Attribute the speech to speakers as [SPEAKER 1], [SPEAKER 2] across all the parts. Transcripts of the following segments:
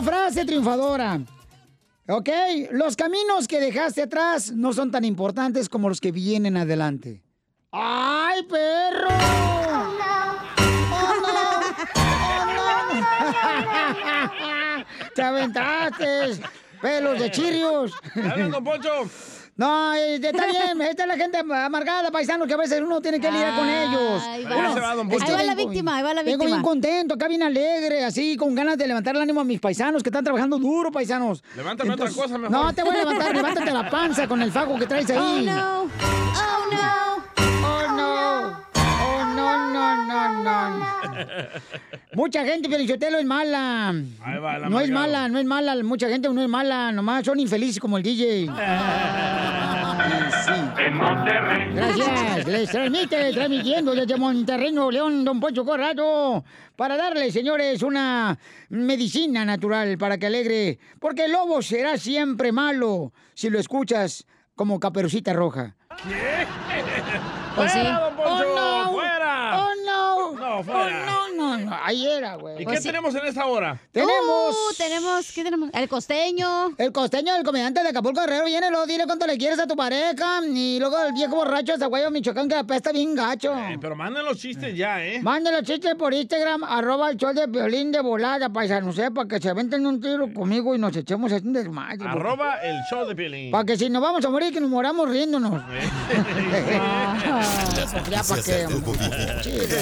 [SPEAKER 1] mente triunfadora. Ok, los caminos que dejaste atrás no son tan importantes como los que vienen adelante. ¡Ay, perro! ¡Te aventaste! ¡Pelos de chirrios!
[SPEAKER 2] ¡Dale, don Poncho!
[SPEAKER 1] No, eh, está bien, esta es la gente amargada, paisano, que a veces uno tiene que lidiar con ellos.
[SPEAKER 3] Ahí va.
[SPEAKER 1] Uno-
[SPEAKER 3] Ahí se va, don Poncho.
[SPEAKER 1] es que
[SPEAKER 3] Ahí va la
[SPEAKER 1] vengo-
[SPEAKER 3] víctima, ahí va la
[SPEAKER 1] Vengo
[SPEAKER 3] víctima.
[SPEAKER 1] bien contento, acá bien alegre, así, con ganas de levantar el ánimo a mis paisanos que están trabajando duro, paisanos.
[SPEAKER 2] Levántame otra cosa mejor.
[SPEAKER 1] No, te voy a levantar, levántate la panza con el fajo que traes ahí.
[SPEAKER 2] Oh, no.
[SPEAKER 1] oh no, oh no, oh no, no, no, no. Mucha gente, Felicitelo, es mala.
[SPEAKER 2] Ahí va, el
[SPEAKER 1] no es
[SPEAKER 2] amargado.
[SPEAKER 1] mala, no es mala, mucha gente no es mala, nomás son infelices como el DJ.
[SPEAKER 2] Eh. En Monterrey.
[SPEAKER 1] Gracias. Les transmite, transmitiendo desde Monterrey, Nuevo León, Don Poncho Corrado, para darles, señores, una medicina natural para que alegre. Porque el lobo será siempre malo si lo escuchas como caperucita roja.
[SPEAKER 2] ¿Qué?
[SPEAKER 1] Pues sí.
[SPEAKER 2] ¡Fuera, don Poncho!
[SPEAKER 1] Oh, no.
[SPEAKER 2] ¡Fuera!
[SPEAKER 1] ¡Oh, no!
[SPEAKER 2] No, fuera.
[SPEAKER 1] Oh, no, no, no. Ahí era, güey. Pues
[SPEAKER 2] ¿Y qué tenemos en esta hora?
[SPEAKER 1] Tenemos.
[SPEAKER 3] Uh, tenemos, ¿qué tenemos? El costeño.
[SPEAKER 1] El costeño, el comediante de Acapulco Guerrero, viene, luego dile cuánto le quieres a tu pareja. Y luego el viejo borracho de Zaguayo, Michoacán, que apesta bien gacho.
[SPEAKER 2] Eh, pero manden los chistes ya, ¿eh?
[SPEAKER 1] Mándalo chistes por Instagram, arroba el show de violín de volada, paisano, para que se aventen un tiro conmigo y nos echemos así un desmadre. porque-
[SPEAKER 2] Arroba el show de Piolín. ¿Eh?
[SPEAKER 1] Para que si nos vamos a morir, que nos moramos riéndonos.
[SPEAKER 4] Las
[SPEAKER 1] Ya,
[SPEAKER 4] noticias
[SPEAKER 1] ¿pa' qué,
[SPEAKER 4] del día.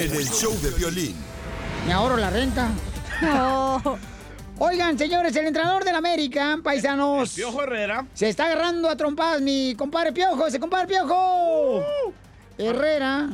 [SPEAKER 4] En el show de violín.
[SPEAKER 1] Me ahorro la renta. Oigan, señores, el entrenador del América, paisanos.
[SPEAKER 2] Piojo Herrera.
[SPEAKER 1] Se está agarrando a trompadas mi compadre Piojo, ese compadre Piojo. Herrera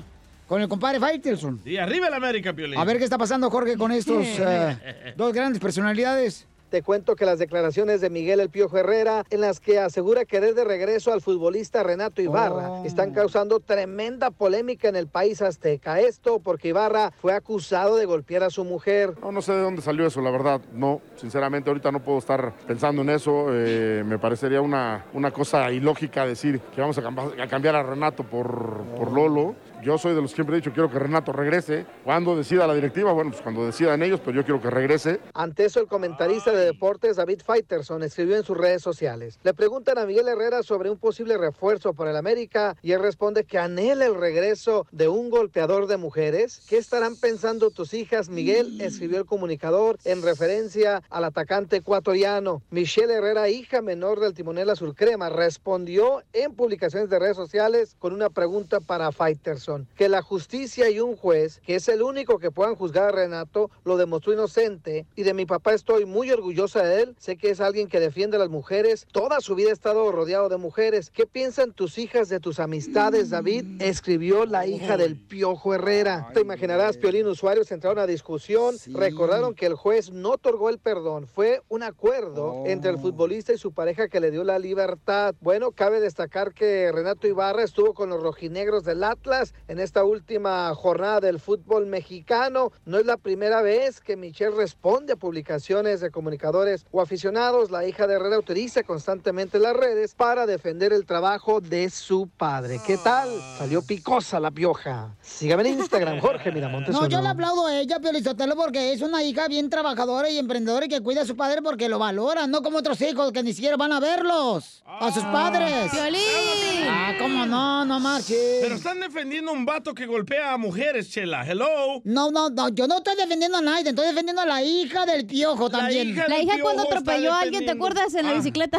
[SPEAKER 1] con el compadre Faitelson.
[SPEAKER 2] Y arriba el América, Piolín.
[SPEAKER 1] A ver qué está pasando, Jorge, con estos eh, dos grandes personalidades.
[SPEAKER 5] Te cuento que las declaraciones de Miguel El Piojo Herrera, en las que asegura querer de regreso al futbolista Renato Ibarra,
[SPEAKER 1] Oh.
[SPEAKER 5] están causando tremenda polémica en el país azteca. Esto porque Ibarra fue acusado de golpear a su mujer.
[SPEAKER 6] No, no sé de dónde salió eso, la verdad. No, sinceramente ahorita no puedo estar pensando en eso. Eh, me parecería una, una cosa ilógica decir que vamos a, cam- a cambiar a Renato por, por Lolo. Yo soy de los que siempre he dicho, quiero que Renato regrese. Cuando decida la directiva, bueno, pues cuando decidan ellos, pero yo quiero que regrese.
[SPEAKER 5] Ante eso, el comentarista de deportes David Faiterson escribió en sus redes sociales. Le preguntan a Miguel Herrera sobre un posible refuerzo para el América y él responde que anhela el regreso de un golpeador de mujeres. ¿Qué estarán pensando tus hijas, Miguel? Escribió el comunicador en referencia al atacante ecuatoriano. Michelle Herrera, hija menor del timonel Azul Crema, respondió en publicaciones de redes sociales con una pregunta para Faiterson. Que la justicia y un juez, que es el único que puedan juzgar a Renato, lo demostró inocente y de mi papá estoy muy orgullosa de él. Sé que es alguien que defiende a las mujeres. Toda su vida ha estado rodeado de mujeres. ¿Qué piensan tus hijas de tus amistades, David? Escribió la hija del Piojo Herrera. Te imaginarás, Piolín, usuarios entraron a discusión, recordaron que el juez no otorgó el perdón. Fue un acuerdo entre el futbolista y su pareja que le dio la libertad. Bueno, cabe destacar que Renato Ibarra estuvo con los rojinegros del Atlas en esta última jornada del fútbol mexicano. No es la primera vez que Michelle responde a publicaciones de comunicadores o aficionados. La hija de Herrera utiliza constantemente las redes para defender el trabajo de su padre. ¿Qué tal? Salió picosa la pioja. Sígame en Instagram, Jorge Miramontes.
[SPEAKER 1] No, yo
[SPEAKER 5] uno.
[SPEAKER 1] le aplaudo a ella, Piolizotelo, porque es una hija bien trabajadora y emprendedora y que cuida a su padre porque lo valora, no como otros hijos que ni siquiera van a verlos, a
[SPEAKER 2] Ah,
[SPEAKER 1] sus padres.
[SPEAKER 3] ¡Piolín!
[SPEAKER 1] Ah, cómo no, no marches.
[SPEAKER 2] Pero están defendiendo a un vato que golpea a mujeres, Chela. Hello.
[SPEAKER 1] No, no, no, yo no estoy defendiendo a nadie, estoy defendiendo a la hija del piojo también.
[SPEAKER 2] hija
[SPEAKER 3] La
[SPEAKER 2] del
[SPEAKER 3] hija cuando
[SPEAKER 2] Piojo está
[SPEAKER 3] atropelló a alguien, ¿te
[SPEAKER 2] defendiendo.
[SPEAKER 3] acuerdas? En la
[SPEAKER 2] Ah,
[SPEAKER 3] bicicleta.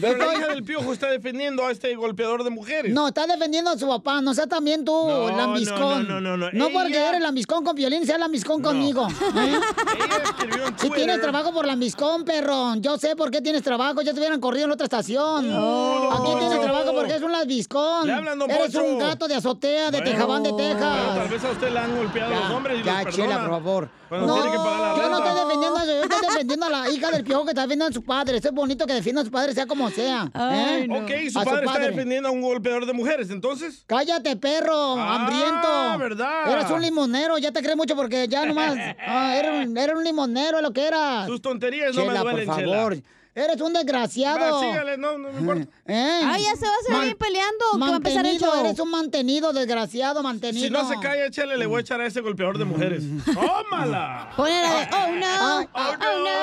[SPEAKER 2] Pero la hija del piojo está defendiendo a este golpeador de mujeres.
[SPEAKER 1] No, está defendiendo a su papá, no sea también tú
[SPEAKER 2] No,
[SPEAKER 1] lambiscón.
[SPEAKER 2] no, no, no, no.
[SPEAKER 1] porque
[SPEAKER 2] Ella-
[SPEAKER 1] eres lambiscón con violín, sea lambiscón conmigo. ¿eh?
[SPEAKER 2] Ella escribió en
[SPEAKER 1] Si
[SPEAKER 2] Twitter.
[SPEAKER 1] tienes trabajo por lambiscón, perrón. Yo sé por qué tienes trabajo. Ya te hubieran corrido en otra estación.
[SPEAKER 2] don
[SPEAKER 1] Aquí tienes
[SPEAKER 2] Poncho.
[SPEAKER 1] trabajo porque es un lambiscón.
[SPEAKER 2] Le hablan, don
[SPEAKER 1] Eres
[SPEAKER 2] Poncho.
[SPEAKER 1] un gato de azotea de
[SPEAKER 2] Bueno.
[SPEAKER 1] Tejabán de
[SPEAKER 2] Pero tal
[SPEAKER 1] Texas.
[SPEAKER 2] vez a usted la han golpeado los hombres y
[SPEAKER 1] ya,
[SPEAKER 2] los
[SPEAKER 1] chela,
[SPEAKER 2] perdona.
[SPEAKER 1] por favor.
[SPEAKER 2] Cuando tiene que pagar la
[SPEAKER 1] yo no
[SPEAKER 2] renta.
[SPEAKER 1] estoy defendiendo a eso. Yo estoy defendiendo a la hija del piojo que está defendiendo a su padre. Eso es bonito que defienda a su padre, sea como sea. ¿eh?
[SPEAKER 3] Ay, no.
[SPEAKER 2] Ok, su
[SPEAKER 1] A su
[SPEAKER 2] padre está
[SPEAKER 1] padre.
[SPEAKER 2] defendiendo a un golpeador de mujeres, entonces.
[SPEAKER 1] Cállate, perro,
[SPEAKER 2] Ah,
[SPEAKER 1] hambriento.
[SPEAKER 2] ¿verdad?
[SPEAKER 1] Eras un limonero, ya te crees mucho porque ya nomás. ah, era, un, era un limonero lo que era.
[SPEAKER 2] Sus tonterías no me
[SPEAKER 1] Chela,
[SPEAKER 2] duelen,
[SPEAKER 1] por favor.
[SPEAKER 2] Chela.
[SPEAKER 1] Eres un desgraciado.
[SPEAKER 2] Va, sígale, no, no me importa.
[SPEAKER 1] ¿Eh?
[SPEAKER 3] Ay, ya se va a seguir
[SPEAKER 1] Man-
[SPEAKER 3] peleando. ¿o qué va a empezar el
[SPEAKER 1] Mantenido,
[SPEAKER 3] show?
[SPEAKER 1] eres un mantenido, desgraciado, mantenido.
[SPEAKER 2] Si no se calla, échale, le voy a echar a ese golpeador de mujeres. ¡Tómala!
[SPEAKER 3] Ponle la de, oh
[SPEAKER 1] Ay,
[SPEAKER 3] no,
[SPEAKER 1] ay,
[SPEAKER 3] oh no.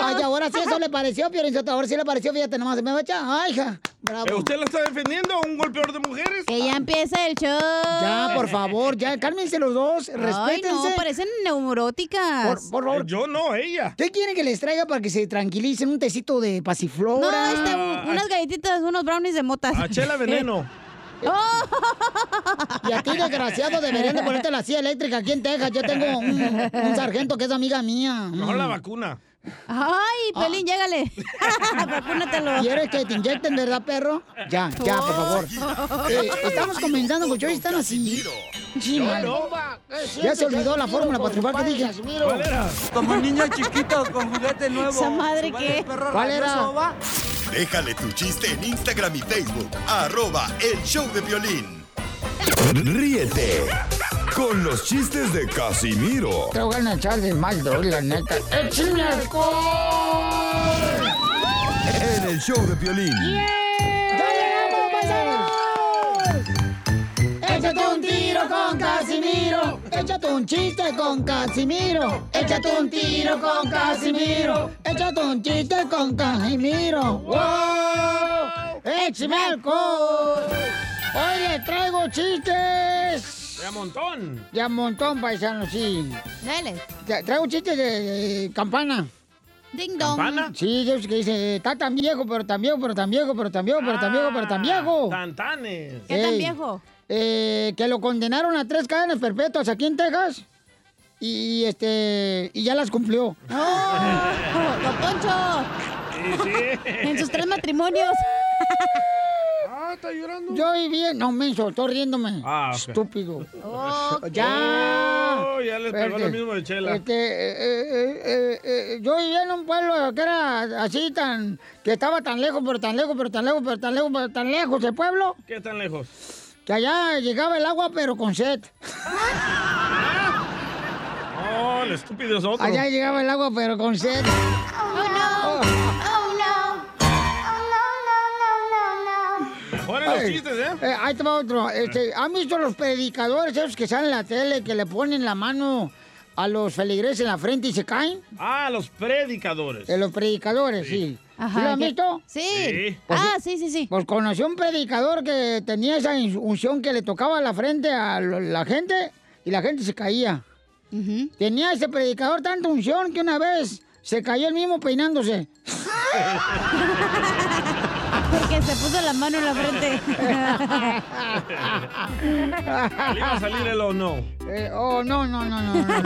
[SPEAKER 1] Ah, Ay, ahora sí eso le pareció, Piorinzotelo, ahora sí le pareció, fíjate nomás, me va a echar, ay, ja,
[SPEAKER 2] Eh,
[SPEAKER 1] bravo.
[SPEAKER 2] ¿Usted la está defendiendo a un golpeador de mujeres?
[SPEAKER 3] Que ya empieza el show.
[SPEAKER 1] Ya, Ah, por favor, ya, cálmense los dos,
[SPEAKER 3] Ay,
[SPEAKER 1] respétense.
[SPEAKER 3] no, parecen neuróticas.
[SPEAKER 1] por, por
[SPEAKER 2] Eh,
[SPEAKER 1] favor,
[SPEAKER 2] Yo no, ella.
[SPEAKER 1] ¿qué quieren que les traiga para que se tranquilicen? Un tecito de
[SPEAKER 3] No,
[SPEAKER 1] pasiflora.
[SPEAKER 3] este,
[SPEAKER 2] Ah,
[SPEAKER 3] unas galletitas, unos brownies de motas.
[SPEAKER 2] A Ah, Chela Veneno.
[SPEAKER 1] Y a ti, desgraciado, deberían de ponerte la silla eléctrica aquí en Texas. Yo tengo un, un sargento que es amiga mía. Ah.
[SPEAKER 2] Mejor la vacuna.
[SPEAKER 3] Ay, Pelín, llégale. Vacúnatelo.
[SPEAKER 1] ¿Quieres que te inyecten, verdad, perro? Ya, ya, por favor. Eh, estamos comenzando con Joy, están así. Sí, mal. Ya se olvidó la fórmula para triunfar que dije.
[SPEAKER 2] ¿Cuál era?
[SPEAKER 7] Como niño chiquito con juguete nuevo.
[SPEAKER 3] Esa madre que-
[SPEAKER 1] ¿Cuál era?
[SPEAKER 4] Déjale tu chiste en Instagram y Facebook. Arroba el show de violín. Ríete con los chistes de Casimiro
[SPEAKER 1] Tengo ganas de echarle mal, doy, la neta. ¡Échame alcohol!
[SPEAKER 4] en el show de violín.
[SPEAKER 1] ¡Ya llegamos, paisanos! Échate un tiro con Casimiro. Échate un chiste con Casimiro. Échate un tiro con Casimiro. Échate un chiste con Casimiro. ¡Wow! ¡Échame alcohol! Hoy les traigo chistes.
[SPEAKER 2] De a montón.
[SPEAKER 1] Ya un montón, paisanos, sí.
[SPEAKER 3] Dale.
[SPEAKER 1] Ya, Traigo chistes de- de campana.
[SPEAKER 3] Ding dong.
[SPEAKER 2] ¿Pana?
[SPEAKER 1] Sí, yo que dice, está tan viejo, pero tan viejo, pero tan viejo, pero tan viejo, pero tan viejo,
[SPEAKER 2] Ah,
[SPEAKER 1] pero tan viejo.
[SPEAKER 2] Tantanes.
[SPEAKER 3] ¿Qué tan
[SPEAKER 1] Ey.
[SPEAKER 3] viejo?
[SPEAKER 1] Eh, que lo condenaron a tres cadenas perpetuas aquí en Texas. Y este. Y ya las cumplió.
[SPEAKER 3] No, Don Poncho, en sus tres matrimonios.
[SPEAKER 2] Ah, está llorando.
[SPEAKER 1] Yo viví en. No, menso, estoy riéndome.
[SPEAKER 2] Ah, ok.
[SPEAKER 1] Estúpido.
[SPEAKER 3] Oh,
[SPEAKER 1] Ya.
[SPEAKER 2] Oh, ya les pegó
[SPEAKER 1] Ah. Espérate.
[SPEAKER 2] lo mismo de Chela.
[SPEAKER 1] Este, eh, eh, eh, eh, yo vivía en un pueblo que era así tan. que estaba tan lejos, pero tan lejos, pero tan lejos, pero tan lejos, pero tan lejos el pueblo.
[SPEAKER 2] ¿Qué tan lejos?
[SPEAKER 1] Que allá llegaba el agua, pero con sed.
[SPEAKER 2] Oh, el estúpido es otro.
[SPEAKER 1] Allá llegaba el agua, pero con sed.
[SPEAKER 2] Ahora los
[SPEAKER 1] Ay,
[SPEAKER 2] chistes, ¿eh?
[SPEAKER 1] eh, ahí te va otro. Este, ¿Han visto los predicadores esos que salen en la tele que le ponen la mano a los feligreses en la frente y se caen?
[SPEAKER 2] Ah, los predicadores.
[SPEAKER 1] Eh, los predicadores, sí. ¿Sí lo
[SPEAKER 3] Ajá.
[SPEAKER 1] han
[SPEAKER 3] ¿qué-
[SPEAKER 1] visto?
[SPEAKER 3] Sí.
[SPEAKER 2] Sí.
[SPEAKER 3] Ah, sí, sí, sí.
[SPEAKER 1] Pues conocí un predicador que tenía esa in- unción que le tocaba la frente a lo- la gente y la gente se caía.
[SPEAKER 3] Ujú.
[SPEAKER 1] Tenía ese predicador tanta unción que una vez se cayó el mismo peinándose.
[SPEAKER 3] Porque se puso la mano en la frente.
[SPEAKER 2] ¿Le iba a salir el o no?
[SPEAKER 1] Eh, oh, no, no, no, no, no. No,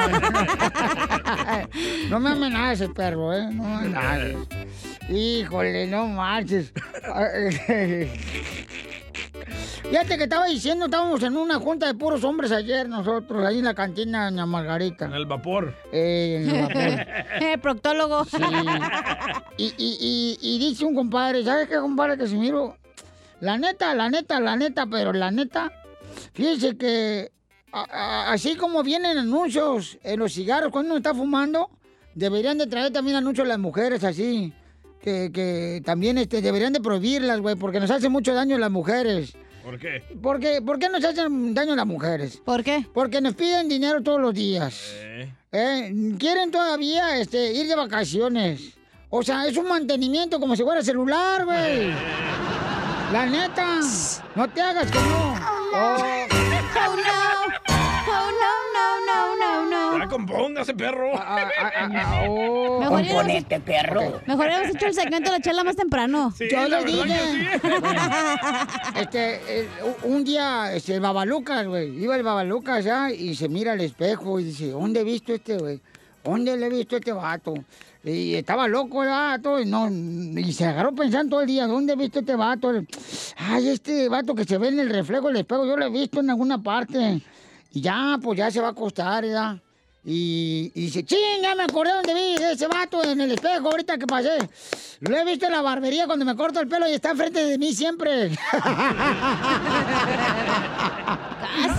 [SPEAKER 1] no me amenaces, perro, ¿eh? No me amenaces. Híjole, no marches. Fíjate que estaba diciendo, estábamos en una junta de puros hombres ayer nosotros, ahí en la cantina de Doña
[SPEAKER 2] En
[SPEAKER 1] Margarita.
[SPEAKER 2] el vapor.
[SPEAKER 1] Eh, en el vapor.
[SPEAKER 3] Eh, proctólogo.
[SPEAKER 1] Y, y, y, y dice un compadre, ¿sabes qué, compadre Casimiro? La neta, la neta, la neta, pero la neta, fíjense que a- a- así como vienen anuncios en los cigarros cuando uno está fumando, deberían de traer también anuncios las mujeres así, que, que también este, deberían de prohibirlas, güey, porque nos hacen mucho daño las mujeres.
[SPEAKER 2] ¿Por qué?
[SPEAKER 1] ¿Por qué, ¿Por qué nos hacen daño las mujeres?
[SPEAKER 3] ¿Por qué?
[SPEAKER 1] Porque nos piden dinero todos los días.
[SPEAKER 2] Eh,
[SPEAKER 1] Eh, quieren todavía este, ir de vacaciones. O sea, es un mantenimiento como si fuera celular, güey. La neta, no te hagas que no. Oh,
[SPEAKER 3] Oh no. Oh no, no, no, no,
[SPEAKER 2] ya
[SPEAKER 3] no.
[SPEAKER 2] compóngase, perro.
[SPEAKER 1] a- a- a- a- ah, oh.
[SPEAKER 3] Mejor hubiéramos, mejor hubiéramos hecho el segmento de la chela más temprano.
[SPEAKER 2] Sí,
[SPEAKER 1] yo
[SPEAKER 2] la
[SPEAKER 1] le
[SPEAKER 2] verdad
[SPEAKER 1] dije.
[SPEAKER 2] que sí.
[SPEAKER 1] Este, eh, un día, este, el Babalucas, güey, iba el Babalucas ya y se mira al espejo y dice, ¿dónde he visto este, güey? ¿Dónde le he visto a este vato? Y estaba loco el vato y, no, y se agarró pensando todo el día, ¿dónde he visto este vato? Ay, este vato que se ve en el reflejo del espejo, yo lo he visto en alguna parte. Y ya, pues ya se va a acostar, ya. Y, y dice, ching, ya me acordé dónde vi ese vato en el espejo ahorita que pasé. Lo he visto en la barbería cuando me corto el pelo y está enfrente de mí siempre.
[SPEAKER 3] Así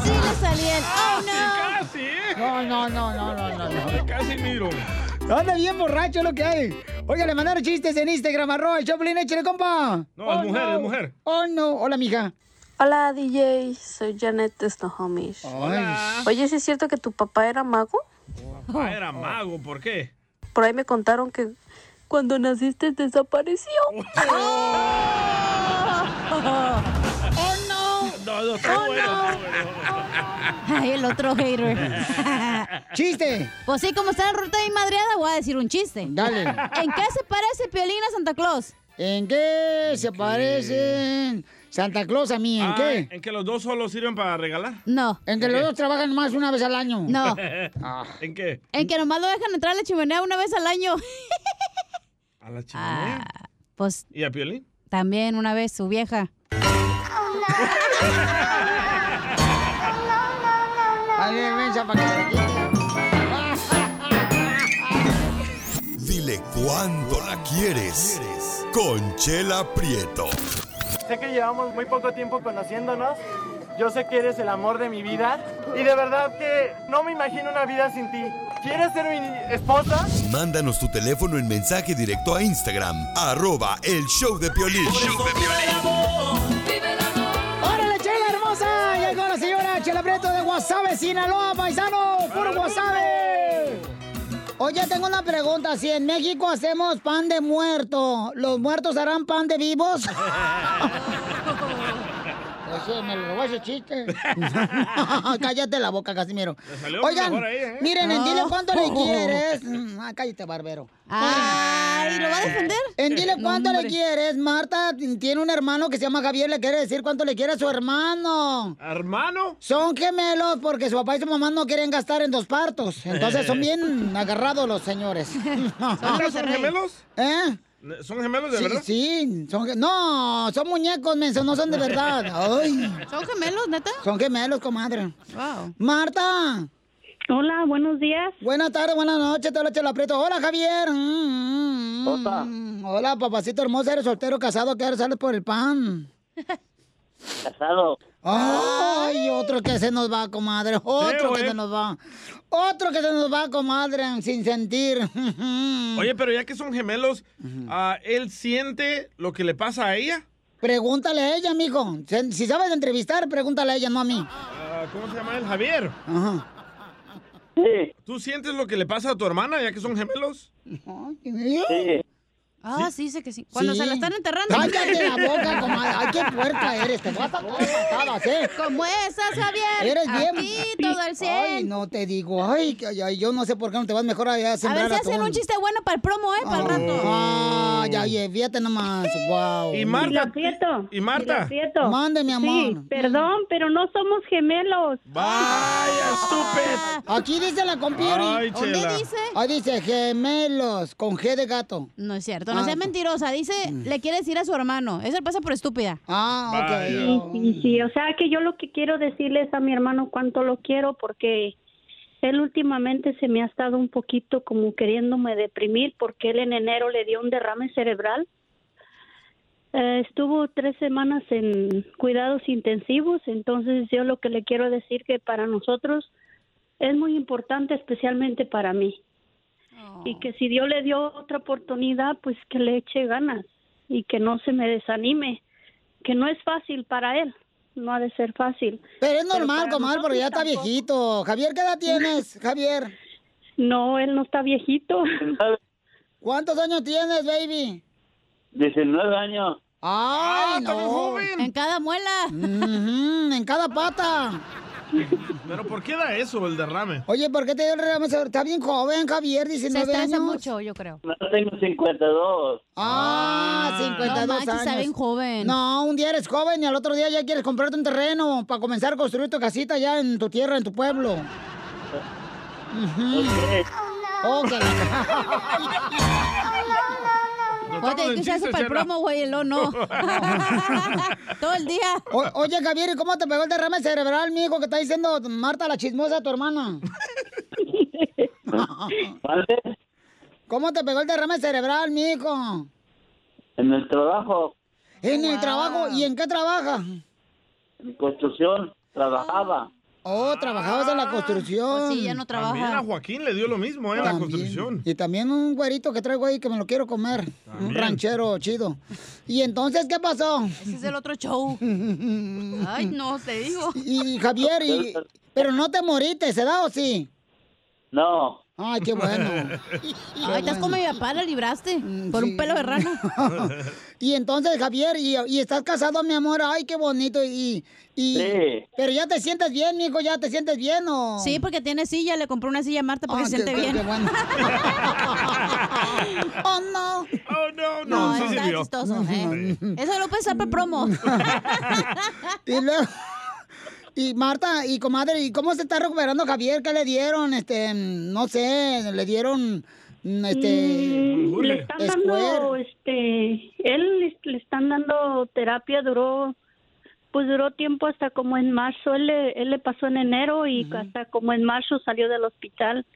[SPEAKER 3] le salía el oh no.
[SPEAKER 2] Casi, ¿eh?
[SPEAKER 1] No, no, no, no, no, no. no.
[SPEAKER 2] Casi miro.
[SPEAKER 1] Anda bien borracho lo que hay. Oiga, le mandaron chistes en Instagram, arroba el Choplin, échale, compa.
[SPEAKER 2] No, es mujer, es mujer.
[SPEAKER 1] Oh, no. Hola, mija.
[SPEAKER 8] Hola DJ, soy Janet Snohomish. Oye, ¿sí es cierto que tu papá era mago?
[SPEAKER 2] Ah, era mago, ¿por qué?
[SPEAKER 8] Por ahí me contaron que cuando naciste desapareció.
[SPEAKER 1] ¡Oh, no!
[SPEAKER 2] No, no, está bueno.
[SPEAKER 3] Ay, el otro hater.
[SPEAKER 1] ¡Chiste!
[SPEAKER 3] Pues sí, como está la ruta ahí madreada, voy a decir un chiste.
[SPEAKER 1] Dale.
[SPEAKER 3] ¿En qué se parece Piolín a Santa Claus?
[SPEAKER 1] ¿En qué se parecen Santa Claus a mí? ¿En
[SPEAKER 2] Ah,
[SPEAKER 1] qué?
[SPEAKER 2] ¿En que los dos solo sirven para regalar?
[SPEAKER 3] No.
[SPEAKER 1] ¿En que los dos trabajan más una vez al año?
[SPEAKER 3] No.
[SPEAKER 1] Ah.
[SPEAKER 2] ¿En qué?
[SPEAKER 3] En que nomás lo dejan entrar a la chimenea una vez al año.
[SPEAKER 2] ¿A la
[SPEAKER 1] Ah,
[SPEAKER 2] chimenea?
[SPEAKER 3] Pues
[SPEAKER 2] ¿Y a Piolín?
[SPEAKER 3] también una vez su vieja.
[SPEAKER 1] Dale, vergüenza para que se le
[SPEAKER 4] Dile cuándo la quieres. Conchela Prieto.
[SPEAKER 9] Sé que llevamos muy poco tiempo conociéndonos. Yo sé que eres el amor de mi vida. Y de verdad que no me imagino una vida sin ti. ¿Quieres ser mi esposa?
[SPEAKER 4] Mándanos tu teléfono en mensaje directo a Instagram. Arroba el show de Piolín.
[SPEAKER 1] ¡Órale, Chela hermosa! Llegó la señora Chela Prieto de Guasave, Sinaloa, paisano, puro
[SPEAKER 2] pues.
[SPEAKER 1] Guasave. Oye, tengo una pregunta. Si en México hacemos pan de muerto, ¿los muertos harán pan de vivos? Eso Pues me lo robó ese chiste. cállate la boca, Casimiro.
[SPEAKER 2] Le salió
[SPEAKER 1] Oigan,
[SPEAKER 2] mejor ahí, ¿eh?
[SPEAKER 1] miren, en Dile cuánto le
[SPEAKER 3] Oh.
[SPEAKER 1] quieres. Mm, Ah, cállate, barbero.
[SPEAKER 3] Ay, ¿lo va a defender?
[SPEAKER 1] En Dile cuánto le
[SPEAKER 3] Eh, Hombre.
[SPEAKER 1] quieres. Marta tiene un hermano que se llama Javier, le quiere decir cuánto le quiere a su hermano.
[SPEAKER 2] ¿Hermano?
[SPEAKER 1] Son gemelos porque su papá y su mamá no quieren gastar en dos partos. Entonces son bien agarrados los señores.
[SPEAKER 2] ¿Mira, Eh. ¿Son gemelos?
[SPEAKER 1] ¿Eh?
[SPEAKER 2] Ne- ¿Son gemelos de
[SPEAKER 1] Sí,
[SPEAKER 2] verdad?
[SPEAKER 1] sí, son ge- no, son muñecos, menso, no son de verdad. Ay,
[SPEAKER 3] ¿Son gemelos, neta?
[SPEAKER 1] son gemelos, comadre.
[SPEAKER 3] Wow.
[SPEAKER 1] Marta,
[SPEAKER 10] Hola, buenos días.
[SPEAKER 1] buenas tardes, buenas noches, te lo echo el aprieto. Hola, Javier. Mm, mm,
[SPEAKER 10] Hola.
[SPEAKER 1] mm. Hola, papacito hermoso, eres soltero, casado, que ahora sales por el pan.
[SPEAKER 10] Casado.
[SPEAKER 1] Ay, otro que se nos va, comadre. Otro
[SPEAKER 2] Creo,
[SPEAKER 1] que
[SPEAKER 2] ¿eh?
[SPEAKER 1] se nos va. Otro que se nos va, comadre, sin sentir.
[SPEAKER 2] Oye, pero ya que son gemelos, ah, ¿él siente lo que le pasa a ella?
[SPEAKER 1] Pregúntale a ella, mijo. Se- Si sabes entrevistar, pregúntale a ella, no a mí.
[SPEAKER 2] Ah, ¿Cómo se llama él? Javier.
[SPEAKER 1] Ajá.
[SPEAKER 10] Sí,
[SPEAKER 2] ¿Tú sientes lo que le pasa a tu hermana ya que son gemelos?
[SPEAKER 10] sí.
[SPEAKER 3] Ah, sí, sé que sí. Cuando
[SPEAKER 1] Sí.
[SPEAKER 3] se la están enterrando.
[SPEAKER 1] Cállate la boca, comadre. Ay, qué puerca eres. Te vas a comer patadas, ¿eh?
[SPEAKER 3] Como esas, Javier.
[SPEAKER 1] Eres bien.
[SPEAKER 3] Aquí, todo el cien.
[SPEAKER 1] Ay, no te digo. Ay, que- ay, yo no sé por qué no te vas mejor allá a
[SPEAKER 3] a
[SPEAKER 1] sembrar
[SPEAKER 3] ver si hacen
[SPEAKER 1] atún.
[SPEAKER 3] un chiste bueno para el promo, ¿eh? Para el rato.
[SPEAKER 1] Ay, ay, eh, fíjate nomás. Wow.
[SPEAKER 2] Y
[SPEAKER 10] Y
[SPEAKER 2] Marta.
[SPEAKER 10] lo aprieto.
[SPEAKER 2] ¿Y Marta?
[SPEAKER 10] lo aprieto.
[SPEAKER 1] Mande, mi
[SPEAKER 10] Sí,
[SPEAKER 1] amor.
[SPEAKER 10] perdón, pero no somos gemelos.
[SPEAKER 2] ¡Vaya, estúpido!
[SPEAKER 1] Aquí dice la compiori.
[SPEAKER 2] Ay,
[SPEAKER 3] ¿Dónde
[SPEAKER 2] chela.
[SPEAKER 3] dice?
[SPEAKER 1] Ahí dice gemelos con G de gato.
[SPEAKER 3] No es cierto, no
[SPEAKER 1] Ah. Mm.
[SPEAKER 3] seas mentirosa. Dice, le quiere decir a su hermano. Eso le pasa por estúpida.
[SPEAKER 1] Ah,
[SPEAKER 10] Sí,
[SPEAKER 1] ok.
[SPEAKER 10] sí, sí. O sea que yo lo que quiero decirles a mi hermano cuánto lo quiero porque él últimamente se me ha estado un poquito como queriéndome deprimir porque él en enero le dio un derrame cerebral. Eh, estuvo tres semanas en cuidados intensivos, entonces yo lo que le quiero decir que para nosotros es muy importante, especialmente para mí, y que si Dios le dio otra oportunidad, pues que le eche ganas y que no se me desanime, que no es fácil para él, no ha de ser fácil.
[SPEAKER 1] Pero es
[SPEAKER 10] Pero
[SPEAKER 1] normal,
[SPEAKER 10] para
[SPEAKER 1] comadre, porque ya está
[SPEAKER 10] nosotros tampoco.
[SPEAKER 1] viejito. Javier, ¿qué edad tienes, Javier?
[SPEAKER 10] No, él no está viejito.
[SPEAKER 1] ¿Cuántos años tienes, baby?
[SPEAKER 9] 19 años.
[SPEAKER 1] Ay,
[SPEAKER 2] ¡Está muy
[SPEAKER 1] no.
[SPEAKER 2] Ah, joven!
[SPEAKER 3] En cada muela.
[SPEAKER 1] Ujú, en cada pata.
[SPEAKER 2] ¿Pero por qué da eso, el derrame?
[SPEAKER 1] Oye, ¿por qué te dio el regalo? Está bien joven, Javier,
[SPEAKER 3] Se
[SPEAKER 1] 19
[SPEAKER 3] estresa
[SPEAKER 1] años.
[SPEAKER 3] mucho, yo creo.
[SPEAKER 9] No tengo 52.
[SPEAKER 1] Ah, 52
[SPEAKER 3] No manches,
[SPEAKER 1] años.
[SPEAKER 3] está bien joven.
[SPEAKER 1] No, un día eres joven y al otro día ya quieres comprarte un terreno para comenzar a construir tu casita ya en tu tierra, en tu pueblo. Ujú. Ok.
[SPEAKER 2] No estamos
[SPEAKER 3] Oye,
[SPEAKER 2] en
[SPEAKER 3] tú se hace
[SPEAKER 2] chistes,
[SPEAKER 3] para el
[SPEAKER 2] Chela.
[SPEAKER 3] promo, güey, el o no. todo el día.
[SPEAKER 1] O- oye, Javier, ¿y cómo te pegó el derrame cerebral, mijo, que está diciendo Marta la chismosa tu hermana?
[SPEAKER 9] ¿Vale?
[SPEAKER 1] ¿Cómo te pegó el derrame cerebral, mijo?
[SPEAKER 9] En el trabajo,
[SPEAKER 1] En el trabajo, ¿y en qué trabaja?
[SPEAKER 9] en construcción, trabajaba.
[SPEAKER 1] Oh, trabajabas en la construcción.
[SPEAKER 3] Pues sí, ya no trabaja.
[SPEAKER 2] También a Joaquín le dio lo mismo, ¿eh? La
[SPEAKER 1] También.
[SPEAKER 2] construcción.
[SPEAKER 1] Y también un güerito que traigo ahí que me lo quiero comer. Un ranchero chido. ¿Y entonces qué pasó? Ese
[SPEAKER 3] es el otro show. Ay, no, te digo.
[SPEAKER 1] Y Javier, y- pero no te moriste, ¿se da o sí?
[SPEAKER 11] No.
[SPEAKER 1] Ay, Ah, qué bueno. Mm,
[SPEAKER 3] Ay, estás como mi papá, la libraste. Por un pelo de rana.
[SPEAKER 1] y entonces, Javier, y, y estás casado, mi amor. Ay, qué bonito. Y, y-
[SPEAKER 11] Sí.
[SPEAKER 1] Pero ya te sientes bien, mijo, ya te sientes bien o...
[SPEAKER 3] Sí, porque tiene silla, le compró una silla a Marta porque
[SPEAKER 1] Ah,
[SPEAKER 3] se
[SPEAKER 1] qué-
[SPEAKER 3] siente
[SPEAKER 1] qué-
[SPEAKER 3] bien.
[SPEAKER 1] qué bueno. oh, no.
[SPEAKER 2] Oh,
[SPEAKER 3] No,
[SPEAKER 2] no,
[SPEAKER 1] no, sí
[SPEAKER 3] está
[SPEAKER 1] sirvió.
[SPEAKER 3] chistoso.
[SPEAKER 1] No,
[SPEAKER 3] eh. Eso lo puedes usar para promo.
[SPEAKER 1] Mm. Y luego- Y Marta, y comadre, ¿y cómo se está recuperando Javier? ¿Qué le dieron? Este, mm, no sé, le dieron mm, este
[SPEAKER 10] Mm, le están dando, este, él le, le están dando terapia, duró, pues duró tiempo hasta como en marzo, él le, él le pasó en enero y hasta como en marzo salió del hospital.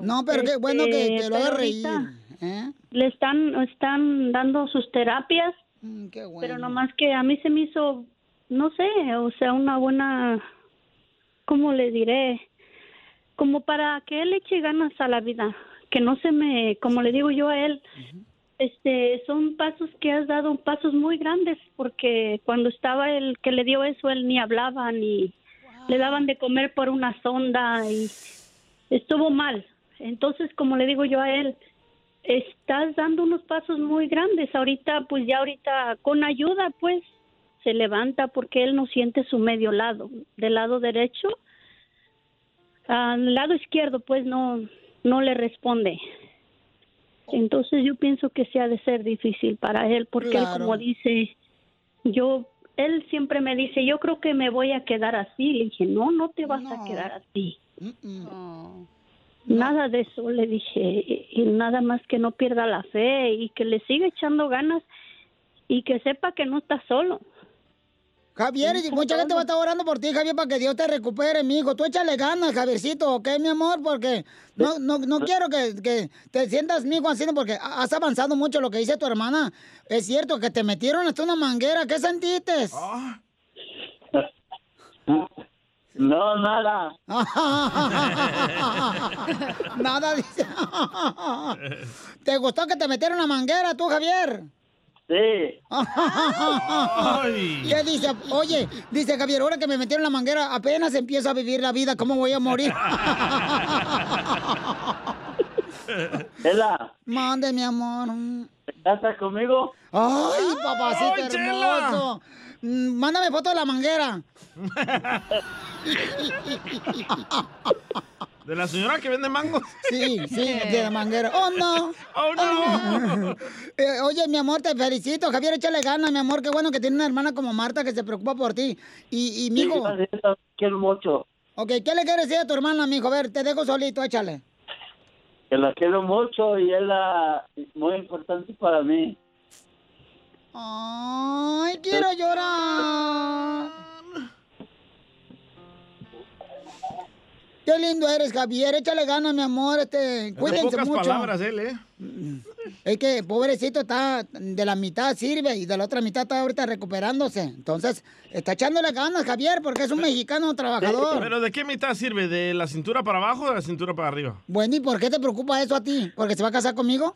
[SPEAKER 1] No, pero qué bueno que
[SPEAKER 10] Este,
[SPEAKER 1] te lo haga
[SPEAKER 10] pero
[SPEAKER 1] reír.
[SPEAKER 10] ahorita-
[SPEAKER 1] ¿eh?
[SPEAKER 10] Le están, están dando sus terapias,
[SPEAKER 1] Mm, qué bueno.
[SPEAKER 10] pero nomás que a mí se me hizo, no sé, o sea, una buena, ¿cómo le diré? Como para que él eche ganas a la vida, que no se me, como le digo yo a él, este, son pasos que has dado, pasos muy grandes, porque cuando estaba el que le dio eso, él ni hablaba, ni le daban de comer por una sonda y estuvo mal. Entonces, como le digo yo a él, estás dando unos pasos muy grandes. Ahorita, pues ya ahorita, con ayuda, pues se levanta porque él no siente su medio lado, del lado derecho. Al lado izquierdo, pues no, no le responde. Entonces yo pienso que sí ha de ser difícil para él, porque él,
[SPEAKER 12] Claro.
[SPEAKER 10] como dice, yo, él siempre me dice, yo creo que me voy a quedar así. Le dije, no, no te vas a quedar así. Nada de eso, le dije, y- y nada más que no pierda la fe y que le siga echando ganas y que sepa que no está solo.
[SPEAKER 1] Javier, y mucha gente va a estar orando por ti, Javier, para que Dios te recupere, mijo. Tú échale ganas, Javiercito, ¿ok, mi amor? Porque no, no, no quiero que, que te sientas, mijo, así, porque has avanzado mucho lo que dice tu hermana. Es cierto que te metieron hasta una manguera. ¿Qué sentiste?
[SPEAKER 11] Ah,
[SPEAKER 2] Ah.
[SPEAKER 11] No, nada.
[SPEAKER 1] Nada dice. ¿Te gustó que te metieron la manguera tú, Javier?
[SPEAKER 11] Sí.
[SPEAKER 2] Ay.
[SPEAKER 1] ¿Qué dice? Oye, dice Javier, ahora que me metieron la manguera, apenas empiezo a vivir la vida, ¿cómo voy a morir?
[SPEAKER 11] Ela,
[SPEAKER 1] Mande, mi amor.
[SPEAKER 11] ¿te casas conmigo?
[SPEAKER 1] Ay, papacito
[SPEAKER 11] ¡Ay, Chela!
[SPEAKER 1] hermoso. Mm, Mándame foto de la manguera.
[SPEAKER 2] De la señora que vende mangos.
[SPEAKER 1] Sí, sí, de la manguera. Oh, no.
[SPEAKER 2] Eh. Oh, no.
[SPEAKER 1] Eh, oye, mi amor, te felicito. Javier, échale ganas, mi amor. Qué bueno que tiene una hermana como Marta que se preocupa por ti. Y, y mijo.
[SPEAKER 11] gracias, quiero mucho.
[SPEAKER 1] Ok, ¿qué le quieres decir a tu hermana, mijo? A ver, te dejo solito, échale.
[SPEAKER 11] Que la quiero mucho y ella es muy importante para mí.
[SPEAKER 1] Ay, Ah, quiero llorar. Qué lindo eres, Javier. Échale ganas, mi amor. Este,
[SPEAKER 2] En
[SPEAKER 1] cuídense
[SPEAKER 2] pocas
[SPEAKER 1] mucho.
[SPEAKER 2] palabras él, ¿eh?
[SPEAKER 1] Es que pobrecito está de la mitad sirve y de la otra mitad está ahorita recuperándose. Entonces, está echándole ganas, Javier, porque es un mexicano trabajador.
[SPEAKER 2] Eh, Pero ¿de qué mitad sirve? ¿De la cintura para abajo o de la cintura para arriba?
[SPEAKER 1] Bueno, ¿y por qué te preocupa eso a ti? ¿Porque se va a casar conmigo?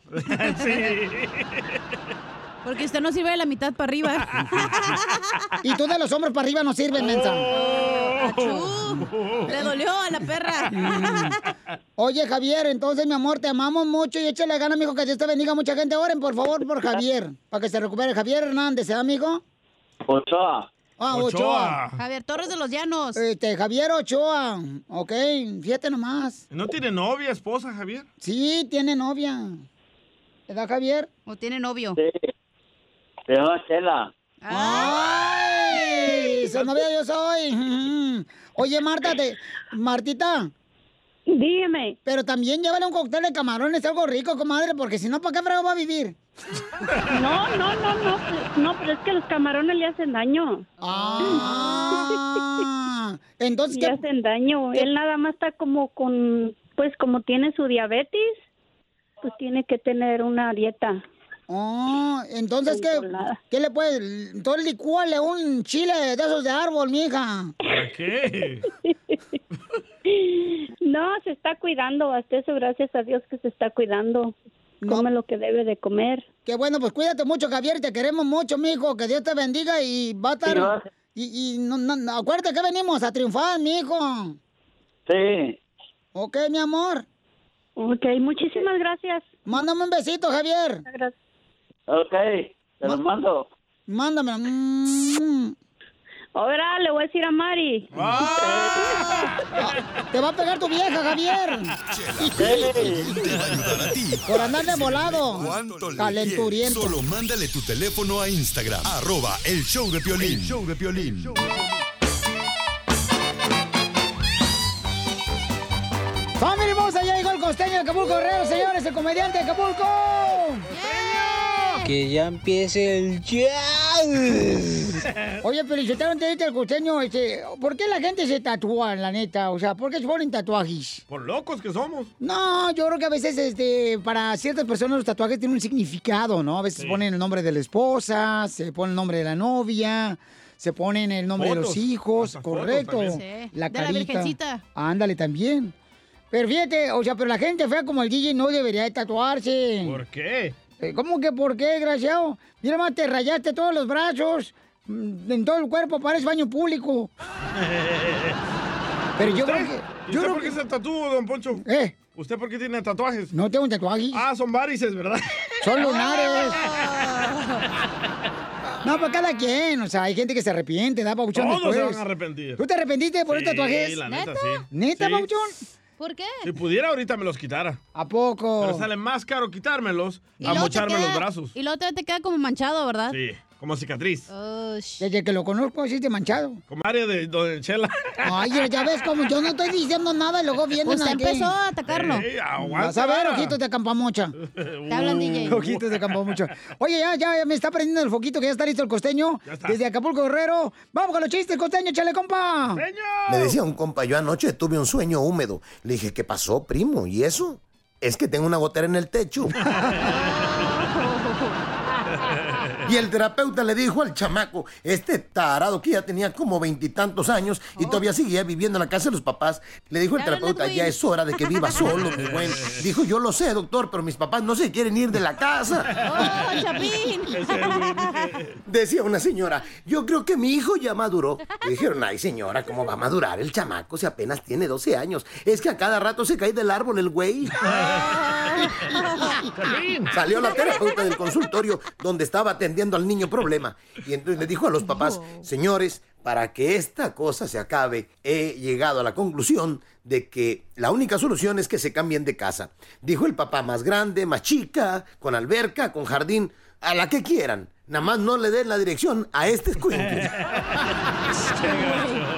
[SPEAKER 3] Porque usted no sirve de la mitad para arriba.
[SPEAKER 1] Y tú de los hombros para arriba no sirves, mensa.
[SPEAKER 3] Oh.
[SPEAKER 2] Oh.
[SPEAKER 3] Achú. Le dolió a la perra.
[SPEAKER 1] Oye, Javier, entonces, mi amor, te amamos mucho y échale ganas, mijo, que Dios te bendiga. Mucha gente, oren, por favor, por Javier, para que se recupere. Javier Hernández, ¿eh, amigo?
[SPEAKER 11] Ochoa.
[SPEAKER 1] Ah, Ochoa.
[SPEAKER 3] Javier Torres de los Llanos.
[SPEAKER 1] Este, Javier Ochoa, ok, fíjate nomás.
[SPEAKER 2] ¿No tiene novia, esposa, Javier?
[SPEAKER 1] Sí, tiene novia. ¿Verdad, Javier?
[SPEAKER 3] ¿O tiene novio?
[SPEAKER 11] Te llamo Chela.
[SPEAKER 1] ¡Ay! Su novia yo soy. Ujú. Oye, Marta, te- Martita.
[SPEAKER 10] Dígame.
[SPEAKER 1] Pero también llévale un cóctel de camarones, algo rico, comadre, porque si no, ¿para qué frego va a vivir?
[SPEAKER 10] No, no, no, no, no, pero es que los camarones le hacen daño.
[SPEAKER 1] Ah, entonces
[SPEAKER 10] le hacen daño. Él nada más está como con, pues como tiene su diabetes, pues tiene que tener una dieta.
[SPEAKER 1] Oh, entonces, ¿qué, ¿qué le puedes? Entonces licúale un chile de esos de árbol, mija.
[SPEAKER 2] ¿Para qué?
[SPEAKER 10] No, se está cuidando, hasta eso gracias a Dios que se está cuidando. Come lo que debe de comer.
[SPEAKER 1] Qué bueno, pues cuídate mucho, Javier. Te queremos mucho, mijo. Que Dios te bendiga y va a estar.
[SPEAKER 13] Gracias.
[SPEAKER 1] Y, y no, no- no, acuérdate que venimos a triunfar, mijo.
[SPEAKER 13] Sí.
[SPEAKER 1] Ok, mi amor.
[SPEAKER 10] Ok, muchísimas gracias.
[SPEAKER 1] Mándame un besito, Javier.
[SPEAKER 13] Ok, te lo mando.
[SPEAKER 1] Mándame. Mm.
[SPEAKER 10] Ahora le voy a decir a Mari.
[SPEAKER 1] Te va a pegar tu vieja, Javier.
[SPEAKER 4] Te va a ayudar a ti.
[SPEAKER 1] Por andar de volado.
[SPEAKER 4] ¿Cuánto le quieres?
[SPEAKER 1] Calenturiento.
[SPEAKER 4] Solo mándale tu teléfono a Instagram. Arroba el show de Piolín. El show de Piolín.
[SPEAKER 1] ¡Familia hermosa! Ya llegó el costeño de Acapulco Guerrero, señores, el comediante de Acapulco.
[SPEAKER 11] Que ya empiece el jazz.
[SPEAKER 1] Oye, pero yo te dije el costeño, este, ¿por qué la gente se tatúa, la neta? O sea, ¿por qué se ponen tatuajes?
[SPEAKER 2] Por locos que somos.
[SPEAKER 1] No, yo creo que a veces, este, para ciertas personas los tatuajes tienen un significado, ¿no? A veces ponen el nombre de la esposa, se pone el nombre de la novia, se ponen el nombre de los
[SPEAKER 11] Fotos,
[SPEAKER 1] hijos, correcto.
[SPEAKER 11] fotos también. Sí,
[SPEAKER 1] La
[SPEAKER 11] de la
[SPEAKER 1] carita.
[SPEAKER 11] virgencita.
[SPEAKER 1] Ándale también. Pero fíjate, o sea, pero la gente fea como el DJ no debería de tatuarse.
[SPEAKER 2] ¿Por qué?
[SPEAKER 1] Eh, ¿Cómo que por qué, desgraciado? Mira, más te rayaste todos los brazos, mm, en todo el cuerpo, parece baño público. Pero yo creo que-
[SPEAKER 2] ¿Y
[SPEAKER 1] yo
[SPEAKER 2] usted
[SPEAKER 1] creo
[SPEAKER 2] por qué se tatuó, don Poncho?
[SPEAKER 1] ¿Eh?
[SPEAKER 2] ¿Usted por qué tiene tatuajes?
[SPEAKER 1] No tengo tatuajes.
[SPEAKER 2] Ah, son varices, ¿verdad?
[SPEAKER 1] Son lunares. No, pues cada quien, o sea, hay gente que se arrepiente, da pauchón
[SPEAKER 2] Todos
[SPEAKER 1] después.
[SPEAKER 2] se van a arrepentir.
[SPEAKER 1] ¿Tú te arrepentiste de poner
[SPEAKER 2] Sí,
[SPEAKER 1] tatuajes?
[SPEAKER 2] la neta, sí.
[SPEAKER 1] ¿Neta,
[SPEAKER 2] Sí.
[SPEAKER 1] pauchón?
[SPEAKER 3] ¿Por qué?
[SPEAKER 2] Si pudiera, ahorita me los quitara.
[SPEAKER 1] ¿A poco?
[SPEAKER 2] Pero sale más caro quitármelos
[SPEAKER 3] Y
[SPEAKER 2] a
[SPEAKER 3] luego te
[SPEAKER 2] mocharme
[SPEAKER 3] queda-
[SPEAKER 2] los brazos.
[SPEAKER 3] Y luego todavía te queda como manchado, ¿verdad?
[SPEAKER 2] Sí, como cicatriz.
[SPEAKER 1] Desde que lo conozco, así te manchado.
[SPEAKER 2] Como área de Don Chela.
[SPEAKER 1] Ay, ya ves como yo no estoy diciendo nada y luego vienen
[SPEAKER 3] Usted
[SPEAKER 1] aquí.
[SPEAKER 3] empezó a atacarlo.
[SPEAKER 1] Ey,
[SPEAKER 2] aguanta. Uh.
[SPEAKER 1] Vas a ver, ojitos de campamocha.
[SPEAKER 3] Te hablan, DJ.
[SPEAKER 1] Ojitos de campamocha. Oye, ya, ya, ya me está prendiendo el foquito que ya está listo el costeño. Desde Acapulco, Guerrero. Vamos con los chistes, costeño, chale, compa.
[SPEAKER 14] Me decía un compa, yo anoche tuve un sueño húmedo. Le dije, ¿qué pasó, primo? ¿Y eso? Es que tengo una gotera en el techo. Y el terapeuta le dijo al chamaco, este tarado que ya tenía como veintitantos años y todavía seguía viviendo en la casa de los papás, le dijo el terapeuta, Oh. ya es hora de que viva solo, mi buen. Dijo, yo lo sé, doctor, pero mis papás no se quieren ir de la casa.
[SPEAKER 3] ¡Oh,
[SPEAKER 14] Decía una señora, yo creo que mi hijo ya maduró. Le dijeron, ay señora, ¿cómo va a madurar el chamaco si apenas tiene 12 años? Es que a cada rato se cae del árbol el güey. Salió la terapeuta del consultorio donde estaba atendiendo al niño problema. Y entonces le dijo a los papás, señores, para que esta cosa se acabe, he llegado a la conclusión de que la única solución es que se cambien de casa. Dijo el papá, más grande, más chica, con alberca, con jardín, a la que quieran. Nada más no le den la dirección a este escuincle.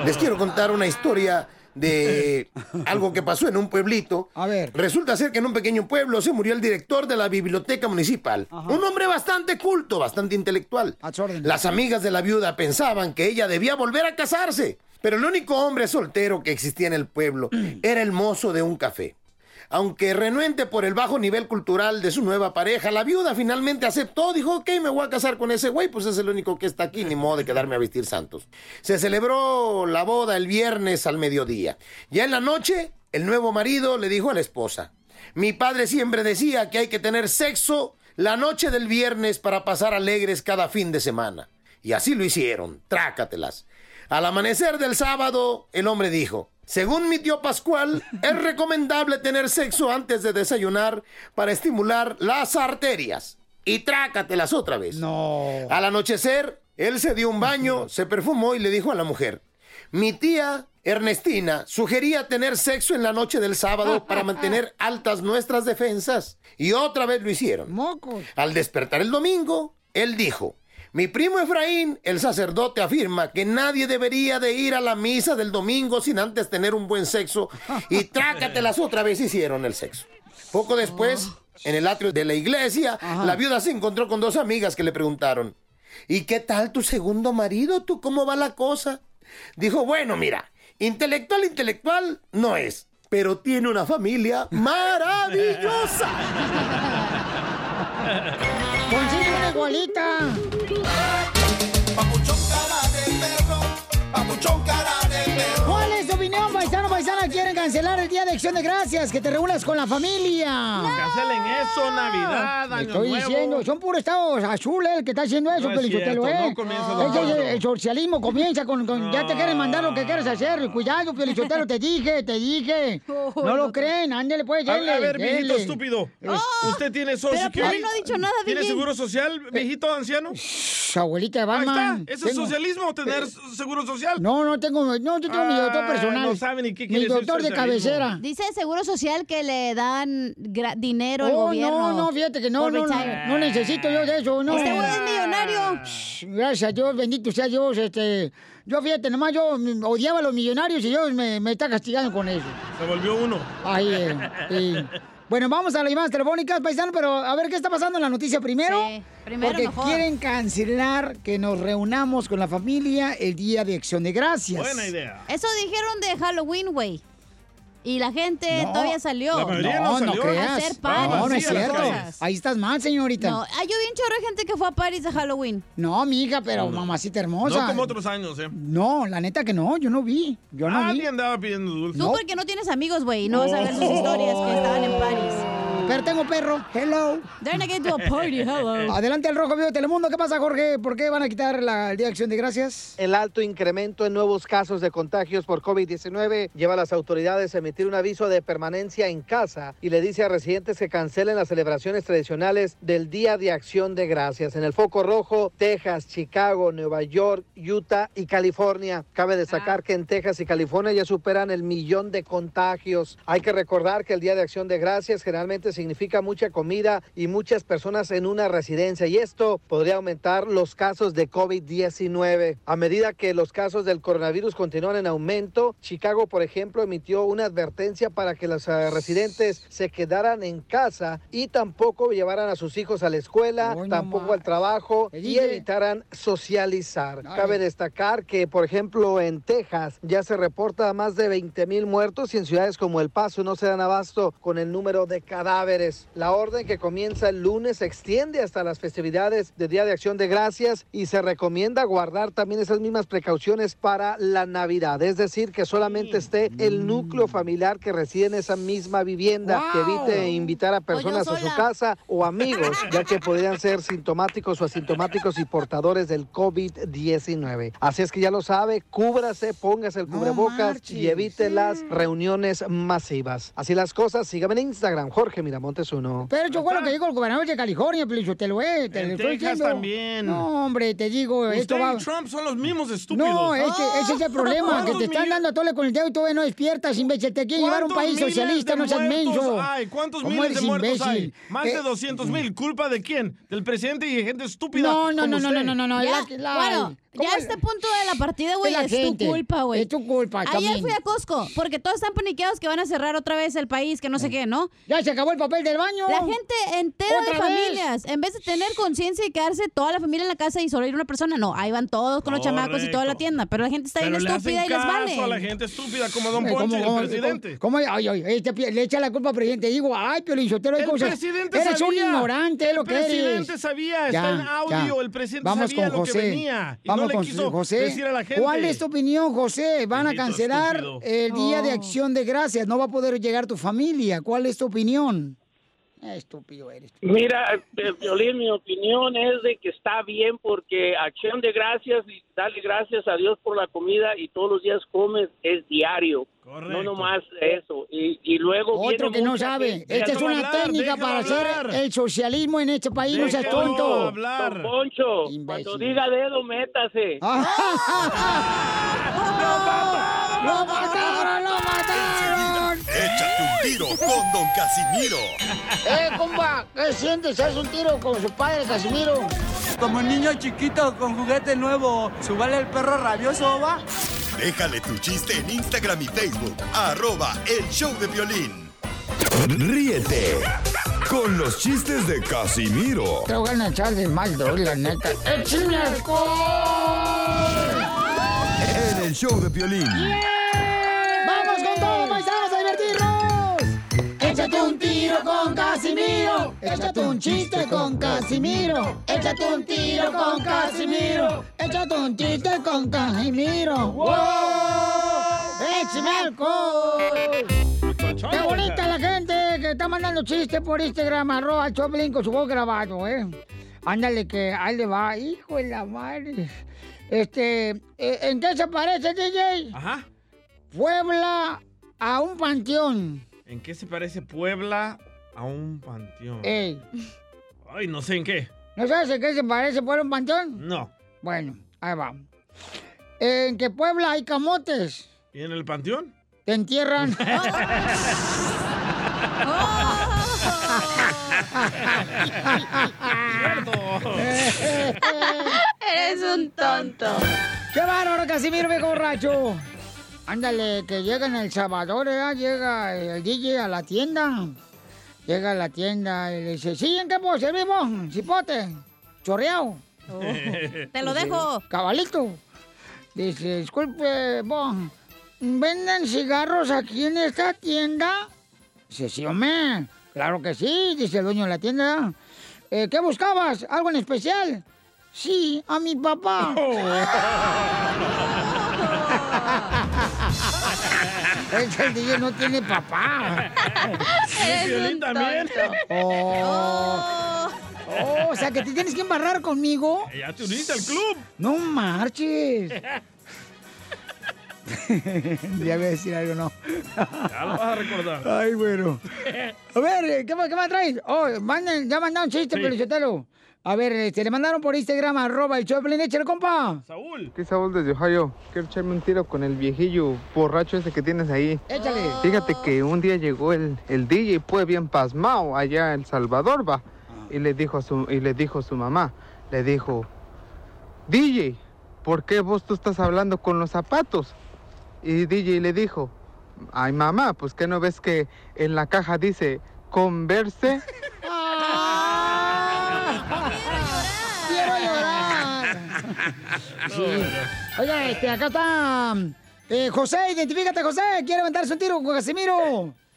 [SPEAKER 14] Les quiero contar una historia de algo que pasó en un pueblito. A ver. Resulta ser que en un pequeño pueblo se murió el director de la biblioteca municipal. Un hombre bastante culto, bastante intelectual. Las amigas de la viuda pensaban que ella debía volver a casarse. Pero el único hombre soltero que existía en el pueblo era el mozo de un café. Aunque renuente por el bajo nivel cultural de su nueva pareja, la viuda finalmente aceptó, dijo, ok, me voy a casar con ese güey, pues es el único que está aquí, ni modo de quedarme a vestir santos. Se celebró la boda el viernes al mediodía. Ya en la noche, el nuevo marido le dijo a la esposa, mi padre siempre decía que hay que tener sexo la noche del viernes para pasar alegres cada fin de semana. Y así lo hicieron, trácatelas. Al amanecer del sábado, el hombre dijo, según mi tío Pascual, es recomendable tener sexo antes de desayunar para estimular las arterias. Y trácatelas otra vez. No. Al anochecer, él se dio un baño, se perfumó y le dijo a la mujer, mi tía Ernestina sugería tener sexo en la noche del sábado para mantener altas nuestras defensas. Y otra vez lo hicieron. Al despertar el domingo, él dijo, mi primo Efraín, el sacerdote, afirma que nadie debería de ir a la misa del domingo sin antes tener un buen sexo. Y trácatelas otra vez hicieron el sexo. Poco después, en el atrio de la iglesia, la viuda se encontró con dos amigas que le preguntaron, ¿y qué tal tu segundo marido? ¿Tú cómo va la cosa? Dijo, bueno, mira, intelectual, intelectual no es, pero tiene una familia maravillosa.
[SPEAKER 1] Consigue una igualita. ¿Cuál es tu opinión, paisano, paisana? ¿Quieren cancelar el Día de Acción de Gracias? Que te reúnas con la familia.
[SPEAKER 2] Cancelen eso, Navidad,
[SPEAKER 1] Te
[SPEAKER 2] Año
[SPEAKER 1] estoy
[SPEAKER 2] Nuevo.
[SPEAKER 1] diciendo, son puros estados azules eh, el que está haciendo eso,
[SPEAKER 2] No es
[SPEAKER 1] Pelichotelo,
[SPEAKER 2] cierto,
[SPEAKER 1] ¿eh?
[SPEAKER 2] no comienza,
[SPEAKER 1] Ese
[SPEAKER 2] don
[SPEAKER 1] es el, el socialismo comienza con, con- ya te quieren mandar lo que quieres hacer. Cuidado, Pelichotelo, te dije, te dije. No lo creen, ándale, pues,
[SPEAKER 2] A, a
[SPEAKER 1] dele,
[SPEAKER 2] ver, viejito
[SPEAKER 1] dele.
[SPEAKER 2] estúpido.
[SPEAKER 1] Oh,
[SPEAKER 2] ¿Usted tiene Social
[SPEAKER 1] pero ¿por qué
[SPEAKER 2] Security?
[SPEAKER 1] no ha dicho nada,
[SPEAKER 2] ¿Tiene
[SPEAKER 1] DJ?
[SPEAKER 2] seguro social, viejito anciano?
[SPEAKER 1] Shh, Abuelita de Batman.
[SPEAKER 2] ¿Ese es
[SPEAKER 1] Tengo- eh,
[SPEAKER 2] socialismo, tener seguro social?
[SPEAKER 1] No, no tengo, no, yo tengo mi doctor
[SPEAKER 2] Ah,
[SPEAKER 1] personal.
[SPEAKER 2] no sabe ni qué quiere
[SPEAKER 1] Mi
[SPEAKER 2] decir
[SPEAKER 1] doctor de
[SPEAKER 2] socialismo.
[SPEAKER 1] cabecera.
[SPEAKER 3] Dice el Seguro Social que le dan gra- dinero al
[SPEAKER 1] Oh,
[SPEAKER 3] gobierno.
[SPEAKER 1] no, no, fíjate que no,
[SPEAKER 3] por
[SPEAKER 1] no,
[SPEAKER 3] retire.
[SPEAKER 1] no, no necesito yo de eso, no.
[SPEAKER 3] Este güey es
[SPEAKER 1] millonario. Gracias a Dios, bendito sea Dios, este, yo fíjate, nomás yo mm, odiaba a los millonarios y Dios me, me está castigando con eso.
[SPEAKER 2] Se volvió uno.
[SPEAKER 1] Ahí, eh, sí. Bueno, vamos a las llamadas telefónicas, paisano, pero a ver qué está pasando en la noticia primero.
[SPEAKER 3] Sí, primero
[SPEAKER 1] porque
[SPEAKER 3] mejor.
[SPEAKER 1] quieren cancelar que nos reunamos con la familia el día de Acción de Gracias.
[SPEAKER 3] Eso dijeron de Halloween, güey. Y la gente
[SPEAKER 1] No.
[SPEAKER 3] todavía salió.
[SPEAKER 1] no, no creas. Ah,
[SPEAKER 3] A hacer pares.
[SPEAKER 1] No, no es
[SPEAKER 3] y
[SPEAKER 1] cierto.
[SPEAKER 3] cosas.
[SPEAKER 1] Ahí estás mal, señorita.
[SPEAKER 3] No, ah, yo vi un chorro de gente que fue a París de Halloween.
[SPEAKER 1] No, mi hija, pero mamacita hermosa.
[SPEAKER 2] no como otros años, ¿eh?
[SPEAKER 1] No, la neta que no, yo no vi. Yo no
[SPEAKER 2] Ah,
[SPEAKER 1] vi.
[SPEAKER 2] Alguien andaba pidiendo dulce.
[SPEAKER 3] Tú porque no tienes amigos, güey, y no vas a ver sus historias que estaban en París.
[SPEAKER 1] Pero tengo perro. Hello.
[SPEAKER 3] They're not going to a party, hello.
[SPEAKER 1] Adelante el rojo vivo de Telemundo. ¿Qué pasa, Jorge? ¿Por qué van a quitar la, el Día de Acción de Gracias?
[SPEAKER 5] El alto incremento en nuevos casos de contagios por COVID-19 lleva a las autoridades a emitir un aviso de permanencia en casa y le dice a residentes que cancelen las celebraciones tradicionales del Día de Acción de Gracias en el foco rojo, Texas, Chicago, Nueva York, Utah y California. Cabe destacar que en Texas y California ya superan el millón de contagios. Hay que recordar que el Día de Acción de Gracias generalmente significa mucha comida y muchas personas en una residencia y esto podría aumentar los casos de COVID-19. A medida que los casos del coronavirus continúan en aumento, Chicago, por ejemplo, emitió una advertencia para que los eh, residentes se quedaran en casa y tampoco llevaran a sus hijos a la escuela, tampoco al trabajo y
[SPEAKER 1] dije.
[SPEAKER 5] evitaran socializar. Cabe destacar que, por ejemplo, en Texas ya se reporta más de 20 mil muertos y en ciudades como El Paso no se dan abasto con el número de cadáveres. La orden que comienza el lunes se extiende hasta las festividades de Día de Acción de Gracias y se recomienda guardar también esas mismas precauciones para la Navidad. Es decir, que solamente esté el núcleo familiar que reside en esa misma vivienda, que evite invitar a personas a su casa o amigos, ya que podrían ser sintomáticos o asintomáticos y portadores del COVID-19. Así es que ya lo sabe, cúbrase, póngase el cubrebocas y evite las reuniones masivas. Así las cosas, síganme en Instagram, Jorge Miramontes 1.
[SPEAKER 1] Pero yo fue lo que dijo el gobernador de California, Pelicho, te lo he, te
[SPEAKER 5] En
[SPEAKER 1] lo estoy
[SPEAKER 5] Texas
[SPEAKER 1] diciendo.
[SPEAKER 5] también.
[SPEAKER 1] No, hombre, te digo, esto
[SPEAKER 2] Usted
[SPEAKER 1] va.
[SPEAKER 2] y Trump son los mismos estúpidos.
[SPEAKER 1] No, es que ese es el problema, que
[SPEAKER 2] ¿Cuántos
[SPEAKER 1] te están dando a tole con el dedo y todavía no despiertas, imbécil. Te quieren llevar a un
[SPEAKER 2] ¿Cuántos
[SPEAKER 1] país
[SPEAKER 2] miles
[SPEAKER 1] socialista,
[SPEAKER 2] de
[SPEAKER 1] no seas
[SPEAKER 2] muertos
[SPEAKER 1] menso.
[SPEAKER 2] hay? ¿Cuántos
[SPEAKER 1] ¿Cómo
[SPEAKER 2] miles de
[SPEAKER 1] eres
[SPEAKER 2] muertos hay?
[SPEAKER 1] imbécil?
[SPEAKER 2] Más
[SPEAKER 1] Eh,
[SPEAKER 2] de 200 mil. ¿Culpa de quién? ¿Del presidente y de gente estúpida?
[SPEAKER 1] No, no, no,
[SPEAKER 2] como
[SPEAKER 1] no,
[SPEAKER 2] usted?
[SPEAKER 1] no, no, no,
[SPEAKER 3] Ya,
[SPEAKER 1] la- la-
[SPEAKER 3] bueno,
[SPEAKER 1] ¿cómo
[SPEAKER 3] ya a este punto de la partida, güey,
[SPEAKER 1] Es la
[SPEAKER 3] es, tu
[SPEAKER 1] gente.
[SPEAKER 3] culpa, güey.
[SPEAKER 1] Es tu culpa,
[SPEAKER 3] Ayer
[SPEAKER 1] también.
[SPEAKER 3] fui a Costco porque todos están paniqueados que van a cerrar otra vez el país, que no sé qué, ¿no?
[SPEAKER 1] Ah. Ya se acabó el papel del baño.
[SPEAKER 3] La gente entera de
[SPEAKER 1] Otra vez.
[SPEAKER 3] familias, en vez de tener conciencia y quedarse toda la familia en la casa y solo ir una persona, no, ahí van todos con los chamacos y toda la
[SPEAKER 2] Correcto.
[SPEAKER 3] tienda, pero la gente está
[SPEAKER 2] Pero
[SPEAKER 3] bien
[SPEAKER 2] le hacen
[SPEAKER 3] estúpida y les
[SPEAKER 2] caso
[SPEAKER 3] vale.
[SPEAKER 2] a la gente estúpida como Don
[SPEAKER 1] Eh,
[SPEAKER 2] Poncho y el
[SPEAKER 1] cómo-
[SPEAKER 2] presidente.
[SPEAKER 1] cómo- cómo- ay, ay, este pi- le echa la culpa al presidente. Digo, ay, Piolín Sotelo, hay
[SPEAKER 2] El
[SPEAKER 1] cosas.
[SPEAKER 2] presidente
[SPEAKER 1] eres
[SPEAKER 2] sabía.
[SPEAKER 1] un ignorante, es lo
[SPEAKER 2] El
[SPEAKER 1] que eres.
[SPEAKER 2] presidente sabía, está en audio, el presidente sabía lo que venía, y no
[SPEAKER 1] Vamos
[SPEAKER 2] le
[SPEAKER 1] con
[SPEAKER 2] quiso
[SPEAKER 1] José.
[SPEAKER 2] decir a la gente.
[SPEAKER 1] ¿Cuál es tu opinión, José? Van a cancelar
[SPEAKER 2] estúpido.
[SPEAKER 1] el Día de
[SPEAKER 2] Oh.
[SPEAKER 1] Acción de Gracias. No va a poder llegar tu familia. ¿Cuál es tu opinión? Estúpido eres.
[SPEAKER 15] Mira, eh, Violín, mi opinión es de que está bien porque acción de gracias y darle gracias a Dios por la comida y todos los días comes es diario. No nomás eso. Y, y luego
[SPEAKER 1] Otro
[SPEAKER 15] viene
[SPEAKER 1] que no
[SPEAKER 15] mucha
[SPEAKER 1] sabe.
[SPEAKER 15] gente-
[SPEAKER 1] Esta es una técnica para hacer el socialismo en este país. No seas tonto.
[SPEAKER 15] Don Poncho, cuando diga dedo, métase.
[SPEAKER 1] Ah. ¡Lo mataron, lo mataron!
[SPEAKER 4] Échate un tiro con Don Casimiro.
[SPEAKER 1] ¡Eh, compa! ¿Qué sientes? ¿Haz un tiro con su padre, Casimiro?
[SPEAKER 7] Como niño chiquito con juguete nuevo, subale el perro rabioso, va.
[SPEAKER 4] Déjale tu chiste en Instagram y Facebook, arroba el show de violín. Ríete con los chistes de Casimiro
[SPEAKER 1] Te voy a echar de mal, doy, la neta. ¡Échame
[SPEAKER 4] en el show de violín.
[SPEAKER 1] ¡Vamos con todo, paisanos, a divertirnos! ¡Échate un tiro tiro con Casimiro. Échate un chiste con Casimiro. Échate un tiro con Casimiro. Échate un chiste con Casimiro. ¡Wow! ¡Échame alcohol! ¡Qué bonita la gente que está mandando chistes por Instagram! Arroba el Choplin con su voz grabado, ¿eh? Ándale, que ahí le va. Hijo de la madre. Este, ¿eh, ¿en qué se parece, DJ?
[SPEAKER 2] Ajá.
[SPEAKER 1] Puebla a un panteón.
[SPEAKER 2] ¿En qué se parece Puebla a un panteón?
[SPEAKER 1] Ey.
[SPEAKER 2] Ay, no sé en qué.
[SPEAKER 1] ¿No sabes en qué se parece Puebla a un panteón?
[SPEAKER 2] No.
[SPEAKER 1] Bueno, ahí va. En que Puebla hay camotes.
[SPEAKER 2] ¿Y en el panteón?
[SPEAKER 1] Te entierran.
[SPEAKER 8] Eres un tonto.
[SPEAKER 1] ¡Qué bárbaro, Casimiro, viejo borracho! Ándale, que llega en El Salvador, ¿eh? llega el DJ a la tienda. Llega a la tienda y le dice, ¿sí en qué puedo servir vos? Cipote, chorreado.
[SPEAKER 3] Te lo dejo.
[SPEAKER 1] Cabalito. Dice, disculpe, vos, ¿venden cigarros aquí en esta tienda? Dice, sí, hombre, claro que sí, dice el dueño de la tienda. "Eh, ¿Qué buscabas? ¿Algo en especial? Sí, a mi papá.
[SPEAKER 2] Oh.
[SPEAKER 1] Es que el DJ no tiene papá.
[SPEAKER 2] Eres Piolín un también. tonto.
[SPEAKER 1] Oh. Oh, o sea que te tienes que embarrar conmigo.
[SPEAKER 2] Eh, Ya te uniste al club.
[SPEAKER 1] No marches. ya voy a decir algo, no.
[SPEAKER 2] Ya lo vas a recordar.
[SPEAKER 1] Ay, bueno. A ver, eh, ¿qué, más- qué más traes? Oh, manden, ya mandaron chiste,
[SPEAKER 2] Sí.
[SPEAKER 1] Pelichotelo. A ver, este, le mandaron por Instagram, arroba el Choplin, échale, compa.
[SPEAKER 2] Saúl.
[SPEAKER 16] Aquí Saúl desde Ohio. Quiero echarme un tiro con el viejillo borracho ese que tienes ahí.
[SPEAKER 1] Échale.
[SPEAKER 16] Fíjate que un día llegó el, el DJ pues bien pasmado allá en El Salvador, va. Y le dijo a su, y le dijo a su mamá, le dijo, DJ, ¿por qué vos tú estás hablando con los zapatos? Y DJ le dijo, ay mamá, pues que no ves que en la caja dice converse.
[SPEAKER 1] Quiero llorar. Sí. Oiga, este, acá está. eh, José, identifícate, José. Quiere aventarse un tiro con Casimiro.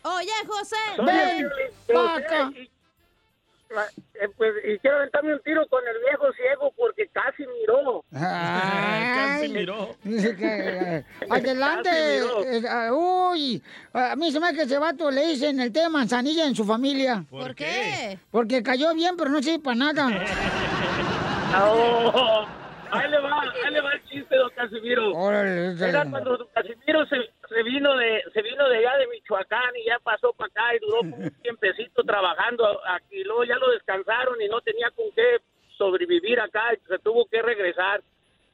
[SPEAKER 3] Oye, José.
[SPEAKER 1] Ven, paca.
[SPEAKER 11] Eh, pues, y quiero aventarme un tiro con el viejo ciego porque casi miró.
[SPEAKER 1] Ay.
[SPEAKER 11] miró.
[SPEAKER 1] Dice que, eh, Adelante. eh, eh, uy, a mí se me hace que ese vato le dicen el té de manzanilla en su familia.
[SPEAKER 3] ¿Por qué?
[SPEAKER 1] Porque cayó bien, pero no sirve para nada.
[SPEAKER 11] Oh, ahí le va, ahí le va el chiste, don Casimiro. Era cuando don Casimiro se, se vino de, se vino de allá de Michoacán y ya pasó para acá y duró como un tiempecito trabajando aquí, luego ya lo descansaron y no tenía con qué sobrevivir acá, y se tuvo que regresar.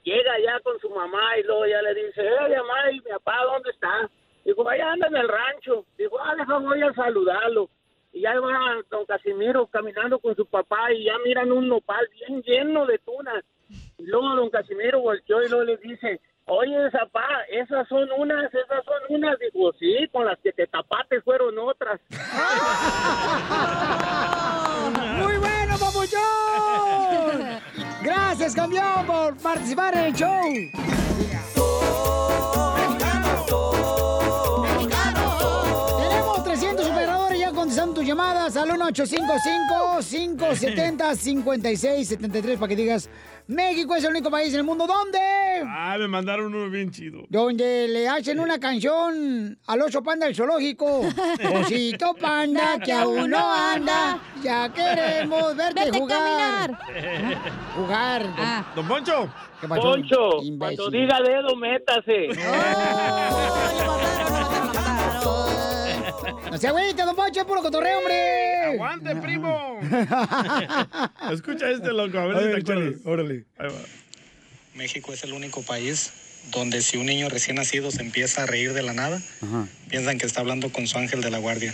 [SPEAKER 11] Llega ya con su mamá y luego ya le dice, eh, mamá, ¿y mi papá dónde está? Dijo, allá anda en el rancho. Dijo, ah, deja, voy a saludarlo. Y ya va don Casimiro caminando con su papá y ya miran un nopal bien lleno de tunas. Y luego don Casimiro volteó y luego les dice, oye, papá, esas son unas, esas son unas. Dijo, sí, con las que te tapaste fueron otras.
[SPEAKER 1] ¡Muy bueno, papuchón! Gracias, campeón, por participar en el show. Tenemos 300 operadores ya contestando tus llamadas al 1855-570-5673 para que digas, México es el único país en el mundo donde...
[SPEAKER 2] Ah, me mandaron uno bien chido.
[SPEAKER 1] Donde le hacen una canción al oso panda del zoológico. Osito panda que aún no anda, ya queremos verte,
[SPEAKER 11] Vete a
[SPEAKER 1] jugar. Jugar.
[SPEAKER 2] Don Poncho.
[SPEAKER 1] ¿Qué
[SPEAKER 11] pasó, Poncho, cuando diga dedo, métase.
[SPEAKER 1] Oh. No se agüita, don Poncho, es puro cotorreo, hombre.
[SPEAKER 2] ¡Aguante, primo! Escucha este loco, a ver, si te acuerdas.
[SPEAKER 1] Órale.
[SPEAKER 2] Ahí va.
[SPEAKER 5] México es el único país donde si un niño recién nacido se empieza a reír de la nada, piensan que está hablando con su ángel de la guardia.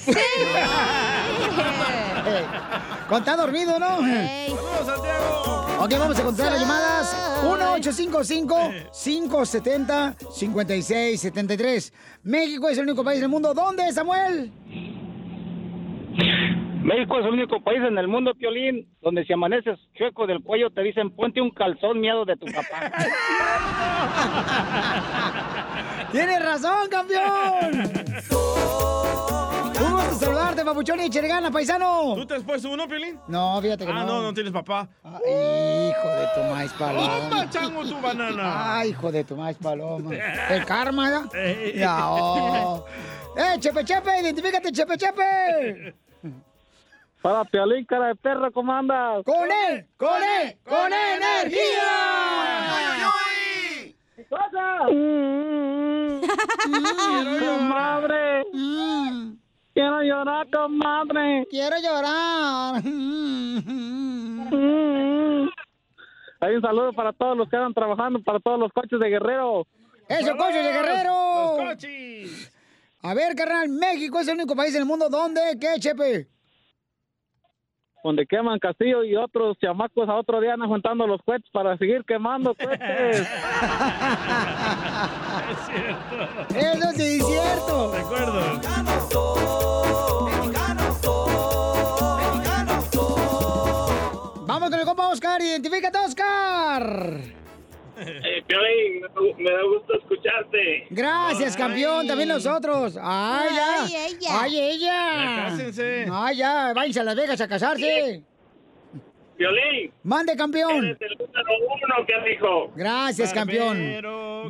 [SPEAKER 1] Contá dormido, ¿no? Ok, vamos a contar las llamadas. 1-855-570-5673. México es el único país del mundo. ¿Dónde, Samuel?
[SPEAKER 17] México es el único país en el mundo, Piolín, donde si amaneces chueco del cuello te dicen ponte un calzón miedo de tu papá.
[SPEAKER 1] Tienes razón, campeón. Un gusto saludarte, Deporte, papuchón, y ganas, paisano.
[SPEAKER 2] ¿Tú te has puesto uno, Piolín?
[SPEAKER 1] No, fíjate que
[SPEAKER 2] Ah, no, no tienes papá.
[SPEAKER 1] Hijo de tu maíz paloma.
[SPEAKER 2] Toma, chango, tu banana.
[SPEAKER 1] Ay, hijo de tu maíz paloma. El karma, ¿ya? Ya, oh. ¡Eh, Chepe Chepe! ¡Identifícate, Chepe Chepe!
[SPEAKER 11] Para Piolín, cara de perro, ¿cómo andas?
[SPEAKER 1] ¡Con él! ¡Con él! ¡Con energía!
[SPEAKER 11] ¿Qué cosa? comadre. Quiero llorar, comadre.
[SPEAKER 1] Quiero llorar.
[SPEAKER 11] Hay un saludo para todos los que andan trabajando, para todos los coches de Guerrero.
[SPEAKER 1] ¡Eso, coches de guerrero! A ver, carnal, México es el único país del mundo donde, ¿qué, Chepe?
[SPEAKER 11] Donde queman Castillo y otros chamacos a otro día andan juntando los cohetes para seguir quemando cohetes.
[SPEAKER 1] Eso sí es cierto.
[SPEAKER 2] De acuerdo.
[SPEAKER 1] Vamos con el compa Oscar, identifícate, Oscar.
[SPEAKER 18] Eh, Piolín, me da gusto escucharte.
[SPEAKER 1] Gracias, campeón, también nosotros. Ay, ya.
[SPEAKER 18] Ay, ella.
[SPEAKER 1] Ay,
[SPEAKER 18] Ya
[SPEAKER 1] ella.
[SPEAKER 18] cásense.
[SPEAKER 1] Ay, ya, váyanse a Las Vegas a casarse.
[SPEAKER 18] Piolín,
[SPEAKER 1] Mande, campeón.
[SPEAKER 18] eres el número uno que dijo.
[SPEAKER 1] Gracias, campeón.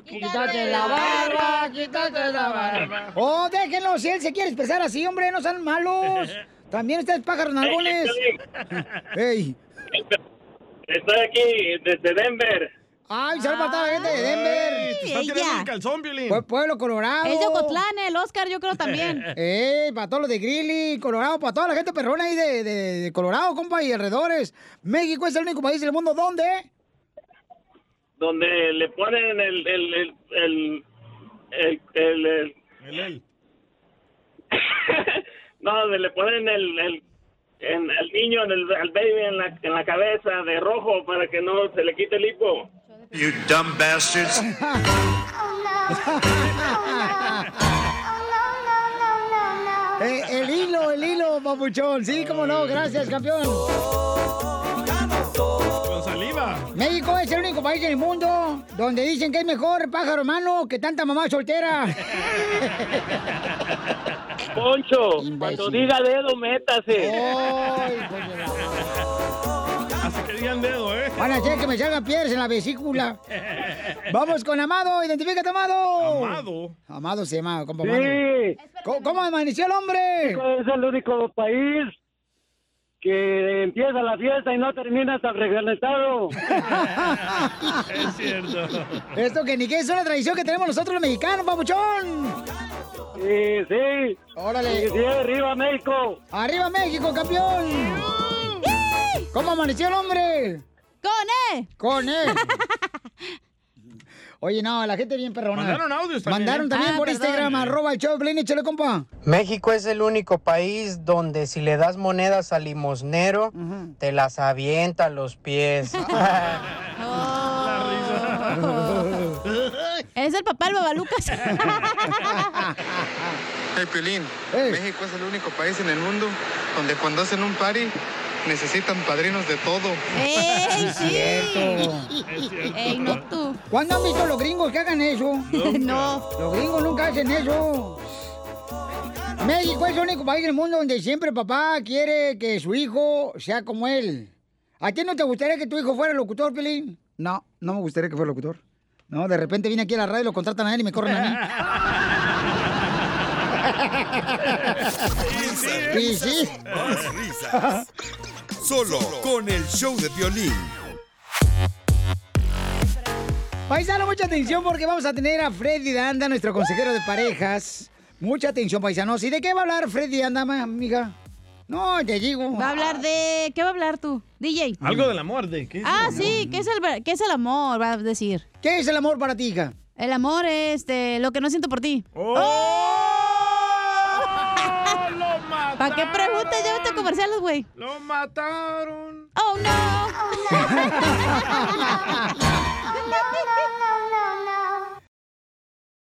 [SPEAKER 1] Quítate la barba, quítate la barba. Oh, déjenlo, si él se quiere expresar así, hombre, no sean malos. También ustedes pájaros nalgones. Ey.
[SPEAKER 18] Estoy aquí desde Denver.
[SPEAKER 1] Ay, saludos para toda la gente de Denver.
[SPEAKER 2] Ey, te están tirando el calzón, Piolín.
[SPEAKER 1] Fue Pueblo Colorado.
[SPEAKER 3] Es de Ocotlán, el Oscar, yo creo también.
[SPEAKER 1] Ey, Eh, para todos los de Greeley, Colorado, para toda la gente perrona ahí de, de- de Colorado, compa, y alrededores. México es el único país del mundo donde
[SPEAKER 18] donde le ponen el el el el el, el, el- no donde le ponen el el en- al niño en el al baby en la en la cabeza de rojo para que no se le quite el hipo
[SPEAKER 4] You dumb bastards.
[SPEAKER 1] Eh, el hilo, el hilo, papuchón. Sí, cómo no, gracias, campeón.
[SPEAKER 2] Con saliva.
[SPEAKER 1] México es el único país del mundo donde dicen que es mejor pájaro hermano que tanta mamá soltera.
[SPEAKER 18] Poncho cuando diga dedo métase
[SPEAKER 2] Así que digan dedo, ¿eh?
[SPEAKER 1] Van a hacer que me salgan piedras en la vesícula. Vamos con Amado, identifícate, Amado.
[SPEAKER 2] Amado.
[SPEAKER 1] Amado se llama, compa.
[SPEAKER 11] Sí.
[SPEAKER 1] Amado. ¿Cómo, cómo amaneció el hombre?
[SPEAKER 11] Es el único país que empieza la fiesta y no termina hasta regresado.
[SPEAKER 2] Es cierto.
[SPEAKER 1] Esto que ni qué es una tradición que tenemos nosotros los mexicanos, papuchón.
[SPEAKER 11] Sí, sí.
[SPEAKER 1] Órale.
[SPEAKER 11] Sí, sí, arriba México.
[SPEAKER 1] Arriba México, campeón. ¿Cómo amaneció el hombre?
[SPEAKER 3] Con E.
[SPEAKER 1] Con él. Oye, no, la gente bien perrona.
[SPEAKER 2] Mandaron audios también,
[SPEAKER 1] Mandaron
[SPEAKER 2] ¿eh?
[SPEAKER 1] también
[SPEAKER 2] Ah,
[SPEAKER 1] por
[SPEAKER 2] perdón.
[SPEAKER 1] Instagram, arroba el show, de Piolín, échale, compa.
[SPEAKER 5] México es el único país donde si le das monedas al limosnero, te las avienta a los pies.
[SPEAKER 3] Oh. Es el papá del Babalucas.
[SPEAKER 16] Hey, Piolín, México es el único país en el mundo donde cuando hacen un party necesitan padrinos de todo.
[SPEAKER 1] ¡Ey, sí!
[SPEAKER 3] Ey, no tú.
[SPEAKER 1] ¿Cuándo han visto los gringos que hagan eso? No. Los gringos nunca hacen eso. México es el único país del mundo donde siempre papá quiere que su hijo sea como él. ¿A ti no te gustaría que tu hijo fuera locutor, Pelín? No, no me gustaría que fuera locutor. No, de repente viene aquí a la radio, lo contratan a él y me corren a
[SPEAKER 4] Risas,
[SPEAKER 1] Sí, sí.
[SPEAKER 4] más risas. Solo con el show de violín.
[SPEAKER 1] mí. Paisano, mucha atención porque vamos a tener a Freddy Danda, nuestro consejero de parejas. Mucha atención, paisanos. ¿Y de qué va a hablar Freddy Danda, ma- amiga? No, te digo.
[SPEAKER 3] Va a hablar de... ¿Qué va a hablar tú? DJ.
[SPEAKER 2] Algo del amor, ¿de qué? es
[SPEAKER 3] Ah,
[SPEAKER 2] el amor?
[SPEAKER 3] sí, ¿qué es, el, ver- ¿qué es el amor? Va a decir.
[SPEAKER 1] ¿Qué es el amor para ti, hija?
[SPEAKER 3] El amor es este, lo que no siento por ti.
[SPEAKER 2] Oh.
[SPEAKER 3] ¡Oh! ¿Para qué preguntas? Llévate a comerciales, güey.
[SPEAKER 2] Lo mataron.
[SPEAKER 3] Oh, no.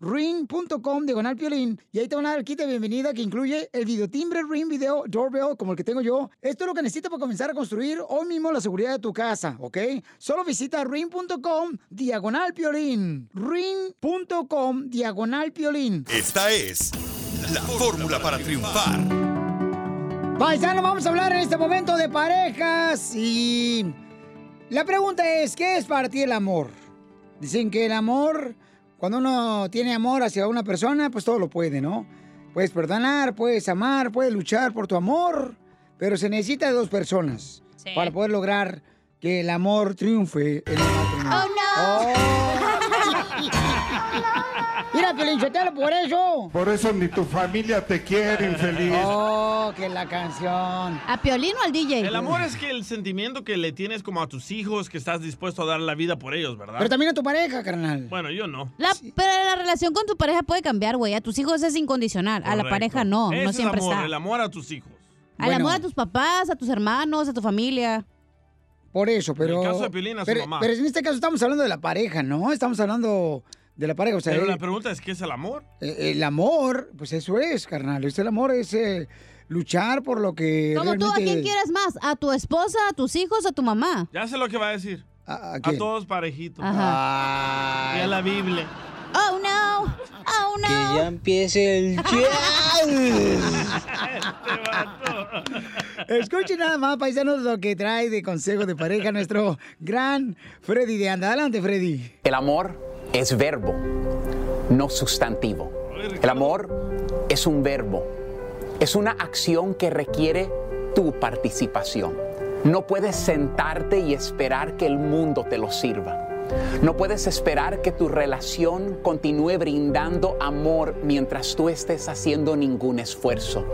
[SPEAKER 1] Ring.com diagonal piolín. Y ahí te van a dar el kit de bienvenida que incluye el videotimbre Ring Video Doorbell, como el que tengo yo. Esto es lo que necesitas para comenzar a construir hoy mismo la seguridad de tu casa, ¿ok? Solo visita ring.com diagonal piolín. Ring.com diagonal piolín.
[SPEAKER 4] Esta es la fórmula para triunfar.
[SPEAKER 1] Paisano, vamos a hablar en este momento de parejas y la pregunta es, ¿qué es para ti el amor? Dicen que el amor, cuando uno tiene amor hacia una persona, pues todo lo puede, ¿no? Puedes perdonar, puedes amar, puedes luchar por tu amor, pero se necesita de dos personas
[SPEAKER 3] Sí.
[SPEAKER 1] para poder lograr que el amor triunfe en el
[SPEAKER 11] Oh,
[SPEAKER 1] matrimonio. Oh, Mira, Piolinchotelo, por eso.
[SPEAKER 6] Por eso ni tu familia te quiere, infeliz.
[SPEAKER 1] Oh, que la canción.
[SPEAKER 3] ¿A Piolín o al DJ?
[SPEAKER 2] El amor es que el sentimiento que le tienes como a tus hijos, que estás dispuesto a dar la vida por ellos, ¿verdad?
[SPEAKER 1] Pero también a tu pareja, carnal.
[SPEAKER 2] Bueno, yo no.
[SPEAKER 3] La, Pero la relación con tu pareja puede cambiar, güey. A tus hijos es incondicional. A la
[SPEAKER 2] Correcto.
[SPEAKER 3] pareja no,
[SPEAKER 2] Ese
[SPEAKER 3] no
[SPEAKER 2] es
[SPEAKER 3] siempre
[SPEAKER 2] amor,
[SPEAKER 3] está.
[SPEAKER 2] El amor a tus hijos.
[SPEAKER 3] Al amor a tus papás, a tus hermanos, a tu familia.
[SPEAKER 1] Por eso, pero.
[SPEAKER 2] En el caso de Piolín, a su
[SPEAKER 1] pero,
[SPEAKER 2] mamá.
[SPEAKER 1] pero en este caso estamos hablando de la pareja, ¿no? Estamos hablando de la pareja. O sea, eh.
[SPEAKER 2] Pero
[SPEAKER 1] el,
[SPEAKER 2] la pregunta es, ¿qué es el amor?
[SPEAKER 1] eh, el amor, pues eso es, carnal. Es El amor es eh, luchar por lo que.
[SPEAKER 3] Como tú, ¿a
[SPEAKER 1] realmente-
[SPEAKER 3] quién quieres más? ¿A tu esposa, a tus hijos, a tu mamá?
[SPEAKER 2] Ya sé lo que va a decir.
[SPEAKER 1] A,
[SPEAKER 3] quién?
[SPEAKER 2] todos parejitos.
[SPEAKER 1] Ajá.
[SPEAKER 2] Y a la Biblia.
[SPEAKER 3] Oh, no. Oh,
[SPEAKER 12] Que
[SPEAKER 3] no.
[SPEAKER 12] ya empiece el jazz.
[SPEAKER 1] Escuchen nada más, paisanos, lo que trae de consejo de pareja nuestro gran Freddy de Anda. Adelante, Freddy.
[SPEAKER 19] El amor es verbo, no sustantivo. El amor es un verbo, es una acción que requiere tu participación. No puedes sentarte y esperar que el mundo te lo sirva. No puedes esperar que tu relación continúe brindando amor mientras tú estés haciendo ningún esfuerzo.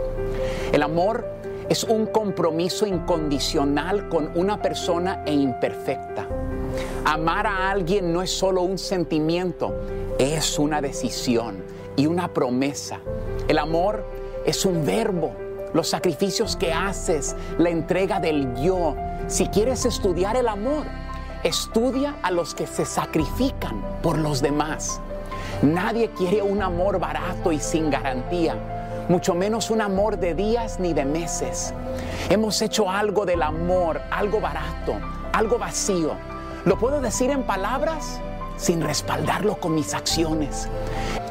[SPEAKER 19] El amor es un compromiso incondicional con una persona e imperfecta. Amar a alguien no es solo un sentimiento, es una decisión y una promesa. El amor es un verbo, los sacrificios que haces, la entrega del yo. Si quieres estudiar el amor, estudia a los que se sacrifican por los demás. Nadie quiere un amor barato y sin garantía, mucho menos un amor de días ni de meses. Hemos hecho algo del amor, algo barato, algo vacío. Lo puedo decir en palabras sin respaldarlo con mis acciones.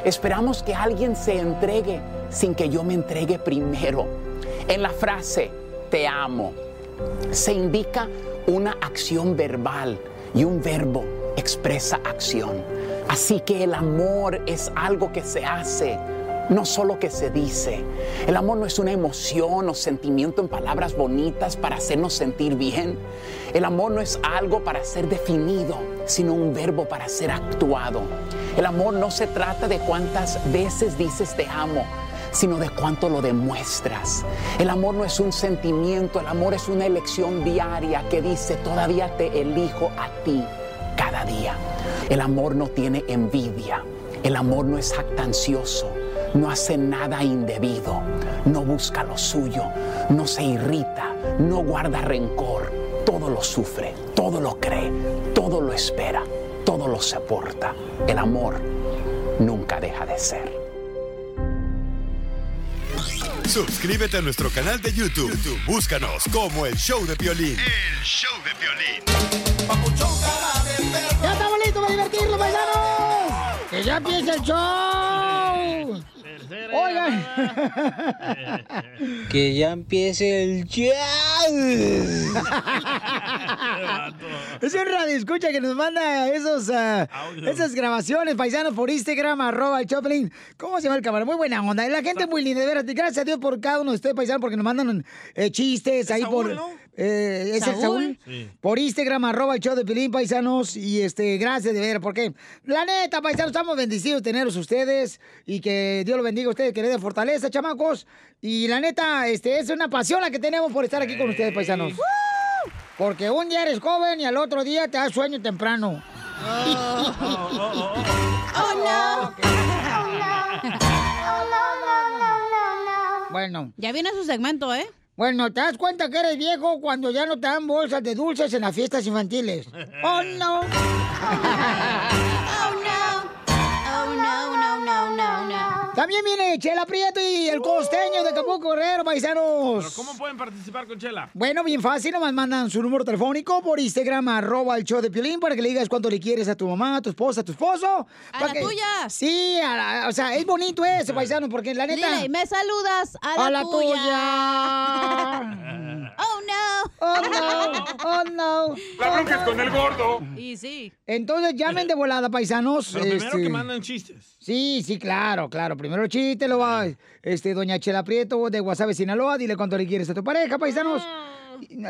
[SPEAKER 19] Esperamos que alguien se entregue sin que yo me entregue primero. En la frase, te amo, se indica una acción verbal y un verbo expresa acción. Así que el amor es algo que se hace, no solo que se dice. El amor no es una emoción o sentimiento en palabras bonitas para hacernos sentir bien. El amor no es algo para ser definido, sino un verbo para ser actuado. El amor no se trata de cuántas veces dices te amo, sino de cuánto lo demuestras. El amor no es un sentimiento, el amor es una elección diaria que dice, todavía te elijo a ti cada día. El amor no tiene envidia, el amor no es jactancioso, no hace nada indebido, no busca lo suyo, no se irrita, no guarda rencor, todo lo sufre, todo lo cree, todo lo espera, todo lo soporta. El amor nunca deja de ser.
[SPEAKER 4] Suscríbete a nuestro canal de YouTube. YouTube, Búscanos como el show de violín.
[SPEAKER 1] show de ¡Ya estamos listos para divertirnos, paisanos! ¡Que ya empiece el show! Oigan.
[SPEAKER 12] Que ya empiece el jazz.
[SPEAKER 1] Es un radio escucha que nos manda esos, ah, esas grabaciones, paisanos, por Instagram, arroba el Choplin. ¿Cómo se llama el cámara? Muy buena onda. Y La gente muy linda, de veras. Gracias a Dios por cada uno de ustedes, paisanos, porque nos mandan eh, chistes ahí
[SPEAKER 9] Saúl,
[SPEAKER 1] por...
[SPEAKER 9] no?
[SPEAKER 1] eh, es el Saúl.
[SPEAKER 9] Saúl. Sí.
[SPEAKER 1] Por Instagram, arroba el show de Pilín, paisanos. Y este, gracias de ver, porque la neta, paisanos, estamos bendecidos de tenerlos ustedes. Y que Dios los bendiga a ustedes, que les dé fortaleza, chamacos. Y la neta, este, es una pasión la que tenemos por estar aquí con ustedes, paisanos. Porque un día eres joven y al otro día te da sueño temprano.
[SPEAKER 3] Oh,
[SPEAKER 11] Oh.
[SPEAKER 1] Oh,
[SPEAKER 3] Hola.
[SPEAKER 1] Bueno.
[SPEAKER 3] Ya viene su segmento, ¿eh?
[SPEAKER 1] Bueno, te das cuenta que eres viejo cuando ya no te dan bolsas de dulces en las fiestas infantiles. ¡Oh, no!
[SPEAKER 3] Oh, no, no, no, no, no.
[SPEAKER 1] También viene Chela Prieto y el costeño de Acapulco Guerrero,
[SPEAKER 2] ¿Pero
[SPEAKER 1] paisanos.
[SPEAKER 2] cómo pueden participar con Chela?
[SPEAKER 1] Bueno, bien fácil, nomás mandan su número telefónico por Instagram, arroba el show de Piolín, para que le digas cuánto le quieres a tu mamá, a tu esposa, a tu esposo.
[SPEAKER 3] A
[SPEAKER 1] para
[SPEAKER 3] la
[SPEAKER 1] que-
[SPEAKER 3] tuya.
[SPEAKER 1] Sí, a la- o sea, es bonito eso, paisano, porque la neta...
[SPEAKER 3] Dile, me saludas a la,
[SPEAKER 1] A la
[SPEAKER 3] oh, no.
[SPEAKER 1] Oh, no. Oh, no.
[SPEAKER 2] La bronca es con el gordo.
[SPEAKER 3] Y sí.
[SPEAKER 1] Entonces llamen de volada, paisanos.
[SPEAKER 2] Pero primero
[SPEAKER 1] este-
[SPEAKER 2] que mandan chistes.
[SPEAKER 1] Sí, sí, claro, claro. Primero chiste, lo va este, doña Chela Prieto de Guasave, Sinaloa. Dile cuánto le quieres a tu pareja, paisanos.
[SPEAKER 2] Mm.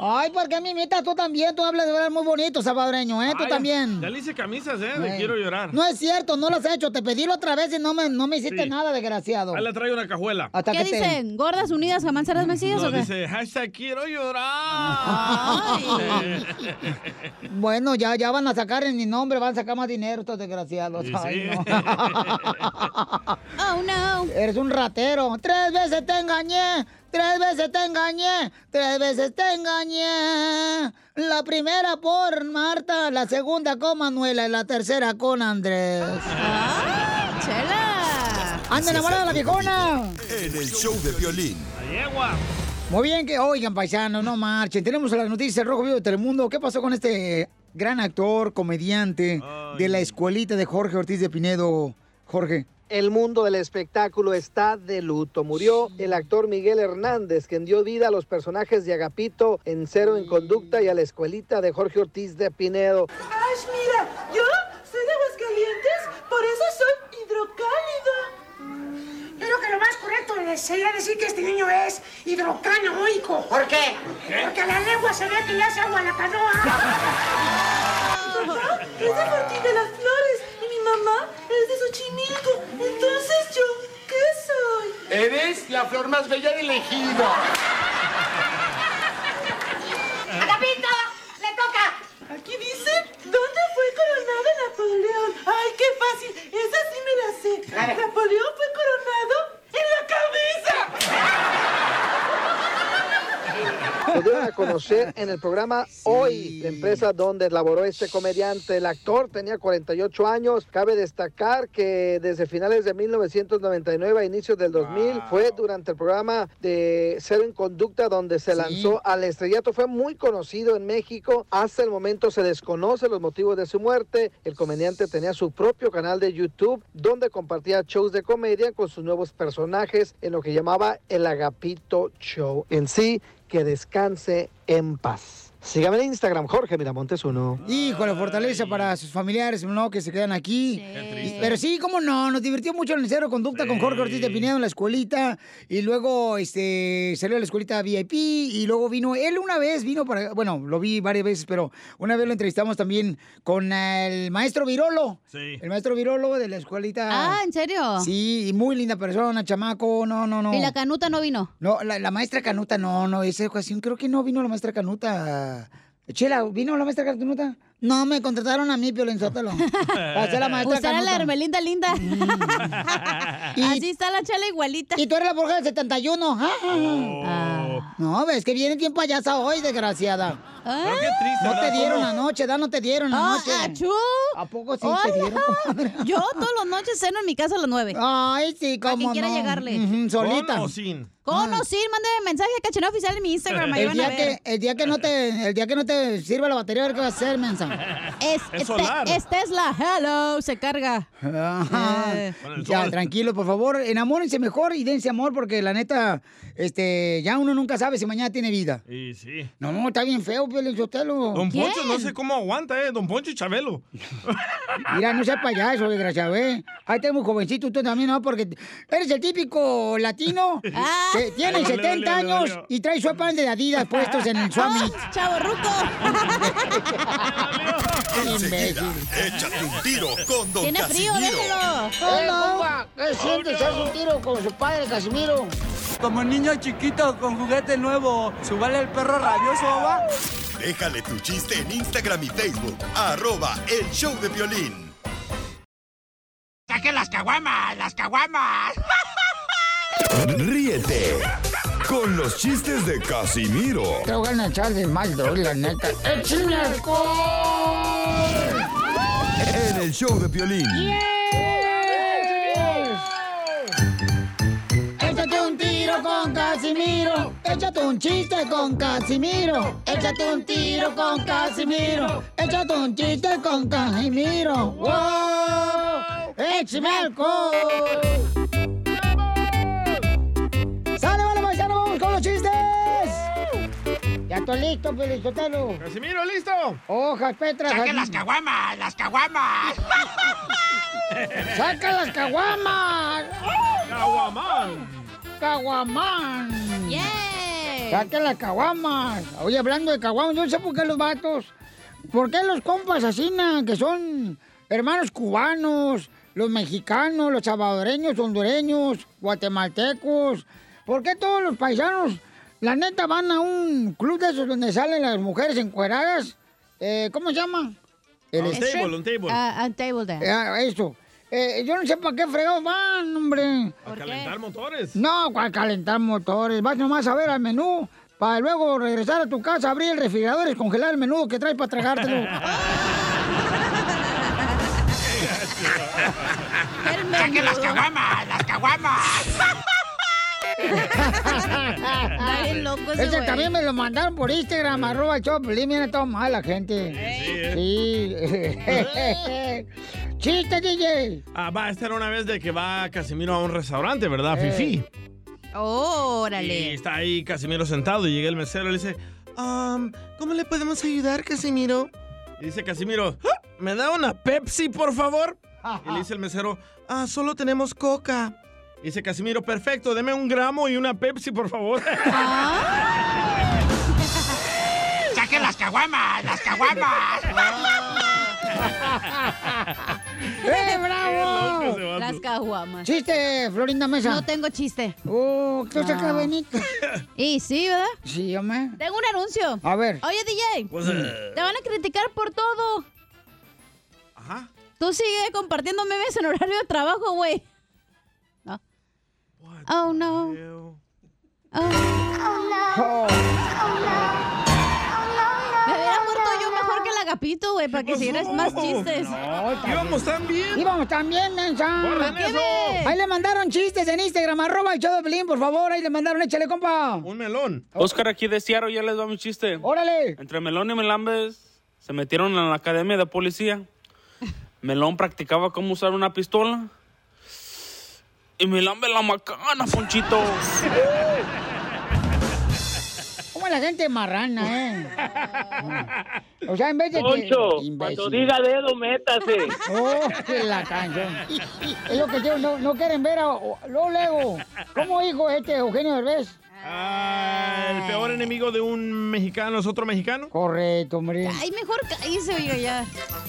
[SPEAKER 1] Ay, ¿por qué me imitas tú también? Tú hablas de verdad muy bonito, salvadoreño, ¿eh? Tú
[SPEAKER 2] Ay,
[SPEAKER 1] también.
[SPEAKER 2] Ya le hice camisas, ¿eh? De
[SPEAKER 1] Eh,
[SPEAKER 2] quiero llorar.
[SPEAKER 1] No es cierto, no las he hecho. Te pedí la otra vez y no me, no me hiciste
[SPEAKER 2] Sí.
[SPEAKER 1] nada, desgraciado.
[SPEAKER 2] Ahí le traigo una cajuela.
[SPEAKER 1] Hasta
[SPEAKER 3] ¿Qué dicen? ¿Gordas unidas jamás serás vencidas
[SPEAKER 2] No,
[SPEAKER 3] o qué?
[SPEAKER 2] dice, hashtag quiero
[SPEAKER 1] Ay.
[SPEAKER 2] llorar.
[SPEAKER 1] Bueno, ya, ya van a sacar en mi nombre, van a sacar más dinero estos desgraciados.
[SPEAKER 3] Sí, sí.
[SPEAKER 1] Ay,
[SPEAKER 11] Oh,
[SPEAKER 1] no. Eres un ratero. Tres veces te engañé, tres veces te engañé, tres veces te engañé. La primera por Marta, la segunda con Manuela y la tercera con Andrés.
[SPEAKER 3] ¡Chela!
[SPEAKER 1] ¡Anda enamorada la viejona!
[SPEAKER 4] En el show de violín.
[SPEAKER 1] Muy bien, que oigan, paisanos, no marchen. Tenemos las noticias del Rojo Vivo de Telemundo. ¿Qué pasó con este gran actor, comediante de la escuelita de Jorge Ortiz de Pinedo? Jorge.
[SPEAKER 5] El mundo del espectáculo está de luto. Murió el actor Miguel Hernández, quien dio vida a los personajes de Agapito en Cero en Conducta y a la escuelita de Jorge Ortiz de Pinedo.
[SPEAKER 11] ¡Ay, mira! Yo soy de Aguascalientes, por eso soy hidrocálida. Pero que lo más correcto sería decir que este niño es hidrocanoico. ¿Por qué? Porque a la lengua se ve que le hace agua a la canoa. Papá es de Martín de las Flores y mi mamá es de Xochimilco. Entonces yo, ¿qué soy?
[SPEAKER 7] Eres la flor más bella del ejido.
[SPEAKER 11] ¡Agapito! ¡Le toca! Aquí dice, ¿dónde fue coronado Napoleón? ¡Ay, qué fácil! Esa sí me la sé. Napoleón fue coronado en la cabeza.
[SPEAKER 5] Lo dieron a conocer en el programa Hoy, la empresa donde laboró este comediante. El actor tenía 48 años. Cabe destacar que desde finales de 1999 a inicios del 2000 fue durante el programa de Cero en Conducta donde se lanzó al estrellato. Fue muy conocido en México. Hasta el momento se desconoce los motivos de su muerte. El comediante tenía su propio canal de YouTube donde compartía shows de comedia con sus nuevos personajes en lo que llamaba el Agapito Show. En sí, que descanse en paz. Sígame en Instagram, Jorge Miramontes uno.
[SPEAKER 1] Híjole, fortaleza para sus familiares, ¿no? Que se quedan aquí. Pero sí, cómo no, nos divirtió mucho en el cero conducta con Jorge Ortiz de Pinedo en la escuelita. Y luego este, salió a la escuelita VIP y luego vino, él una vez vino para, bueno, lo vi varias veces, pero una vez lo entrevistamos también con el maestro Virolo.
[SPEAKER 2] Sí.
[SPEAKER 1] El maestro Virolo de la escuelita.
[SPEAKER 3] Ah, ¿en serio?
[SPEAKER 1] Sí, y muy linda persona, chamaco, no, no, no.
[SPEAKER 3] ¿Y la canuta no vino?
[SPEAKER 1] No, la, la maestra Canuta, no, no, esa ocasión creo que no vino la maestra Canuta. Chela, ¿vino la maestra Canuta? No, me contrataron a mí, Piolín Sotelo. Para ser la maestra
[SPEAKER 3] Usar a la
[SPEAKER 1] Canuta. Mm.
[SPEAKER 3] Hermelinda linda. Así está la chela igualita. Oh.
[SPEAKER 1] Y tú eres la bruja del 71. ah, ah, ah. No, ves que viene bien payasa hoy, desgraciada. no te
[SPEAKER 3] ¿verdad?
[SPEAKER 1] dieron
[SPEAKER 3] ¿Cómo?
[SPEAKER 1] anoche, da, no te dieron
[SPEAKER 3] Ah,
[SPEAKER 1] anoche.
[SPEAKER 3] achú.
[SPEAKER 1] ¿A poco sí
[SPEAKER 3] Hola.
[SPEAKER 1] te dieron?
[SPEAKER 3] Yo todas las noches ceno en mi casa a las nueve.
[SPEAKER 1] Ay, sí,
[SPEAKER 3] Para quien
[SPEAKER 1] cómo
[SPEAKER 3] quiera
[SPEAKER 1] no.
[SPEAKER 3] llegarle.
[SPEAKER 1] Ujú, solita. ¿Con o
[SPEAKER 2] sin?
[SPEAKER 3] Con o sin, mándeme mensaje a Cachaneo Oficial en mi Instagram. Ahí
[SPEAKER 1] El
[SPEAKER 3] van a
[SPEAKER 1] día,
[SPEAKER 3] ver.
[SPEAKER 1] que, el, día que no te, el día que no te sirva la batería, a ver qué vas a hacer, mensa.
[SPEAKER 3] Es,
[SPEAKER 1] Es
[SPEAKER 3] es,
[SPEAKER 1] solar.
[SPEAKER 3] te- es Tesla. Hello, se carga.
[SPEAKER 1] Ajá.
[SPEAKER 3] Eh.
[SPEAKER 1] Ya, tranquilo, por favor, enamórense mejor y dense amor porque la neta, este, ya uno nunca sabe si mañana tiene vida.
[SPEAKER 2] Y sí.
[SPEAKER 1] No, no, está bien feo, Piolín Sotelo.
[SPEAKER 2] Don Poncho, no sé cómo aguanta, ¿eh? Don Poncho y Chabelo.
[SPEAKER 1] Mira, no seas payaso, desgraciado, ¿eh? Ahí tenemos jovencito, tú también, ¿no? Porque eres el típico latino que tiene
[SPEAKER 11] Ay, me
[SPEAKER 1] 70
[SPEAKER 11] dolió, me
[SPEAKER 1] años
[SPEAKER 11] dolió.
[SPEAKER 1] y trae su pan de Adidas puestos en el Summit.
[SPEAKER 3] ¡Chavo
[SPEAKER 4] Enseguida, échate un tiro con Don
[SPEAKER 1] Tiene frío,
[SPEAKER 4] Casimiro.
[SPEAKER 1] déjalo. Eh, compa, ¿qué sientes? Haz un tiro con su padre, Casimiro.
[SPEAKER 7] Como niño chiquito con juguete nuevo, subale el perro rabioso, va.
[SPEAKER 4] Déjale tu chiste en Instagram y Facebook, arroba el show de violín.
[SPEAKER 11] ¡Saque las caguamas! ¡Las caguamas!
[SPEAKER 4] Ríete
[SPEAKER 1] con los chistes de Casimiro. Te voy a echar de mal, doy, la neta. ¡Échame alcohol!
[SPEAKER 4] en el show de violín.
[SPEAKER 1] Échate un tiro con Casimiro. Échate un chiste con Casimiro. Échate un tiro con Casimiro. Échate un chiste con Casimiro. ¡Wow! ¡Échame alcohol! ¡Sale, vale, paisano! ¡Vamos con los chistes! Ya estoy listo, Pelizotelo. ¡Casimiro, listo! ¡Hojas, Petra!
[SPEAKER 11] ¡Saque
[SPEAKER 1] jal-
[SPEAKER 11] las caguamas! ¡Las caguamas!
[SPEAKER 1] ¡Saca las caguamas!
[SPEAKER 11] ¡Caguamán!
[SPEAKER 1] ¡Caguamán!
[SPEAKER 3] ¡Yeah!
[SPEAKER 1] ¡Saca las caguamas! Oye, hablando de caguamas, yo no sé por qué los vatos, por qué los compas asesinan, que son hermanos cubanos, los mexicanos, los salvadoreños, hondureños, guatemaltecos, ¿por qué todos los paisanos, la neta, van a un club de esos donde salen las mujeres encueradas? Eh, ¿Cómo se llama?
[SPEAKER 2] Un
[SPEAKER 1] strip-
[SPEAKER 2] table, un table.
[SPEAKER 3] Ah, un table dance.
[SPEAKER 1] Ah, eso. Eh, yo no sé para qué fregados van, hombre.
[SPEAKER 2] A calentar motores.
[SPEAKER 1] No, cual calentar motores. Vas nomás a ver al menú para luego regresar a tu casa, abrir el refrigerador y congelar el menú que traes para tragártelo.
[SPEAKER 11] ¡Saque las caguamas! ¡Las caguamas!
[SPEAKER 3] Está bien loco ese
[SPEAKER 1] Ese
[SPEAKER 3] güey.
[SPEAKER 1] también me lo mandaron por Instagram, arroba el show de Piolín. Mira, todo mal la gente. Sí. Chiste, DJ.
[SPEAKER 2] Ah, va a estar una vez de que va Casimiro a un restaurante, ¿verdad?
[SPEAKER 1] Eh,
[SPEAKER 2] Fifi. Y
[SPEAKER 3] Oh. Órale.
[SPEAKER 2] está ahí Casimiro sentado y llega el mesero y le dice, Um, ¿Cómo le podemos ayudar, Casimiro? y dice Casimiro, "Ah, ¿me da una Pepsi, por favor? Y le dice el mesero, ah, solo tenemos coca. Y dice Casimiro, perfecto, deme un gramo y una Pepsi, por favor.
[SPEAKER 11] ¡Saque las caguamas! ¡Las caguamas!
[SPEAKER 1] ¡Eh, bravo!
[SPEAKER 3] Las caguamas.
[SPEAKER 1] Chiste, Florinda Mesa.
[SPEAKER 3] No tengo chiste. Ah.
[SPEAKER 1] Oh, tú sacas Benito.
[SPEAKER 3] Y sí, ¿verdad?
[SPEAKER 1] Sí, hombre.
[SPEAKER 3] Tengo un anuncio.
[SPEAKER 1] A ver.
[SPEAKER 3] Oye, DJ.
[SPEAKER 1] What's up?
[SPEAKER 3] Te van a criticar por todo.
[SPEAKER 2] Ajá.
[SPEAKER 3] Tú sigue compartiendo memes en horario de trabajo, güey. No. Oh, no.
[SPEAKER 1] Oh.
[SPEAKER 3] Me hubiera muerto yo mejor que el agapito, güey, para que siguieras más chistes.
[SPEAKER 2] Íbamos tan bien.
[SPEAKER 1] Íbamos tan bien, mensa.
[SPEAKER 3] Borren ¿Qué eso. ves?
[SPEAKER 1] Ahí le mandaron chistes en Instagram, arroba el show de Piolín, por favor. Ahí le mandaron, échale, compa. Un
[SPEAKER 2] melón.
[SPEAKER 9] Oscar aquí de Ciaro ya les va mi chiste.
[SPEAKER 1] Órale.
[SPEAKER 9] Entre Melón y Melambes se metieron en la academia de policía. Melón practicaba cómo usar una pistola. Y Melambes la macana, Ponchito.
[SPEAKER 1] Como la gente marrana, eh. O sea, en vez de que...
[SPEAKER 15] Poncho, cuando
[SPEAKER 1] Imbécil.
[SPEAKER 15] diga dedo, métase.
[SPEAKER 1] Oh, qué la canción. Es lo que yo no, no quieren ver a o- luego, luego. ¿Cómo dijo este Eugenio Derbez?
[SPEAKER 2] Ah, el peor enemigo de un mexicano es otro mexicano.
[SPEAKER 1] Eh. Correcto, hombre.
[SPEAKER 3] Ay, mejor cállese, oye, ya.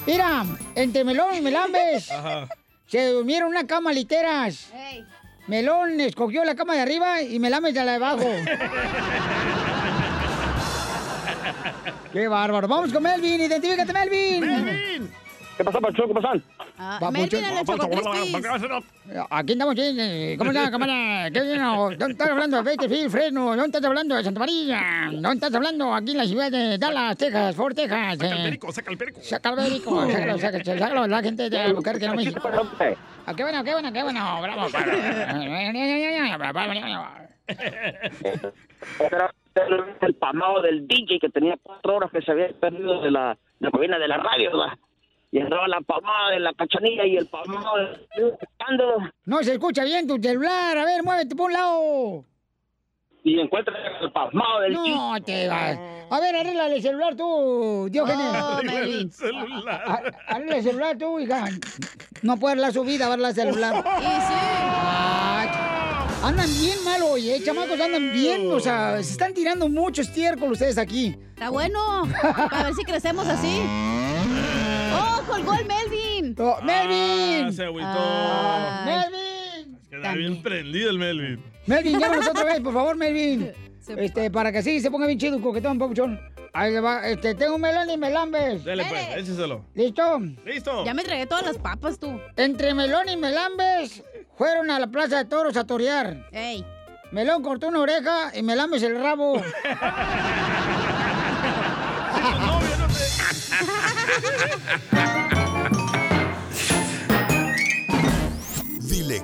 [SPEAKER 1] Mira, entre Melón y Melambes
[SPEAKER 2] Ajá.
[SPEAKER 1] se durmieron en una cama literas.
[SPEAKER 3] Ey.
[SPEAKER 1] Melón escogió la cama de arriba y Melambes de la de abajo. Qué bárbaro. Vamos con Melvin. Identifícate, Melvin. Melvin.
[SPEAKER 10] ¿Qué pasa, Pacho? ¿Qué pasa?
[SPEAKER 1] Ah, Melvin en el Aquí estamos, eh, ¿cómo está, cámara? ¿Qué vino? ¿Dónde estás hablando de Bakersfield, Fresno? ¿Dónde estás hablando de Santa María? ¿Dónde estás hablando aquí en la ciudad de Dallas, Texas, Fort Texas?
[SPEAKER 2] Saca el
[SPEAKER 1] eh?
[SPEAKER 2] perico, saca el perico.
[SPEAKER 1] Saca el perico, sácalo, sácalo, sácalo, la gente de Albuquerque, no México. Ah, qué bueno, qué bueno, qué bueno, bravo. bravo.
[SPEAKER 10] posiblemente el pamado del DJ que tenía cuatro horas que se había perdido de la, de la cabina de la radio, ¿verdad? Y andaba la pamada de la cachanilla y el pamado del
[SPEAKER 1] No se escucha bien tu celular. A ver, muévete por un lado.
[SPEAKER 10] y encuentra el pamado del DJ.
[SPEAKER 1] No te vas. A ver, arréglale el celular tú, Diógenes.
[SPEAKER 2] Ah,
[SPEAKER 11] Arréglale el
[SPEAKER 1] celular. Arréglale el celular tú, hija. No puede la subida, ver la celular.
[SPEAKER 11] Y
[SPEAKER 1] Ay, andan bien mal hoy, eh. Chamacos andan bien, o sea, se están tirando mucho estiércol ustedes aquí.
[SPEAKER 3] Está bueno. A ver si crecemos así. ¡Oh, colgó el Melvin!
[SPEAKER 1] Oh, ¡Melvin!
[SPEAKER 2] Ah,
[SPEAKER 1] Ah.
[SPEAKER 2] se agüitó.
[SPEAKER 1] ¡Melvin!
[SPEAKER 2] Queda bien prendido el Melvin.
[SPEAKER 1] Melvin, llámanos otra vez, por favor, Melvin. Este, para que sí se ponga bien chido y coquetón, papuchón. Ahí le va, este, tengo un melón y melambes.
[SPEAKER 2] Dale pues, écheselo.
[SPEAKER 1] ¿Listo?
[SPEAKER 2] Listo.
[SPEAKER 3] Ya me tragué todas las papas tú.
[SPEAKER 1] Entre Melón y Melambes fueron a la plaza de toros a torear.
[SPEAKER 3] Ey.
[SPEAKER 1] Melón cortó una oreja y Melambes el rabo.
[SPEAKER 4] Dile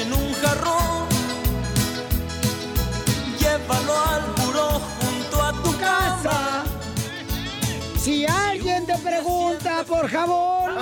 [SPEAKER 11] en un jarrón. Llévalo al buró junto a tu casa.
[SPEAKER 1] Si alguien te pregunta por jabón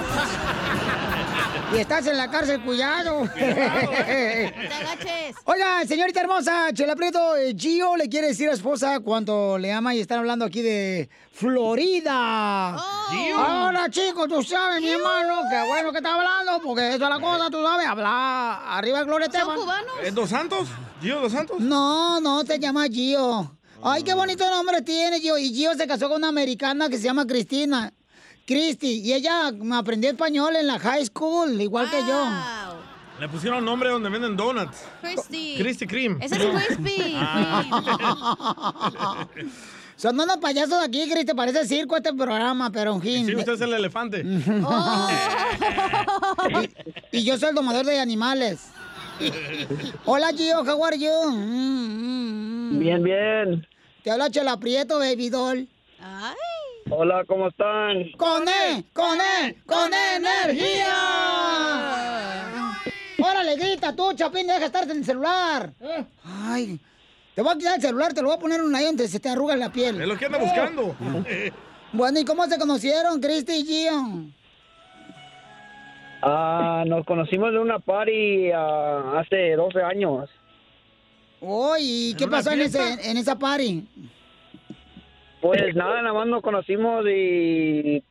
[SPEAKER 1] y estás en la cárcel, cuidado.
[SPEAKER 3] eh. agaches.
[SPEAKER 1] Oiga, señorita hermosa, Chela Prieto, eh, Gio le quiere decir a esposa cuánto le ama y están hablando aquí de Florida.
[SPEAKER 11] Gio.
[SPEAKER 1] Ahora, chicos, tú sabes, mi hermano, qué bueno que está hablando, porque eso es la cosa, tú sabes, habla arriba de Gloria Estefan.
[SPEAKER 2] ¿Es Eh, Dos Santos? ¿Gio Dos Santos? Ah.
[SPEAKER 1] No, no, te llama Gio. Ay, qué bonito nombre tiene Gio. Y Gio se casó con una americana que se llama Cristina. Cristi. Y ella aprendió español en la high school, igual que yo.
[SPEAKER 2] Le pusieron nombre donde venden donuts.
[SPEAKER 3] Christy.
[SPEAKER 2] Christy Cream. Ah.
[SPEAKER 1] Ese es Crispy. Son unos payasos de aquí, Cristi. Parece circo este programa, pero en fin.
[SPEAKER 2] Sí, usted es el elefante.
[SPEAKER 1] y, y yo soy el domador de animales. Hola, Gio, how are you? Mm,
[SPEAKER 13] Bien, bien.
[SPEAKER 1] Te habla Chela Prieto, baby doll.
[SPEAKER 13] Hola, ¿cómo están?
[SPEAKER 1] ¡Con E! ¡Con E! ¡Con E energía! ¡Órale, grita tú, Chapín! ¡Deja de estar en el celular! ¡Ay! Te voy a quitar el celular, te lo voy a poner en un ahí donde se te arruga la piel.
[SPEAKER 2] Es lo que anda buscando.
[SPEAKER 1] Bueno, ¿y cómo se conocieron, Cristi y Gio?
[SPEAKER 13] Ah, nos conocimos en una party ah, hace 12 años.
[SPEAKER 1] Oh, ¿y qué
[SPEAKER 13] una
[SPEAKER 1] pasó en,
[SPEAKER 13] fiesta?
[SPEAKER 1] ese, en esa party?
[SPEAKER 13] Pues nada, nada más nos conocimos y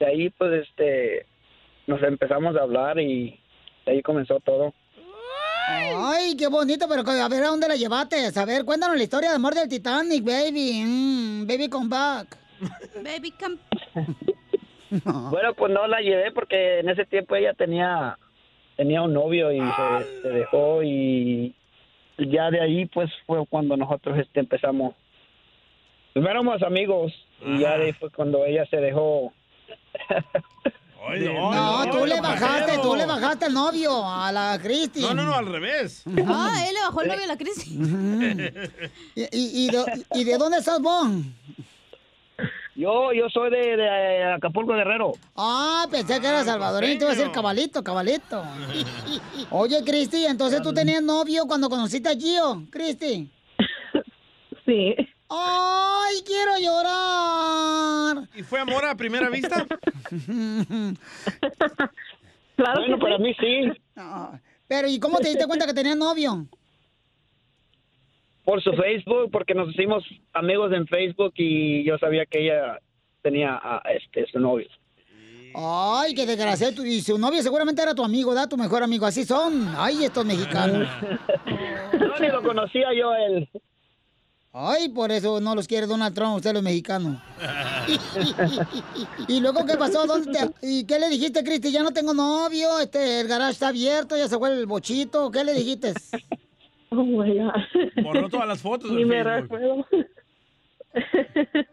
[SPEAKER 13] de ahí pues este nos empezamos a hablar y de ahí comenzó todo.
[SPEAKER 1] Ay, qué bonito, pero a ver a dónde la llevaste. A ver, cuéntanos la historia de amor del Titanic, baby. Mm, baby, come back.
[SPEAKER 3] Baby, come
[SPEAKER 13] Bueno, pues no la llevé porque en ese tiempo ella tenía tenía un novio y
[SPEAKER 2] Ah.
[SPEAKER 13] se, se dejó y ya de ahí pues fue cuando nosotros este empezamos. Primero éramos amigos y ya de ahí fue cuando ella se dejó.
[SPEAKER 1] No, Ah, tú le bajaste, tú le bajaste al novio, a la Cristi.
[SPEAKER 2] No, no, no, al revés.
[SPEAKER 3] Ah, él le bajó el novio a la crisis.
[SPEAKER 1] ¿Y, y- y de, y de dónde estás vos?
[SPEAKER 13] Yo, yo soy de, de Acapulco Guerrero.
[SPEAKER 1] Ah, pensé que era salvadoreño, te iba a decir cabalito, cabalito. Oye, Cristi, entonces tú tenías novio cuando conociste a Gio, Cristi.
[SPEAKER 13] Sí.
[SPEAKER 1] ¡Ay, quiero llorar!
[SPEAKER 2] ¿Y fue amor a primera vista?
[SPEAKER 13] Claro bueno, para mí sí.
[SPEAKER 1] No, Ah, Pero, ¿y cómo te diste cuenta que tenías novio?
[SPEAKER 13] Por su Facebook, porque nos hicimos amigos en Facebook y yo sabía que ella tenía a este su novio.
[SPEAKER 1] Ay, qué desgraciado. tu- Y su novio seguramente era tu amigo, da tu mejor amigo. Así son. Ay, estos mexicanos.
[SPEAKER 13] No, ni lo conocía yo a él.
[SPEAKER 1] Ay, por eso no los quiere Donald Trump, usted los mexicanos. ¿Y luego qué pasó? ¿Dónde te- ¿Y qué le dijiste, Cristi? Ya no tengo novio, este, el garage está abierto, ya se fue el bochito. ¿Qué le dijiste?
[SPEAKER 13] Oh, my God.
[SPEAKER 2] Borró todas las fotos.
[SPEAKER 13] Ni
[SPEAKER 2] del
[SPEAKER 13] me
[SPEAKER 2] Facebook.
[SPEAKER 13] recuerdo.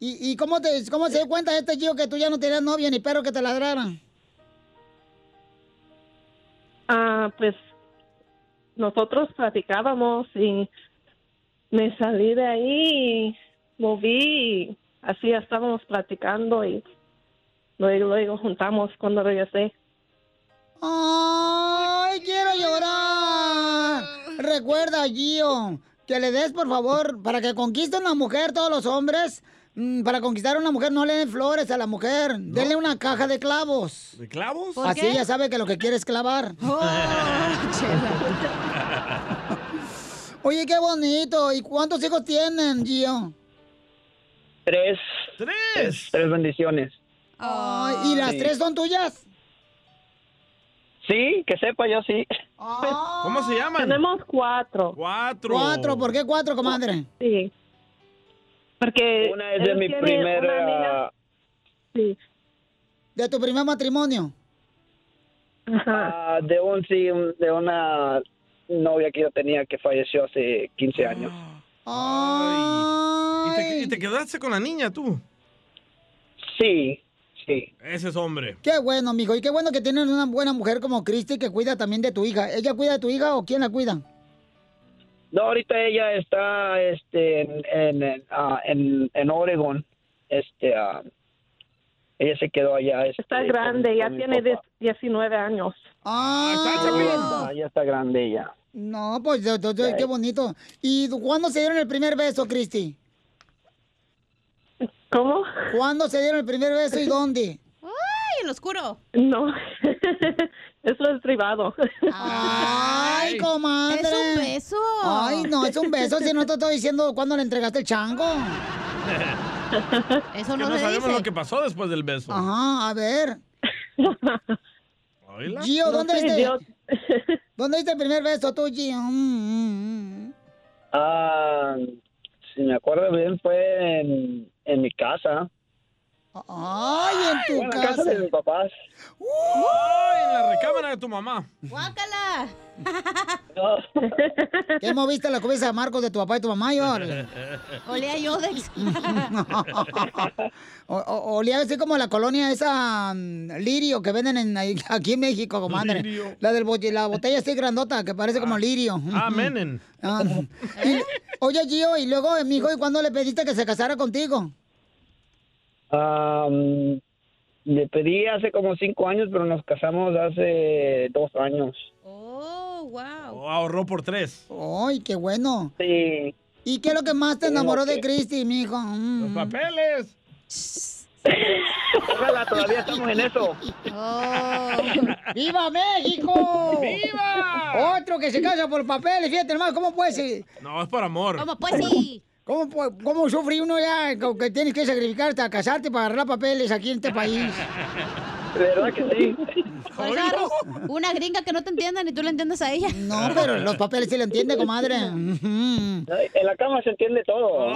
[SPEAKER 1] ¿Y, y cómo, te, cómo se dio cuenta este Gio que tú ya no tenías novia ni perro que te ladraran?
[SPEAKER 8] ah, pues nosotros platicábamos y me salí de ahí y lo vi y así ya estábamos platicando y luego, luego juntamos cuando regresé.
[SPEAKER 1] ¡Ay, quiero llorar! Recuerda, Gio, que le des, por favor, para que conquiste una mujer, todos los hombres, mm, para conquistar a una mujer, no le den flores a la mujer. Denle una caja de clavos.
[SPEAKER 2] ¿De clavos?
[SPEAKER 1] Así ella sabe que lo que quiere es clavar.
[SPEAKER 13] Oh.
[SPEAKER 1] Oye, qué bonito. ¿Y cuántos hijos tienen, Gio?
[SPEAKER 13] Tres. Tres. Tres bendiciones.
[SPEAKER 1] Ay, ¿Y las
[SPEAKER 13] Sí.
[SPEAKER 1] tres son tuyas?
[SPEAKER 13] Sí, que sepa yo sí.
[SPEAKER 2] ¿Cómo se llaman?
[SPEAKER 8] Tenemos cuatro.
[SPEAKER 2] Cuatro.
[SPEAKER 1] Cuatro. ¿Por qué cuatro, comadre?
[SPEAKER 8] Oh, Sí. Porque
[SPEAKER 13] Una es de
[SPEAKER 8] él
[SPEAKER 13] mi ah,
[SPEAKER 8] tiene
[SPEAKER 13] primera...
[SPEAKER 8] una amiga- Sí.
[SPEAKER 1] ¿De tu primer matrimonio?
[SPEAKER 13] Ah, de un sí, un- de una novia que yo tenía que falleció hace 15 años.
[SPEAKER 2] ¿Y te, y te quedaste con la niña tú?
[SPEAKER 13] Sí, sí.
[SPEAKER 2] Ese es hombre.
[SPEAKER 1] Qué bueno, mijo. Y qué bueno que tienen una buena mujer como Cristi que cuida también de tu hija. ¿Ella cuida de tu hija o quién la cuida?
[SPEAKER 13] No, ahorita ella está este en en, en, ah, en- en Oregon. Este ah, ella se quedó allá. este,
[SPEAKER 8] Está
[SPEAKER 13] con-
[SPEAKER 8] grande,
[SPEAKER 13] con
[SPEAKER 8] ya
[SPEAKER 13] mi
[SPEAKER 8] tiene
[SPEAKER 13] papá.
[SPEAKER 8] 10 19 años.
[SPEAKER 1] Ah,
[SPEAKER 13] Sí, ya está, ya está grande ella.
[SPEAKER 1] No, pues do- do- do- qué bonito. ¿Y cuándo se dieron el primer beso, Cristi?
[SPEAKER 8] ¿Cómo?
[SPEAKER 1] ¿Cuándo se dieron el primer beso y dónde?
[SPEAKER 8] ¡Ay, en lo oscuro! No, eso es privado.
[SPEAKER 1] Ay, comadre.
[SPEAKER 8] Es un beso.
[SPEAKER 1] Ay, no, es un beso. Si no te estoy diciendo cuándo le entregaste el chango.
[SPEAKER 2] Eso
[SPEAKER 1] no
[SPEAKER 2] no
[SPEAKER 1] se
[SPEAKER 2] sabemos
[SPEAKER 1] dice.
[SPEAKER 2] lo que pasó después del beso.
[SPEAKER 1] Ajá, a ver.
[SPEAKER 2] Oíla.
[SPEAKER 1] Gio,
[SPEAKER 13] No
[SPEAKER 1] ¿dónde
[SPEAKER 13] soy
[SPEAKER 1] viste?
[SPEAKER 13] idiota.
[SPEAKER 1] ¿Dónde viste el primer beso tú, Gio?
[SPEAKER 13] Ah, si me acuerdo bien fue en, en mi casa.
[SPEAKER 1] Ay, en tu
[SPEAKER 13] Bueno, en la casa de mis papás.
[SPEAKER 2] Ay, en la recámara de tu mamá.
[SPEAKER 3] ¡Guácala!
[SPEAKER 1] ¿Qué moviste la cabeza de Marcos de tu papá y tu mamá? Y órale.
[SPEAKER 3] Olea yo de...
[SPEAKER 1] Ah, O- o- Olía así como la colonia esa mm, lirio que venden en, ahí- aquí en México, comadre.
[SPEAKER 2] Lirio.
[SPEAKER 1] La, del, bote- la botella así grandota que parece como lirio.
[SPEAKER 2] Ah, menen.
[SPEAKER 1] Ah,
[SPEAKER 13] ¿Eh?
[SPEAKER 1] y- oye, Gio, y luego, eh, mijo, ¿y cuándo le pediste que se casara contigo?
[SPEAKER 13] Ah, mm, le pedí hace como cinco años, pero nos casamos hace dos años.
[SPEAKER 1] Oh, wow.
[SPEAKER 2] O ahorró por tres.
[SPEAKER 1] Ay, qué bueno.
[SPEAKER 13] Sí.
[SPEAKER 1] ¿Y qué es lo que más te
[SPEAKER 2] Qué bueno
[SPEAKER 1] enamoró de
[SPEAKER 2] que-
[SPEAKER 1] Cristi, mijo? Mm.
[SPEAKER 2] Los papeles.
[SPEAKER 13] Ojalá todavía estamos en eso.
[SPEAKER 1] Oh. ¡Viva México!
[SPEAKER 2] ¡Viva!
[SPEAKER 1] Otro que se casa por papeles, fíjate nomás, ¿cómo puede ser?
[SPEAKER 2] No, es por amor.
[SPEAKER 1] ¿Cómo, pu- cómo sufre uno ya co- que tienes que sacrificarte a casarte para agarrar papeles aquí en este país?
[SPEAKER 13] ¿Verdad que sí?
[SPEAKER 3] Por eso agarras una gringa que no te entienda ni tú la entiendes a ella.
[SPEAKER 1] No, pero los papeles sí lo entiende, comadre.
[SPEAKER 13] Ay, En la cama se entiende todo.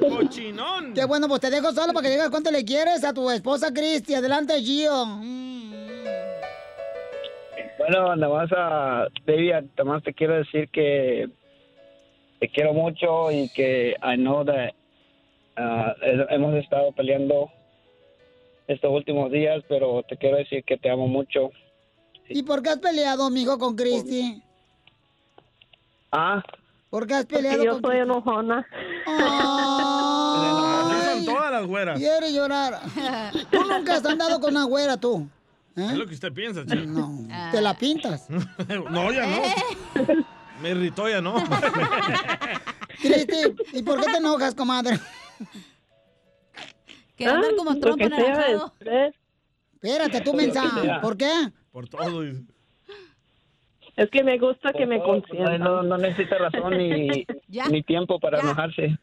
[SPEAKER 2] ¡Cochinón!
[SPEAKER 1] Qué bueno, pues te dejo solo para que digas cuánto le quieres a tu esposa Cristi. Adelante, Gio.
[SPEAKER 13] Bueno, nada más, a, baby, nada más te quiero decir que te quiero mucho y que I know that ah, he- hemos estado peleando estos últimos días, pero te quiero decir que te amo mucho.
[SPEAKER 1] ¿Y por qué has peleado, mijo, con Cristi?
[SPEAKER 13] Ah,
[SPEAKER 1] ¿Por qué has peleado
[SPEAKER 8] yo
[SPEAKER 1] con Cristi?
[SPEAKER 8] enojona.
[SPEAKER 2] Así son todas las güeras.
[SPEAKER 1] Quiere llorar. Tú nunca has andado con una güera, tú.
[SPEAKER 2] Es lo que usted piensa, chico.
[SPEAKER 1] ¿Eh? No. Te la pintas.
[SPEAKER 2] No, ya no. Me irritó, ya no.
[SPEAKER 1] Cristi, ¿y por qué te enojas, comadre?
[SPEAKER 3] Que andar como
[SPEAKER 8] Ah, lo trompo que sea, anaranjado.
[SPEAKER 1] Espérate, tú
[SPEAKER 8] Lo
[SPEAKER 1] mensa.
[SPEAKER 8] que sea.
[SPEAKER 1] ¿Por qué?
[SPEAKER 2] Por todo.
[SPEAKER 8] Es que me gusta que me
[SPEAKER 13] Por favor, pues,
[SPEAKER 8] consientan.
[SPEAKER 13] No, no necesita razón ni, ni tiempo para enojarse.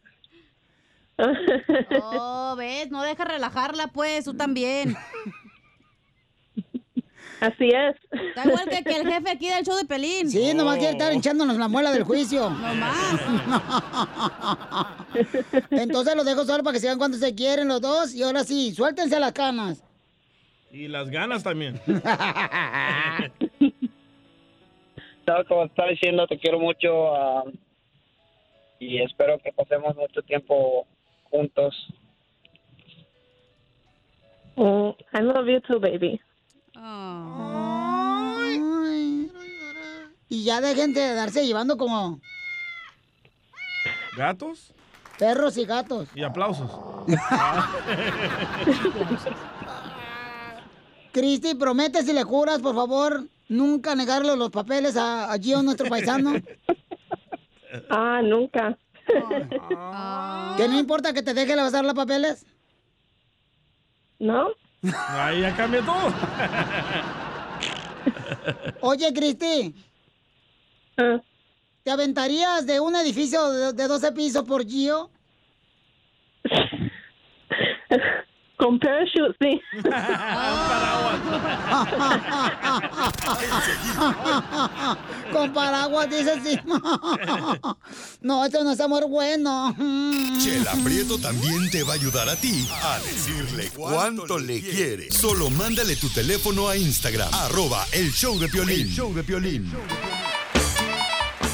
[SPEAKER 3] Oh, ves, no deja relajarla, pues, tú también.
[SPEAKER 8] Así es.
[SPEAKER 3] Está igual que, que el jefe aquí del show de Pelín.
[SPEAKER 1] Sí, nomás quiere estar hinchándonos la muela del juicio. Entonces los dejo solo para que sigan cuando se quieren los dos. Y ahora sí, suéltense las canas.
[SPEAKER 2] Y las ganas también.
[SPEAKER 13] No, como te estaba diciendo, te quiero mucho ah, y espero que pasemos mucho tiempo juntos.
[SPEAKER 8] Mm, I love you too, baby.
[SPEAKER 1] Ay, Y ya dejen de darse llevando como
[SPEAKER 2] ¿Gatos?
[SPEAKER 1] perros y gatos.
[SPEAKER 2] Y aplausos. Ah.
[SPEAKER 1] Cristi, promete si le curas, por favor, nunca negarle los papeles a, a Gio, nuestro paisano.
[SPEAKER 8] Ah, nunca.
[SPEAKER 1] ¿Que no importa que te deje lavasar los papeles?
[SPEAKER 8] ¿No?
[SPEAKER 2] Ahí ya cambia todo.
[SPEAKER 1] Oye, Cristi.
[SPEAKER 8] Ah.
[SPEAKER 1] ¿Te aventarías de un edificio de, de 12 pisos por Gio?
[SPEAKER 8] Con parachute, sí.
[SPEAKER 1] Con paraguas, dice sí. No, esto no es amor bueno.
[SPEAKER 4] Chela Prieto también te va a ayudar a ti a decirle cuánto le quiere. Solo mándale tu teléfono a Instagram, arroba el show de Piolín. show de Piolín.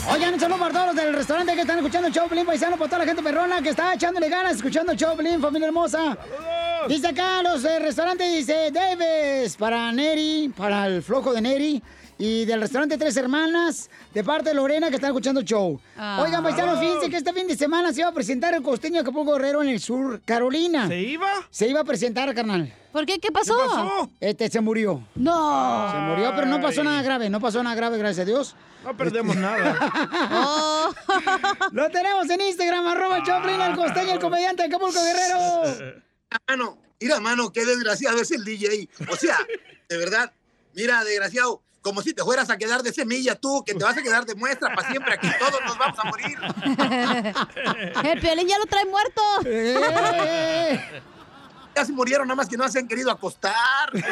[SPEAKER 1] Oigan, un saludo para todos los del restaurante que están escuchando el show Blin Paisano, para toda la gente perrona que está echándole ganas escuchando el show Blin, familia hermosa. Dice acá los del restaurante, dice Davis, para Neri, para el flojo de Neri. Y del restaurante Tres Hermanas, de parte de Lorena, que está escuchando el show.
[SPEAKER 11] Ah.
[SPEAKER 1] Oigan, paisanos, fíjense que este fin de semana se iba a presentar el costeño Acapulco Guerrero en el sur, Carolina. ¿Se iba? Se iba a presentar, carnal.
[SPEAKER 3] ¿Por qué? ¿Qué pasó?
[SPEAKER 1] ¿Qué pasó? Este se murió.
[SPEAKER 3] No.
[SPEAKER 1] Se murió, pero no pasó
[SPEAKER 2] Ay.
[SPEAKER 1] nada grave, no pasó nada grave, gracias a Dios. Este,
[SPEAKER 2] No perdemos nada.
[SPEAKER 3] Oh.
[SPEAKER 1] Lo tenemos en Instagram, arroba el Choplin, el costeño, el comediante Acapulco Guerrero.
[SPEAKER 14] Mano, mira, mano, qué desgraciado es el DJ. O sea, de verdad, mira, desgraciado, como si te fueras a quedar de semilla tú, que te vas a quedar de muestra para siempre, aquí todos nos vamos a morir.
[SPEAKER 3] El piolín ya lo trae muerto.
[SPEAKER 1] Eh.
[SPEAKER 14] Ya se murieron, nada más que no se han querido acostar.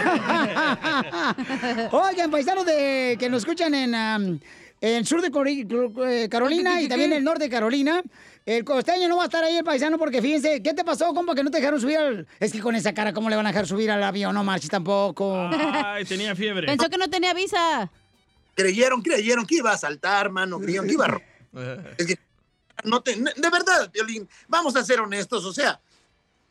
[SPEAKER 1] Oigan, paisanos de, que nos escuchan en am, el sur de Cori- Cor- eh, Carolina y también el norte de Carolina. El costeño no va a estar ahí, el paisano, porque fíjense, ¿qué te pasó, compa, que no te dejaron subir al...? Es que con esa cara, ¿cómo le van a dejar subir al avión? No marches tampoco.
[SPEAKER 2] Ay, tenía fiebre.
[SPEAKER 3] Pensó que no tenía visa.
[SPEAKER 14] Creyeron, creyeron que iba a saltar, mano, creyeron que iba a... ro- Es que no te- de verdad, Violín, vamos a ser honestos, o sea,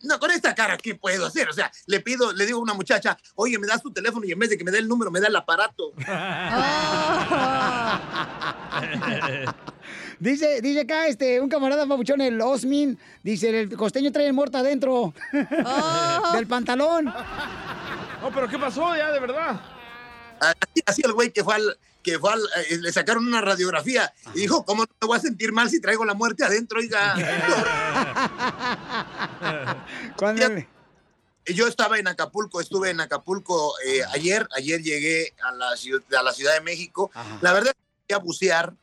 [SPEAKER 14] no, con esta cara, ¿qué puedo hacer? O sea, le pido, le digo a una muchacha, oye, me das tu teléfono y en vez de que me dé el número, me da el aparato.
[SPEAKER 1] Dice, dice acá este, un camarada papuchón, el Osmin, dice, el costeño trae muerta adentro
[SPEAKER 3] Oh.
[SPEAKER 1] del pantalón.
[SPEAKER 2] No, Oh, pero ¿qué pasó ya, de verdad?
[SPEAKER 14] Así, así el güey que fue al, que fue al, eh, le sacaron una radiografía y dijo, ¿cómo no me voy a sentir mal si traigo la muerte adentro, oiga?
[SPEAKER 1] Cuando
[SPEAKER 14] Yo estaba en Acapulco, estuve en Acapulco eh, ayer, ayer llegué a la, ciu- a la Ciudad de México. La verdad, me fui a bucear,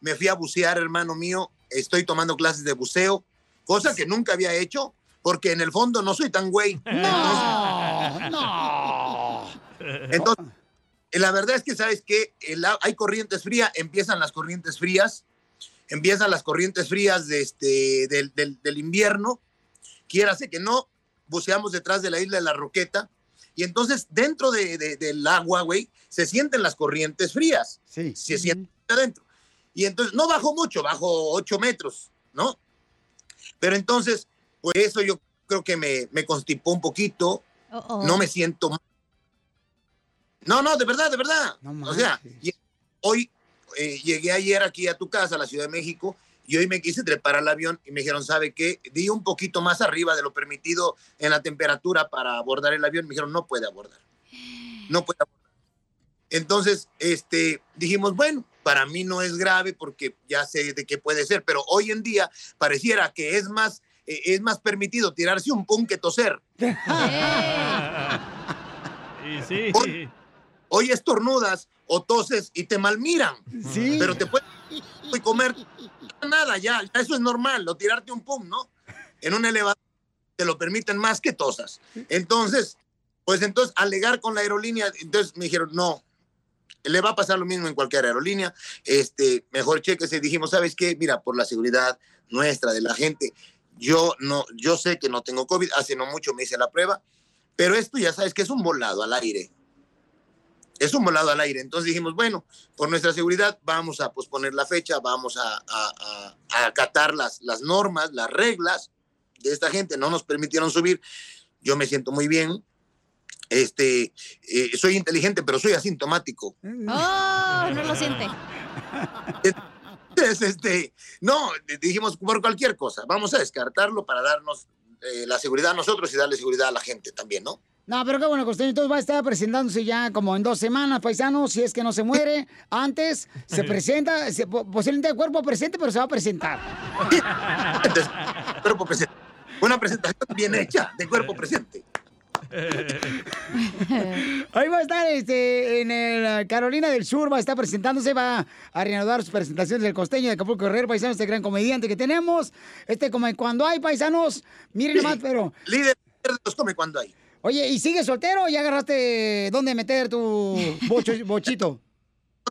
[SPEAKER 14] me fui a bucear, hermano mío, estoy tomando clases de buceo, cosa que nunca había hecho, porque en el fondo no soy tan güey.
[SPEAKER 1] No, no.
[SPEAKER 14] Entonces, eh, la verdad es que, ¿sabes que hay corrientes frías, empiezan las corrientes frías, empiezan las corrientes frías de este, del, del- del invierno, quiérase que no, buceamos detrás de la isla de la Roqueta, y entonces dentro de- de- del agua, güey, se sienten las corrientes frías. Se sienten adentro. Y entonces, no bajo mucho, bajo 8 metros, ¿no? Pero entonces, pues eso yo creo que me, me constipó un poquito,
[SPEAKER 1] Oh,
[SPEAKER 14] no
[SPEAKER 11] Oh.
[SPEAKER 14] me siento mal. No, no, de verdad, de verdad. o sea, y- hoy eh, llegué ayer aquí a tu casa, a la Ciudad de México, y hoy me quise trepar al avión y me dijeron, ¿sabe qué? Di un poquito más arriba de lo permitido en la temperatura para abordar el avión. Me dijeron, no puede abordar. No puede abordar. Entonces, este, dijimos, bueno, para mí no es grave porque ya sé de qué puede ser, pero hoy en día pareciera que es más, eh, es más permitido tirarse un pum que toser.
[SPEAKER 1] Ah,
[SPEAKER 2] Y sí.
[SPEAKER 14] Hoy, hoy estornudas o toses y te malmiran. Pero te puedes y comer nada, ya, ya eso es normal, o tirarte un pum, ¿no? En un elevador te lo permiten más que tosas. Entonces, pues entonces alegar con la aerolínea, entonces me dijeron, no, le va a pasar lo mismo en cualquier aerolínea, este, mejor chequese, dijimos, ¿sabes qué? Mira, por la seguridad nuestra, de la gente, yo no, yo sé que no tengo COVID, hace no mucho me hice la prueba, pero esto ya sabes que es un volado al aire. Es un volado al aire. Entonces dijimos, bueno, por nuestra seguridad vamos a posponer la fecha, vamos a, a- a- a acatar las, las normas, las reglas de esta gente. No nos permitieron subir. Yo me siento muy bien. Este, eh, soy inteligente, pero soy asintomático.
[SPEAKER 3] Oh, no lo siente.
[SPEAKER 14] Entonces, este, no, dijimos por cualquier cosa, vamos a descartarlo para darnos eh, la seguridad a nosotros y darle seguridad a la gente también, ¿no?
[SPEAKER 1] No, pero qué bueno, Costeño. Entonces va a estar presentándose ya como en dos semanas, paisanos, si es que no se muere. Antes se presenta, se, po- posiblemente el cuerpo presente, pero se va a presentar.
[SPEAKER 14] Entonces, cuerpo presente. Una presentación bien hecha, de cuerpo presente.
[SPEAKER 1] Ahí va a estar este, en el Carolina del Sur, va a estar presentándose, va a reanudar sus presentaciones del costeño de Acapulco Herrera, paisanos, este gran comediante que tenemos. Este, como cuando hay paisanos, miren más, pero.
[SPEAKER 14] Líder de los come cuando hay.
[SPEAKER 1] Oye, ¿y sigues soltero o ya agarraste dónde meter tu bocho, bochito?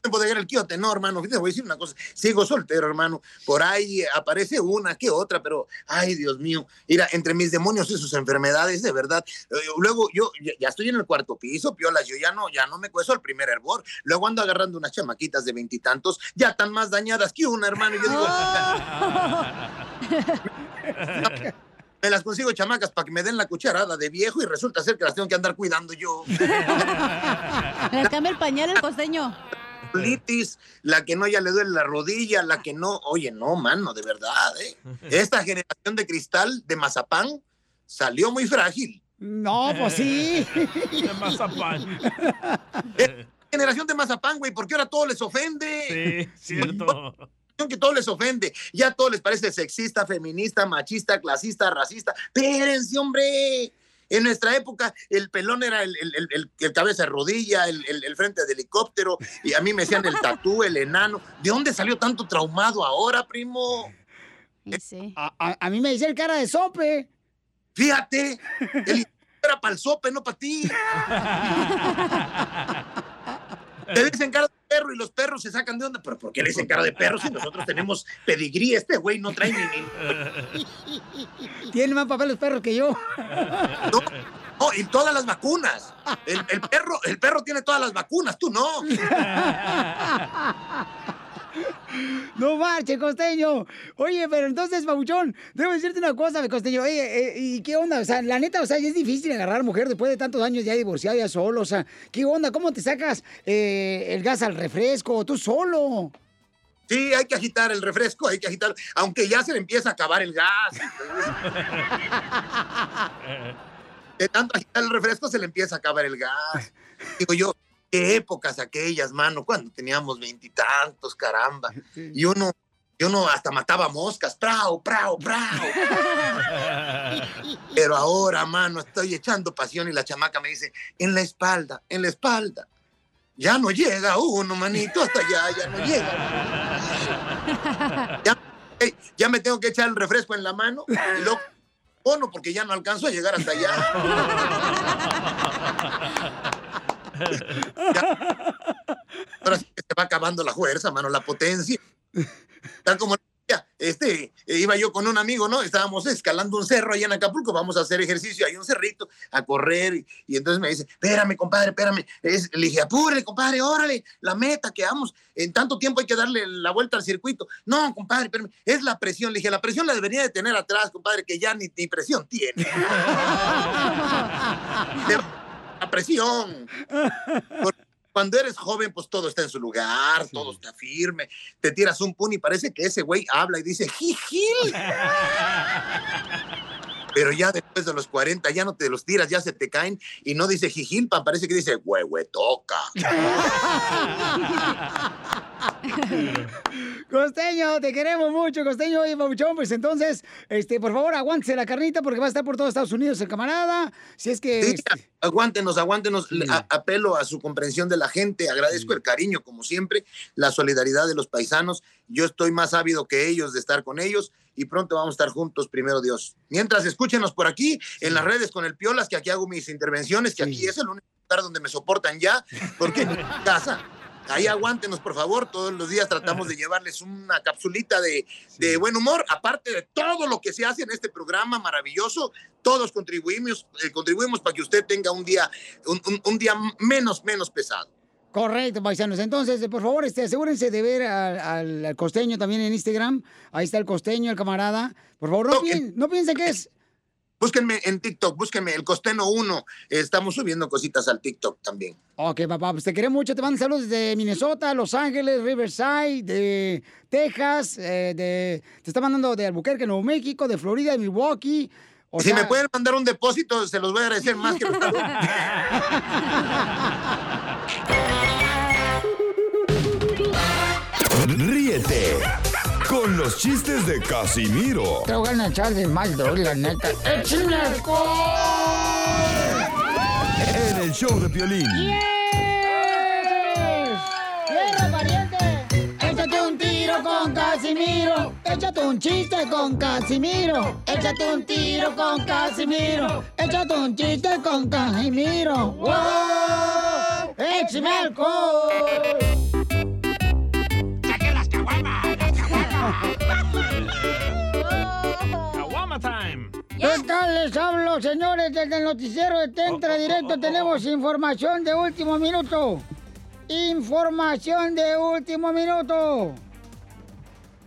[SPEAKER 14] No te llegar el quiote, no, hermano. Te voy a decir una cosa. Sigo soltero, hermano. Por ahí aparece una que otra, pero, ay, Dios mío. Mira, entre mis demonios y sus enfermedades, de verdad. Eh, Luego, yo ya- ya estoy en el cuarto piso, piolas. Yo ya no, ya no me cueso el primer hervor. Luego ando agarrando unas chamaquitas de veintitantos, ya tan más dañadas que una, hermano. Y yo digo, me las consigo chamacas para que me den la cucharada de viejo y resulta ser que las tengo que andar cuidando yo.
[SPEAKER 3] Le cambia el pañal al costeño.
[SPEAKER 14] Litis, la que no ya le duele la rodilla, la que no, oye, no, mano, de verdad, ¿eh? Esta generación de cristal de mazapán salió muy frágil.
[SPEAKER 1] No, pues sí.
[SPEAKER 14] De mazapán. generación de mazapán, güey, porque ahora todo les ofende. Sí, cierto. Que todo les ofende, ya todo les parece sexista, feminista, machista, clasista, racista. Espérense, hombre. En nuestra época, el pelón era el, el- el- el- el cabeza de rodilla, el, el- el frente de helicóptero, y a mí me decían el tatú, el enano. ¿De dónde salió tanto traumado ahora, primo?
[SPEAKER 1] A, a- a mí me dice el cara de sope.
[SPEAKER 14] Fíjate, el era para el sope, no para ti. Te dicen cara de perro y los perros se sacan de onda. ¿Pero por qué le dicen cara de perro si nosotros tenemos pedigrí? Este güey no trae ni... ni-
[SPEAKER 1] Tiene más papel los perros que yo.
[SPEAKER 14] No, no, y todas las vacunas. El, el perro, el perro tiene todas las vacunas, tú no.
[SPEAKER 1] No marche, costeño. Oye, pero entonces, Pabuchón, debo decirte una cosa, mi costeño. Oye, eh, ¿y qué onda? O sea, la neta, o sea, ya es difícil agarrar mujer después de tantos años ya divorciada, ya solo. O sea, ¿qué onda? ¿Cómo te sacas eh, el gas al refresco tú solo?
[SPEAKER 14] Sí, hay que agitar el refresco, hay que agitar, aunque ya se le empieza a acabar el gas. De tanto agitar el refresco se le empieza a acabar el gas. Digo yo, qué épocas aquellas, mano, cuando teníamos veintitantos, caramba. Y uno, y uno hasta mataba moscas, prao, prao, prao. Pero ahora, mano, estoy echando pasión y la chamaca me dice, en la espalda, en la espalda. Ya no llega uno, manito, hasta allá, ya no llega. Ya, ey, ya me tengo que echar el refresco en la mano y luego pono porque ya no alcanzo a llegar hasta allá. Ahora sí que se va acabando la fuerza, mano, la potencia. Tal como ya, este, eh, iba yo con un amigo, ¿no? Estábamos escalando un cerro allá en Acapulco, vamos a hacer ejercicio, hay un cerrito, a correr, y, y entonces me dice, espérame, compadre, espérame. Es- le dije, apúrele, compadre, órale, la meta que vamos, en tanto tiempo hay que darle la vuelta al circuito. No, compadre, espérame, es la presión, le dije, la presión la debería de tener atrás, compadre, que ya ni, ni presión tiene. la presión. Porque Cuando eres joven, pues todo está en su lugar, todo está firme. Te tiras un pun y parece que ese güey habla y dice, jijil. Pero ya después de los 40 ya no te los tiras, ya se te caen y no dice jijilpan, parece que dice huehue toca.
[SPEAKER 1] Costeño, te queremos mucho, Costeño y Pabuchón. Pues entonces, este, por favor, aguántese la carnita porque va a estar por todo Estados Unidos el camarada. Si es que. este,
[SPEAKER 14] Aguántenos, aguántenos. Le- a- apelo a su comprensión de la gente. Agradezco el cariño, como siempre, la solidaridad de los paisanos. Yo estoy más ávido que ellos de estar con ellos y pronto vamos a estar juntos, primero Dios. Mientras, escúchenos por aquí, en las redes con el Piolas, que aquí hago mis intervenciones, que aquí es el único lugar donde me soportan ya, porque en mi casa. Ahí aguántenos, por favor. Todos los días tratamos de llevarles una capsulita de, de buen humor. Aparte de todo lo que se hace en este programa maravilloso, todos contribuimos, eh, contribuimos para que usted tenga un día, un, un- un día menos, menos pesado.
[SPEAKER 1] Correcto, paisanos. Entonces, eh, por favor, este, asegúrense de ver al, al- al costeño también en Instagram. Ahí está el costeño, el camarada. Por favor, no, pien- no piensen que es
[SPEAKER 14] Búsquenme en TikTok, búsquenme el Costeno 1. Estamos subiendo cositas al TikTok también.
[SPEAKER 1] Ok, papá, pues te queremos mucho. Te mando saludos desde Minnesota, Los Ángeles, Riverside, de Texas, eh, de, te está mandando de Albuquerque, Nuevo México, de Florida, de Milwaukee. O
[SPEAKER 14] si
[SPEAKER 1] sea-
[SPEAKER 14] me pueden mandar un depósito, se los voy a agradecer más que los saludos.
[SPEAKER 4] Ríete con los chistes de Casimiro
[SPEAKER 1] Te voy a echar de mal, doy, la neta. ¡Échame alcohol!
[SPEAKER 4] en el show de Piolín.
[SPEAKER 1] ¡Tierra, pariente! Échate un tiro con Casimiro. Échate un chiste con Casimiro. Échate un tiro con Casimiro. Échate un chiste con Casimiro. ¡Wow! ¡Échame alcohol!
[SPEAKER 2] Caguama time.
[SPEAKER 1] ¿Qué tal les hablo, señores? Desde el noticiero de Tentra Directo tenemos información de último minuto. Información de último minuto.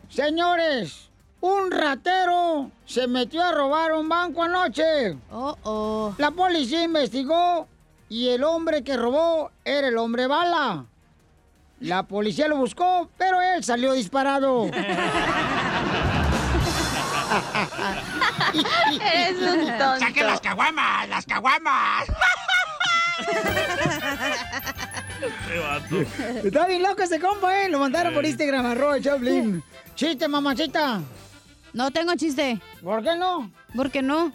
[SPEAKER 1] Señores, un ratero se metió a robar un banco anoche. Oh, oh. La policía investigó y el hombre que robó era el hombre bala. La policía lo buscó, pero él salió disparado.
[SPEAKER 11] Eres un tonto.
[SPEAKER 1] Saquen las
[SPEAKER 11] caguamas! ¡Las caguamas!
[SPEAKER 1] Está bien loco ese compa, ¿eh? Lo mandaron por Instagram, arroba el Choplin. Chiste, mamachita.
[SPEAKER 3] No tengo chiste.
[SPEAKER 1] ¿Por qué no?
[SPEAKER 3] ¿Por qué no?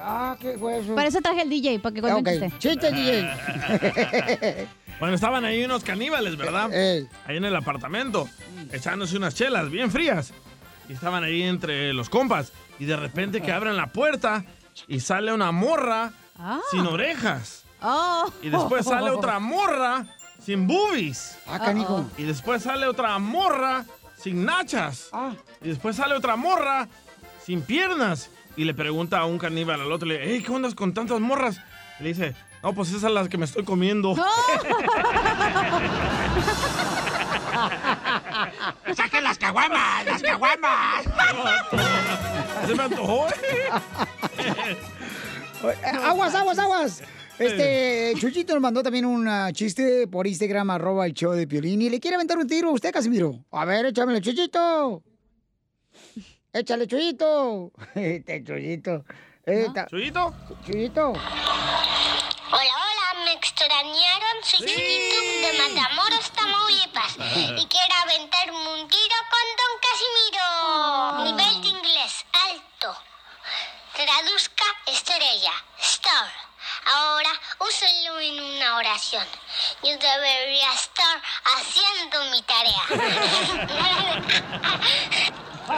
[SPEAKER 1] Ah, qué hueso.
[SPEAKER 3] Para eso traje el DJ, para que cuente el
[SPEAKER 2] Ok,
[SPEAKER 3] chiste.
[SPEAKER 1] chiste,
[SPEAKER 2] Bueno, estaban ahí unos caníbales, ¿verdad?
[SPEAKER 1] Eh,
[SPEAKER 2] Ahí en el apartamento, echándose unas chelas bien frías. Y estaban ahí entre los compas. Y de repente que abren la puerta y sale una morra
[SPEAKER 3] Ah.
[SPEAKER 2] sin
[SPEAKER 1] Ah.
[SPEAKER 2] orejas.
[SPEAKER 3] Oh.
[SPEAKER 2] Y después sale otra morra sin boobies.
[SPEAKER 1] Ah, canijo.
[SPEAKER 2] Y después sale otra morra sin nachas.
[SPEAKER 1] Ah.
[SPEAKER 2] Y después sale otra morra sin piernas. Y le pregunta a un caníbal al otro, le dice, "Ey, ¿qué onda con tantas morras? Y le dice, no, pues esas son las que me estoy comiendo.
[SPEAKER 11] ¡Saquen las caguamas! ¡Las caguamas!
[SPEAKER 2] Se me antojó.
[SPEAKER 1] Eh, Aguas, aguas, aguas.
[SPEAKER 3] Eh.
[SPEAKER 1] Este, Chuchito nos mandó también un ah, chiste por Instagram, arroba el show de Piolín. Y le quiere aventar un tiro a usted, Casimiro. A ver, échamele, Chuchito. Échale, Chuchito. Este, Chuchito. Esta-
[SPEAKER 2] ¿Chuyito?
[SPEAKER 1] Chuyito.
[SPEAKER 20] Hola, hola, me extrañaron, soy Chiquito de Matamoros, Tamaulipas y quiero aventarme un tiro con Don Casimiro. Nivel de inglés, alto. Traduzca estrella, star. Ahora úselo en una oración. Yo debería estar haciendo mi tarea.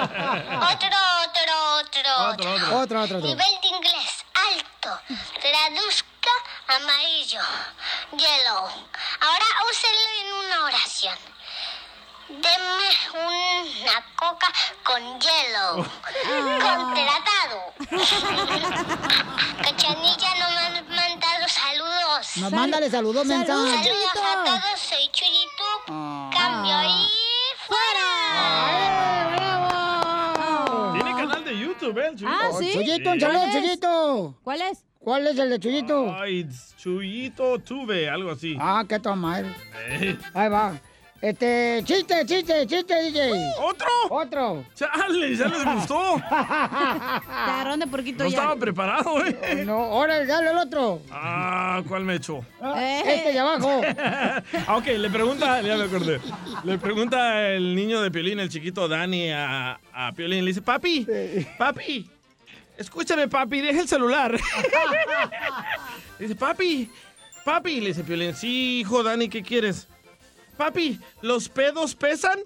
[SPEAKER 20] otro, otro, otro,
[SPEAKER 1] Otro, otro. Otro, otro, otro.
[SPEAKER 20] Nivel de inglés, alto. Traduzca amarillo, yellow. Ahora úselo en una oración. Deme una coca con hielo. Contratado. Cachanilla no me han mandado saludos.
[SPEAKER 1] No, mándale saludos, mensa.
[SPEAKER 20] Saludos a todos, soy Chuyito. Cambio y fuera.
[SPEAKER 2] Tiene canal de YouTube, ¿eh? Chuyito?
[SPEAKER 3] Ah,
[SPEAKER 1] Oh, Chuyito, un saludo, Chuyito.
[SPEAKER 3] ¿Cuál es?
[SPEAKER 1] ¿Cuál es el de Chuyito?
[SPEAKER 2] Ay, Chuyito Tuve, algo así.
[SPEAKER 1] Ah, qué tomar.
[SPEAKER 2] Eh.
[SPEAKER 1] Ahí va. Este, chiste, chiste, chiste, DJ.
[SPEAKER 2] ¿Otro?
[SPEAKER 1] Otro.
[SPEAKER 2] Chale, ya les gustó.
[SPEAKER 1] Tarón de porquito
[SPEAKER 2] No estaba preparado, ¿eh?
[SPEAKER 1] No, ahora dale el otro.
[SPEAKER 2] Ah, ¿cuál me echó?
[SPEAKER 1] Este de abajo.
[SPEAKER 2] Ah, ok, le pregunta, ya me acordé. Le pregunta el niño de Piolín, el chiquito Dani, a, a Piolín. Le dice, papi, papi, escúchame, papi, deja el celular. Le dice, papi, papi. Le dice Piolín, sí, hijo Dani, ¿qué quieres? Papi, ¿los pedos pesan?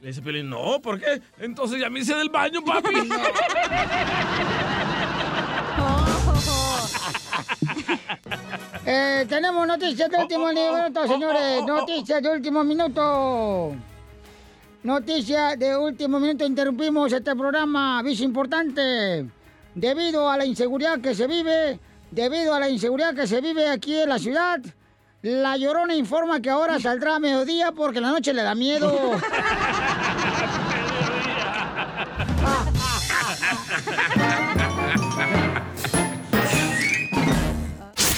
[SPEAKER 2] Le dice Piolín, no, ¿por qué? Entonces ya me hice del baño, papi.
[SPEAKER 1] Eh, tenemos noticias de último minuto, señores. Noticias de último minuto. Noticias de último minuto. Interrumpimos este programa, aviso importante. Debido a la inseguridad que se vive, debido a la inseguridad que se vive aquí en la ciudad, la llorona informa que ahora saldrá a mediodía porque la noche le da miedo.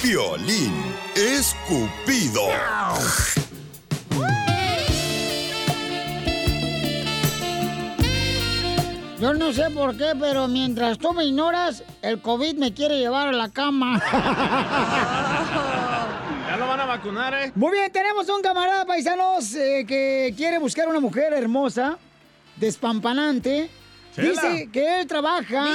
[SPEAKER 4] Piolín Escupido.
[SPEAKER 1] Yo no sé por qué, pero mientras tú me ignoras, el COVID me quiere llevar a la cama.
[SPEAKER 2] Ya lo van a vacunar, ¿eh?
[SPEAKER 1] Muy bien, tenemos un camarada paisanos eh, que quiere buscar una mujer hermosa, despampanante.
[SPEAKER 11] Chela.
[SPEAKER 1] Dice que él trabaja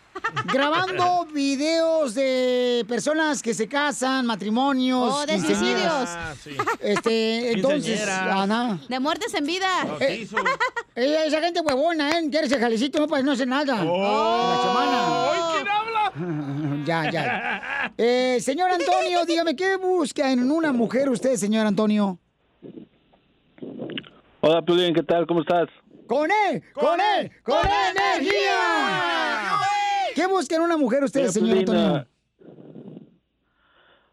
[SPEAKER 1] grabando videos de personas que se casan, matrimonios,
[SPEAKER 3] O Oh, de
[SPEAKER 1] quinceañeras.
[SPEAKER 3] suicidios.
[SPEAKER 1] Ah, Este, entonces,
[SPEAKER 3] Quinceañeras.
[SPEAKER 1] Ana.
[SPEAKER 3] De muertes en vida.
[SPEAKER 1] Eh, eh, esa gente huevona, ¿eh? Quiere ese jalecito, no, pues no hace nada. De la semana. ya, ya. Eh, señor Antonio, dígame, ¿qué busca en una mujer usted, señor Antonio?
[SPEAKER 18] Hola, Piolín, ¿qué tal? ¿Cómo estás?
[SPEAKER 1] ¡Con él! ¡Con él! ¡Con energía! ¿Qué busca en una mujer usted,
[SPEAKER 18] Mira,
[SPEAKER 1] señor
[SPEAKER 18] Piolín,
[SPEAKER 1] Antonio?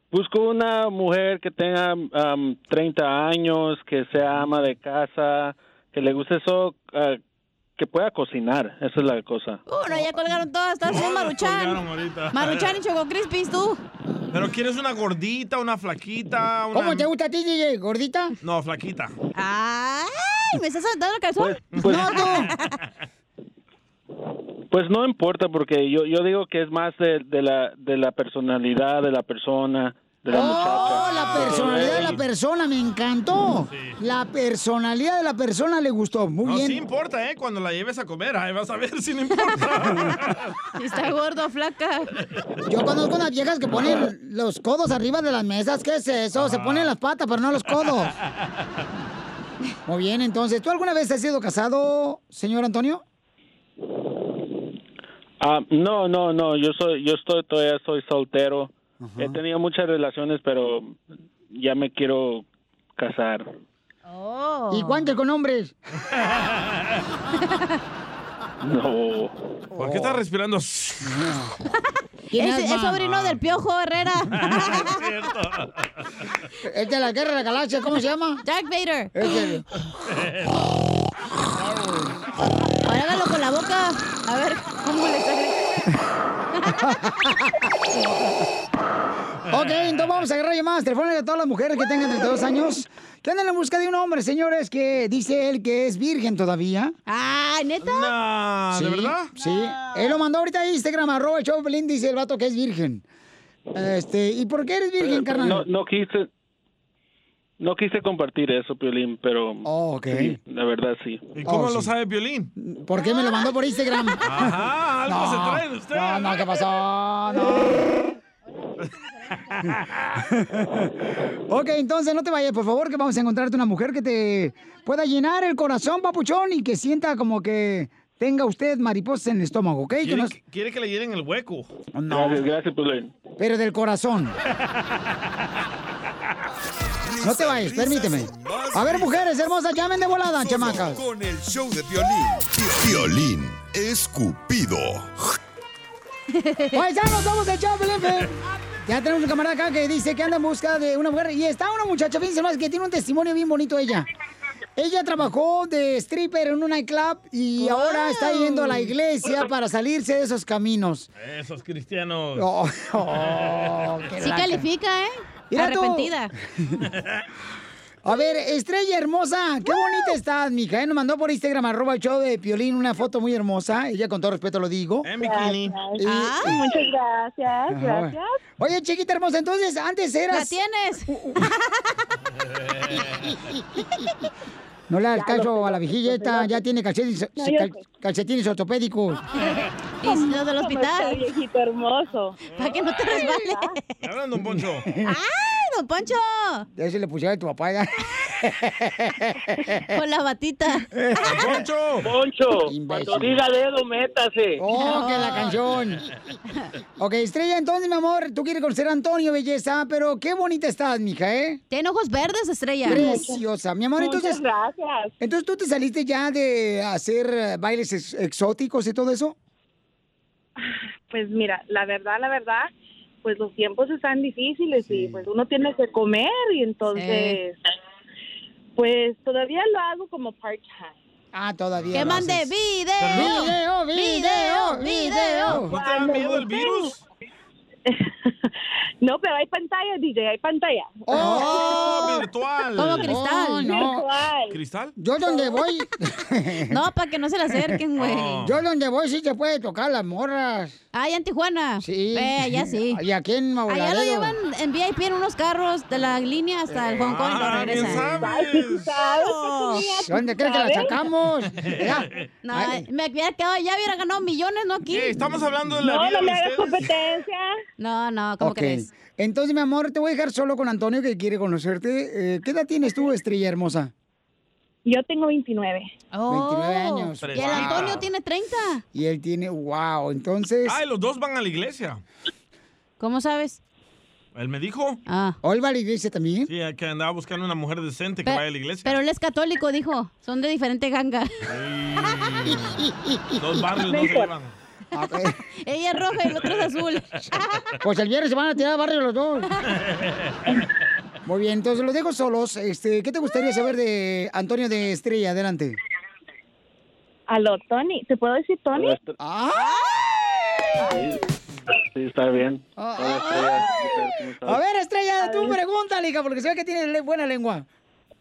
[SPEAKER 18] Busco una mujer que tenga am, 30 años, que sea ama de casa, que le guste eso, ah, que pueda cocinar. Esa es la cosa.
[SPEAKER 3] Uno, ya colgaron todas, estás haciendo
[SPEAKER 2] colgaron
[SPEAKER 3] Maruchan.
[SPEAKER 2] ahorita.
[SPEAKER 3] Maruchan y Choco Crispis, tú.
[SPEAKER 2] Pero quieres una gordita, una flaquita, una...
[SPEAKER 3] ¿Cómo te
[SPEAKER 1] gusta a ti, DJ? ¿Gordita?
[SPEAKER 2] No, flaquita.
[SPEAKER 3] ¡Ay! ¿Me estás saltando la calzón?
[SPEAKER 18] Pues- pues-
[SPEAKER 3] no, tú.
[SPEAKER 18] Pues no importa, porque yo, yo digo que es más de, de la, de la personalidad de la persona, de la muchacha.
[SPEAKER 1] Oh, la personalidad de la persona, me encantó. La personalidad de la persona le gustó. Muy
[SPEAKER 2] No,
[SPEAKER 1] bien.
[SPEAKER 2] sí importa, ¿eh? Cuando la lleves a comer, ahí vas a ver si no importa.
[SPEAKER 3] Si está gordo, flaca.
[SPEAKER 1] Yo conozco unas viejas que ponen los codos arriba de las mesas. ¿Qué es eso? Se ponen las patas, pero no los codos. Muy bien, entonces, ¿tú alguna vez has sido casado, señor Antonio?
[SPEAKER 18] Ah, no, no, no, yo soy, yo estoy, todavía soy soltero. He tenido muchas relaciones, pero ya me quiero casar.
[SPEAKER 3] Oh.
[SPEAKER 1] ¿Y cuánto con hombres?
[SPEAKER 18] No.
[SPEAKER 2] ¿Por qué estás respirando?
[SPEAKER 1] ¿Quién
[SPEAKER 3] Es,
[SPEAKER 1] es,
[SPEAKER 3] es
[SPEAKER 1] ma?
[SPEAKER 3] sobrino del Piojo Herrera.
[SPEAKER 1] Es de Este, la Guerra de la Galaxia, ¿cómo se llama?
[SPEAKER 3] Darth Vader.
[SPEAKER 1] Este-
[SPEAKER 3] Ahora hágalo con la boca. A ver cómo le sale.
[SPEAKER 1] Ok, entonces vamos a agarrar llamadas telefónicas de todas las mujeres que tengan 32 años que andan en busca de un hombre, señores, que dice él que es virgen todavía.
[SPEAKER 3] Ah, ¿neta?
[SPEAKER 2] No,
[SPEAKER 1] Sí, Sí. Él lo mandó ahorita a Instagram, arroba el show de Pelín, dice el vato que es virgen. Este, ¿y por qué eres virgen, carnal?
[SPEAKER 18] No, no quise, no quise compartir eso, Piolín, pero
[SPEAKER 21] Oh,
[SPEAKER 18] sí, la verdad Oh, sí.
[SPEAKER 2] ¿Y cómo lo sabe Piolín?
[SPEAKER 1] ¿Por qué me lo mandó por Instagram?
[SPEAKER 2] Ajá, algo
[SPEAKER 1] No,
[SPEAKER 2] se trae de usted.
[SPEAKER 1] No, no, ¿qué pasó? No. ok, entonces no te vayas, por favor, que vamos a encontrarte una mujer que te pueda llenar el corazón, papuchón, y que sienta como que tenga usted mariposas en el estómago, ¿ok? Que
[SPEAKER 2] Quiere,
[SPEAKER 1] no es-
[SPEAKER 2] que- quiere que le llenen el hueco.
[SPEAKER 18] Gracias, gracias, Piolín.
[SPEAKER 1] Pero del corazón. No te vayas, permíteme. A ver, mujeres hermosas, llamen de volada, chamacas.
[SPEAKER 4] Con el show de Piolín. Piolín Escupido.
[SPEAKER 1] Paisanos, somos el show, de Pelín, Fe. Ya tenemos un camarada acá que dice que anda en busca de una mujer. Y está una muchacha, fíjense más, que tiene un testimonio bien bonito ella. Ella trabajó de stripper en un nightclub y ahora está
[SPEAKER 3] Oh.
[SPEAKER 1] yendo a la iglesia para salirse de esos caminos.
[SPEAKER 2] Esos cristianos.
[SPEAKER 1] Oh, oh, qué
[SPEAKER 3] Sí
[SPEAKER 1] laca.
[SPEAKER 3] califica, ¿eh?
[SPEAKER 1] Mira tú.
[SPEAKER 3] Arrepentida.
[SPEAKER 1] A ver, estrella hermosa, qué bonita estás, mija. ¿eh? Nos mandó por Instagram, arroba el show de Piolín, una foto muy hermosa. Ella, con todo respeto, lo digo. En
[SPEAKER 11] bikini.
[SPEAKER 3] Ah.
[SPEAKER 11] Gracias. Ah, Muchas gracias, gracias.
[SPEAKER 1] Oye, chiquita hermosa, Ah, entonces, antes eras... Uh,
[SPEAKER 3] La tienes.
[SPEAKER 1] No le hagas
[SPEAKER 3] Ya lo
[SPEAKER 1] caso
[SPEAKER 3] sé,
[SPEAKER 1] a la viejilla esta, ya tiene calcetines,
[SPEAKER 3] No, yo
[SPEAKER 1] cal- calcetines ortopédicos.
[SPEAKER 3] Y los del hospital.
[SPEAKER 1] ¿Cómo está,
[SPEAKER 3] viejito hermoso. Para que no te resbales.
[SPEAKER 2] Me hablan, don Poncho.
[SPEAKER 3] ¡Ay, don Poncho!
[SPEAKER 1] Ya se le pusieron a tu papá. ¿eh? ya.
[SPEAKER 3] Con la batita.
[SPEAKER 2] ¡Poncho!
[SPEAKER 18] ¡Poncho!
[SPEAKER 1] Cuando
[SPEAKER 18] diga dedo, métase.
[SPEAKER 1] Oh, que la canción.
[SPEAKER 21] Ah,
[SPEAKER 1] Ok, estrella, entonces, mi amor, tú quieres conocer a Antonio, belleza, pero qué bonita estás, mija, ¿eh?
[SPEAKER 3] Tiene ojos verdes, estrella.
[SPEAKER 1] Preciosa. Mi amor,
[SPEAKER 3] Muchas
[SPEAKER 1] entonces. gracias. Entonces, ¿tú te saliste ya de hacer eh, bailes ex- exóticos y todo eso?
[SPEAKER 21] Pues mira, la verdad, la verdad, pues los tiempos están difíciles y pues uno tiene que comer y entonces, pues todavía lo hago como part-time.
[SPEAKER 1] Ah, todavía.
[SPEAKER 21] Que
[SPEAKER 1] lo
[SPEAKER 21] mande
[SPEAKER 1] haces.
[SPEAKER 21] video,
[SPEAKER 1] video, video,
[SPEAKER 21] video,
[SPEAKER 1] video.
[SPEAKER 21] video. ¿No te da miedo el
[SPEAKER 2] virus?
[SPEAKER 21] No, pero hay pantalla, DJ, hay pantalla.
[SPEAKER 2] ¡Oh, virtual!
[SPEAKER 3] Como cristal.
[SPEAKER 21] Oh, no. Virtual.
[SPEAKER 2] ¿Cristal?
[SPEAKER 1] Yo donde voy.
[SPEAKER 3] No, para que no se le acerquen, güey.
[SPEAKER 1] Oh. Yo donde voy sí se puede tocar las morras.
[SPEAKER 3] Ay, en Tijuana.
[SPEAKER 1] Sí.
[SPEAKER 3] Eh, allá sí.
[SPEAKER 1] Y aquí en Mauladero.
[SPEAKER 3] Allá lo llevan en VIP en unos carros de la línea hasta el Hong Kong y lo
[SPEAKER 2] Ah, ¿quién
[SPEAKER 3] regresan.
[SPEAKER 2] sabe?
[SPEAKER 1] ¿Dónde crees que la sacamos? Ya.
[SPEAKER 3] No, me hubiera quedado allá, hubiera ganado millones, ¿no? Aquí.
[SPEAKER 2] Ey, estamos hablando de la No, vida no me de hagas ustedes.
[SPEAKER 21] competencia.
[SPEAKER 3] No, no, ¿cómo
[SPEAKER 1] Ok.
[SPEAKER 3] crees?
[SPEAKER 1] Entonces, mi amor, te voy a dejar solo con Antonio que quiere conocerte. Eh, ¿Qué edad tienes tú, estrella hermosa?
[SPEAKER 21] Yo tengo 29.
[SPEAKER 1] 29 años.
[SPEAKER 3] Oh. Y el Antonio tiene 30.
[SPEAKER 1] Y él tiene, wow, entonces...
[SPEAKER 2] Ay, Ah, los dos van a la iglesia.
[SPEAKER 3] ¿Cómo sabes?
[SPEAKER 2] Él me dijo.
[SPEAKER 3] Ah.
[SPEAKER 1] ¿Olva la iglesia también?
[SPEAKER 2] Sí, que andaba buscando una mujer decente que
[SPEAKER 3] Pe-
[SPEAKER 2] vaya a la iglesia.
[SPEAKER 3] Pero él es católico, dijo. Son de diferente ganga.
[SPEAKER 2] Dos barrios no se llevan.
[SPEAKER 3] Ella es roja y el otro es azul.
[SPEAKER 1] Pues el viernes se van a tirar al barrio los dos. Muy bien, entonces los dejo solos. Este, ¿Qué te gustaría saber de Antonio de Estrella? Adelante.
[SPEAKER 21] Aló, Tony. ¿Te puedo decir Tony?
[SPEAKER 1] Ah.
[SPEAKER 18] Sí, está bien.
[SPEAKER 21] Oh,
[SPEAKER 18] Hola, estrella. ¿Qué tal? ¿Cómo
[SPEAKER 1] A
[SPEAKER 18] estás?
[SPEAKER 1] ver, Estrella, tú pregúntale, hija, porque se ve que tienes le- buena lengua.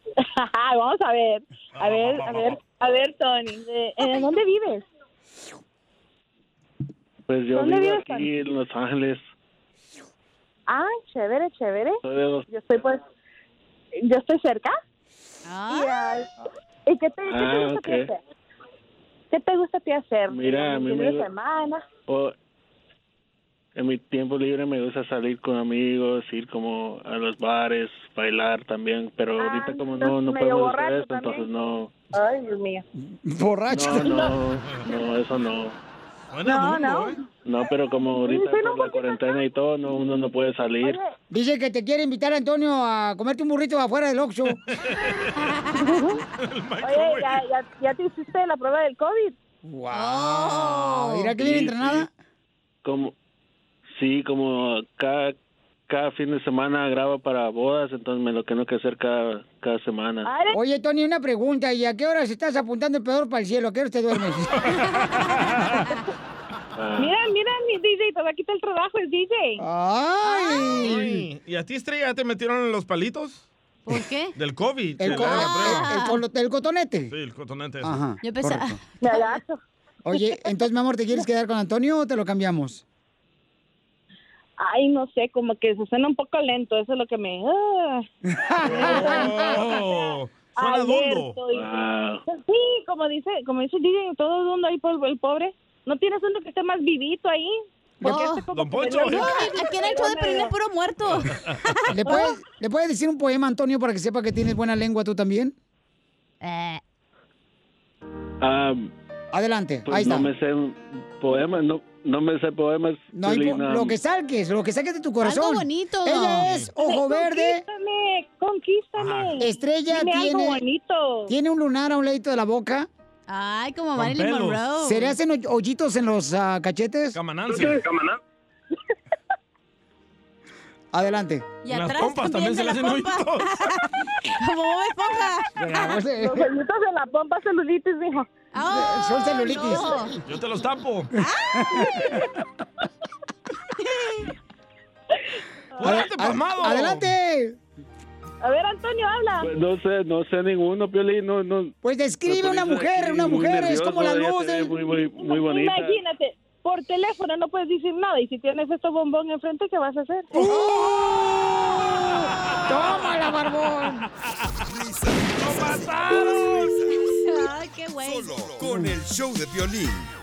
[SPEAKER 21] Vamos a ver. A ver, a ver, a ver, Tony. de- ¿En dónde vives?
[SPEAKER 18] Pues yo
[SPEAKER 21] ¿Dónde
[SPEAKER 18] vivo
[SPEAKER 21] vives,
[SPEAKER 18] aquí en Los Ángeles.
[SPEAKER 21] Ah, chévere, chévere.
[SPEAKER 18] Soy de Los-
[SPEAKER 21] Yo estoy pues, yo estoy cerca. Y, ah, ¿Y qué te, qué te
[SPEAKER 18] Ah,
[SPEAKER 21] gusta a ti
[SPEAKER 18] ok.
[SPEAKER 21] hacer? ¿Qué te gusta a ti hacer?
[SPEAKER 18] Mira, a mí
[SPEAKER 21] ¿Fin
[SPEAKER 18] me
[SPEAKER 21] de
[SPEAKER 18] gu-
[SPEAKER 21] semana.
[SPEAKER 18] o- Oh, en mi tiempo libre me gusta salir con amigos, ir como a los bares, bailar también, pero ahorita como no, no
[SPEAKER 21] Ah, medio
[SPEAKER 18] podemos hacer
[SPEAKER 21] borracho
[SPEAKER 18] eso, entonces no,
[SPEAKER 21] Ay, Dios mío.
[SPEAKER 1] Borracho.
[SPEAKER 18] no, no, no, eso no.
[SPEAKER 21] No, no.
[SPEAKER 18] No, pero como ahorita
[SPEAKER 1] pero
[SPEAKER 18] por la cuarentena y todo, no, uno no puede salir.
[SPEAKER 1] Dice que te quiere invitar Antonio a comerte un burrito afuera del Oxxo.
[SPEAKER 21] Oye, ya, ya, ya te hiciste la prueba del COVID.
[SPEAKER 1] ¡Wow! Mira que
[SPEAKER 18] Sí,
[SPEAKER 1] bien entrenada.
[SPEAKER 18] Como, sí, como cada, cada fin de semana grabo para bodas, entonces me lo tengo que hacer cada, cada semana.
[SPEAKER 1] Oye, Tony, una pregunta. ¿Y a qué horas estás apuntando el pedor para el cielo? ¿A qué horas te duermes?
[SPEAKER 18] Ah,
[SPEAKER 21] Mira, mira, mi DJ, te va a quitar el trabajo, el DJ.
[SPEAKER 1] Ah, ¡Ay!
[SPEAKER 2] ¿Y a ti, Estrella, te metieron en los palitos?
[SPEAKER 3] ¿Por qué?
[SPEAKER 2] Del COVID.
[SPEAKER 1] El,
[SPEAKER 2] Te
[SPEAKER 1] co-
[SPEAKER 2] dieron la prueba.
[SPEAKER 1] el- el colo- el cotonete.
[SPEAKER 2] Sí, el cotonete. ese.
[SPEAKER 1] Ajá.
[SPEAKER 3] Yo pensé-
[SPEAKER 1] correcto.
[SPEAKER 21] Me agacho.
[SPEAKER 1] Oye, entonces, mi amor, ¿te quieres quedar con Antonio o te lo cambiamos?
[SPEAKER 21] Ay, no sé, como que se suena un poco lento, eso es lo que me... ah.
[SPEAKER 2] Oh, suena
[SPEAKER 21] Ayer
[SPEAKER 2] dundo.
[SPEAKER 21] estoy-
[SPEAKER 18] Ah.
[SPEAKER 21] Sí, como dice, como dice el DJ, todo el mundo ahí, po- el pobre. ¿No tienes uno que esté más vivito ahí? Porque este como
[SPEAKER 2] Don
[SPEAKER 21] que
[SPEAKER 2] Poncho.
[SPEAKER 21] tenía-
[SPEAKER 2] No,
[SPEAKER 3] aquí en el show de Pelín es puro muerto.
[SPEAKER 1] ¿Le puedes, ¿Le puedes decir un poema, Antonio, para que sepa que tienes buena lengua tú también?
[SPEAKER 3] Eh,
[SPEAKER 18] ah,
[SPEAKER 1] Adelante,
[SPEAKER 18] pues
[SPEAKER 1] ahí está.
[SPEAKER 18] no me sé un poema, no, no me sé poemas.
[SPEAKER 1] No hay
[SPEAKER 18] Piolín,
[SPEAKER 1] po-
[SPEAKER 18] ah,
[SPEAKER 1] lo que saques, lo que saques de tu corazón.
[SPEAKER 3] Algo bonito.
[SPEAKER 1] Ella es ojo verde.
[SPEAKER 21] Conquístame, conquístame.
[SPEAKER 1] Estrella
[SPEAKER 21] Dime algo
[SPEAKER 1] tiene
[SPEAKER 21] bonito.
[SPEAKER 1] tiene un lunar a un ladito de la boca.
[SPEAKER 3] Ay, como Marilyn Monroe.
[SPEAKER 1] ¿Se le hacen hoy- hoyitos en los ah, cachetes?
[SPEAKER 2] Camanance.
[SPEAKER 1] Adelante.
[SPEAKER 3] Y atrás también, de la pompa. Como Bob
[SPEAKER 1] Los
[SPEAKER 3] Esponja.
[SPEAKER 21] hoyitos de la pompa celulitis, mijo.
[SPEAKER 3] Ah,
[SPEAKER 1] Son celulitis.
[SPEAKER 3] no.
[SPEAKER 2] Yo te los tapo.
[SPEAKER 1] Adelante,
[SPEAKER 2] pasmado.
[SPEAKER 1] Adelante.
[SPEAKER 21] A ver, Antonio, habla.
[SPEAKER 18] Pues no sé, no sé ninguno, Piolín, no, no.
[SPEAKER 1] Pues describe
[SPEAKER 18] Me
[SPEAKER 1] una
[SPEAKER 18] pones
[SPEAKER 1] mujer,
[SPEAKER 18] aquí
[SPEAKER 1] una
[SPEAKER 18] muy
[SPEAKER 1] mujer, es como la
[SPEAKER 18] nervioso,
[SPEAKER 1] luz
[SPEAKER 18] ya te
[SPEAKER 1] del-
[SPEAKER 18] vi Muy, muy, muy bonita.
[SPEAKER 21] Imagínate, por teléfono no puedes decir nada y si tienes esto bombón enfrente, ¿qué vas a hacer?
[SPEAKER 3] ¡Oh!
[SPEAKER 1] ¡Tómala, barbón!
[SPEAKER 4] Risas, risas, risas.
[SPEAKER 3] Ay, qué güey.
[SPEAKER 4] Solo con el show de violín.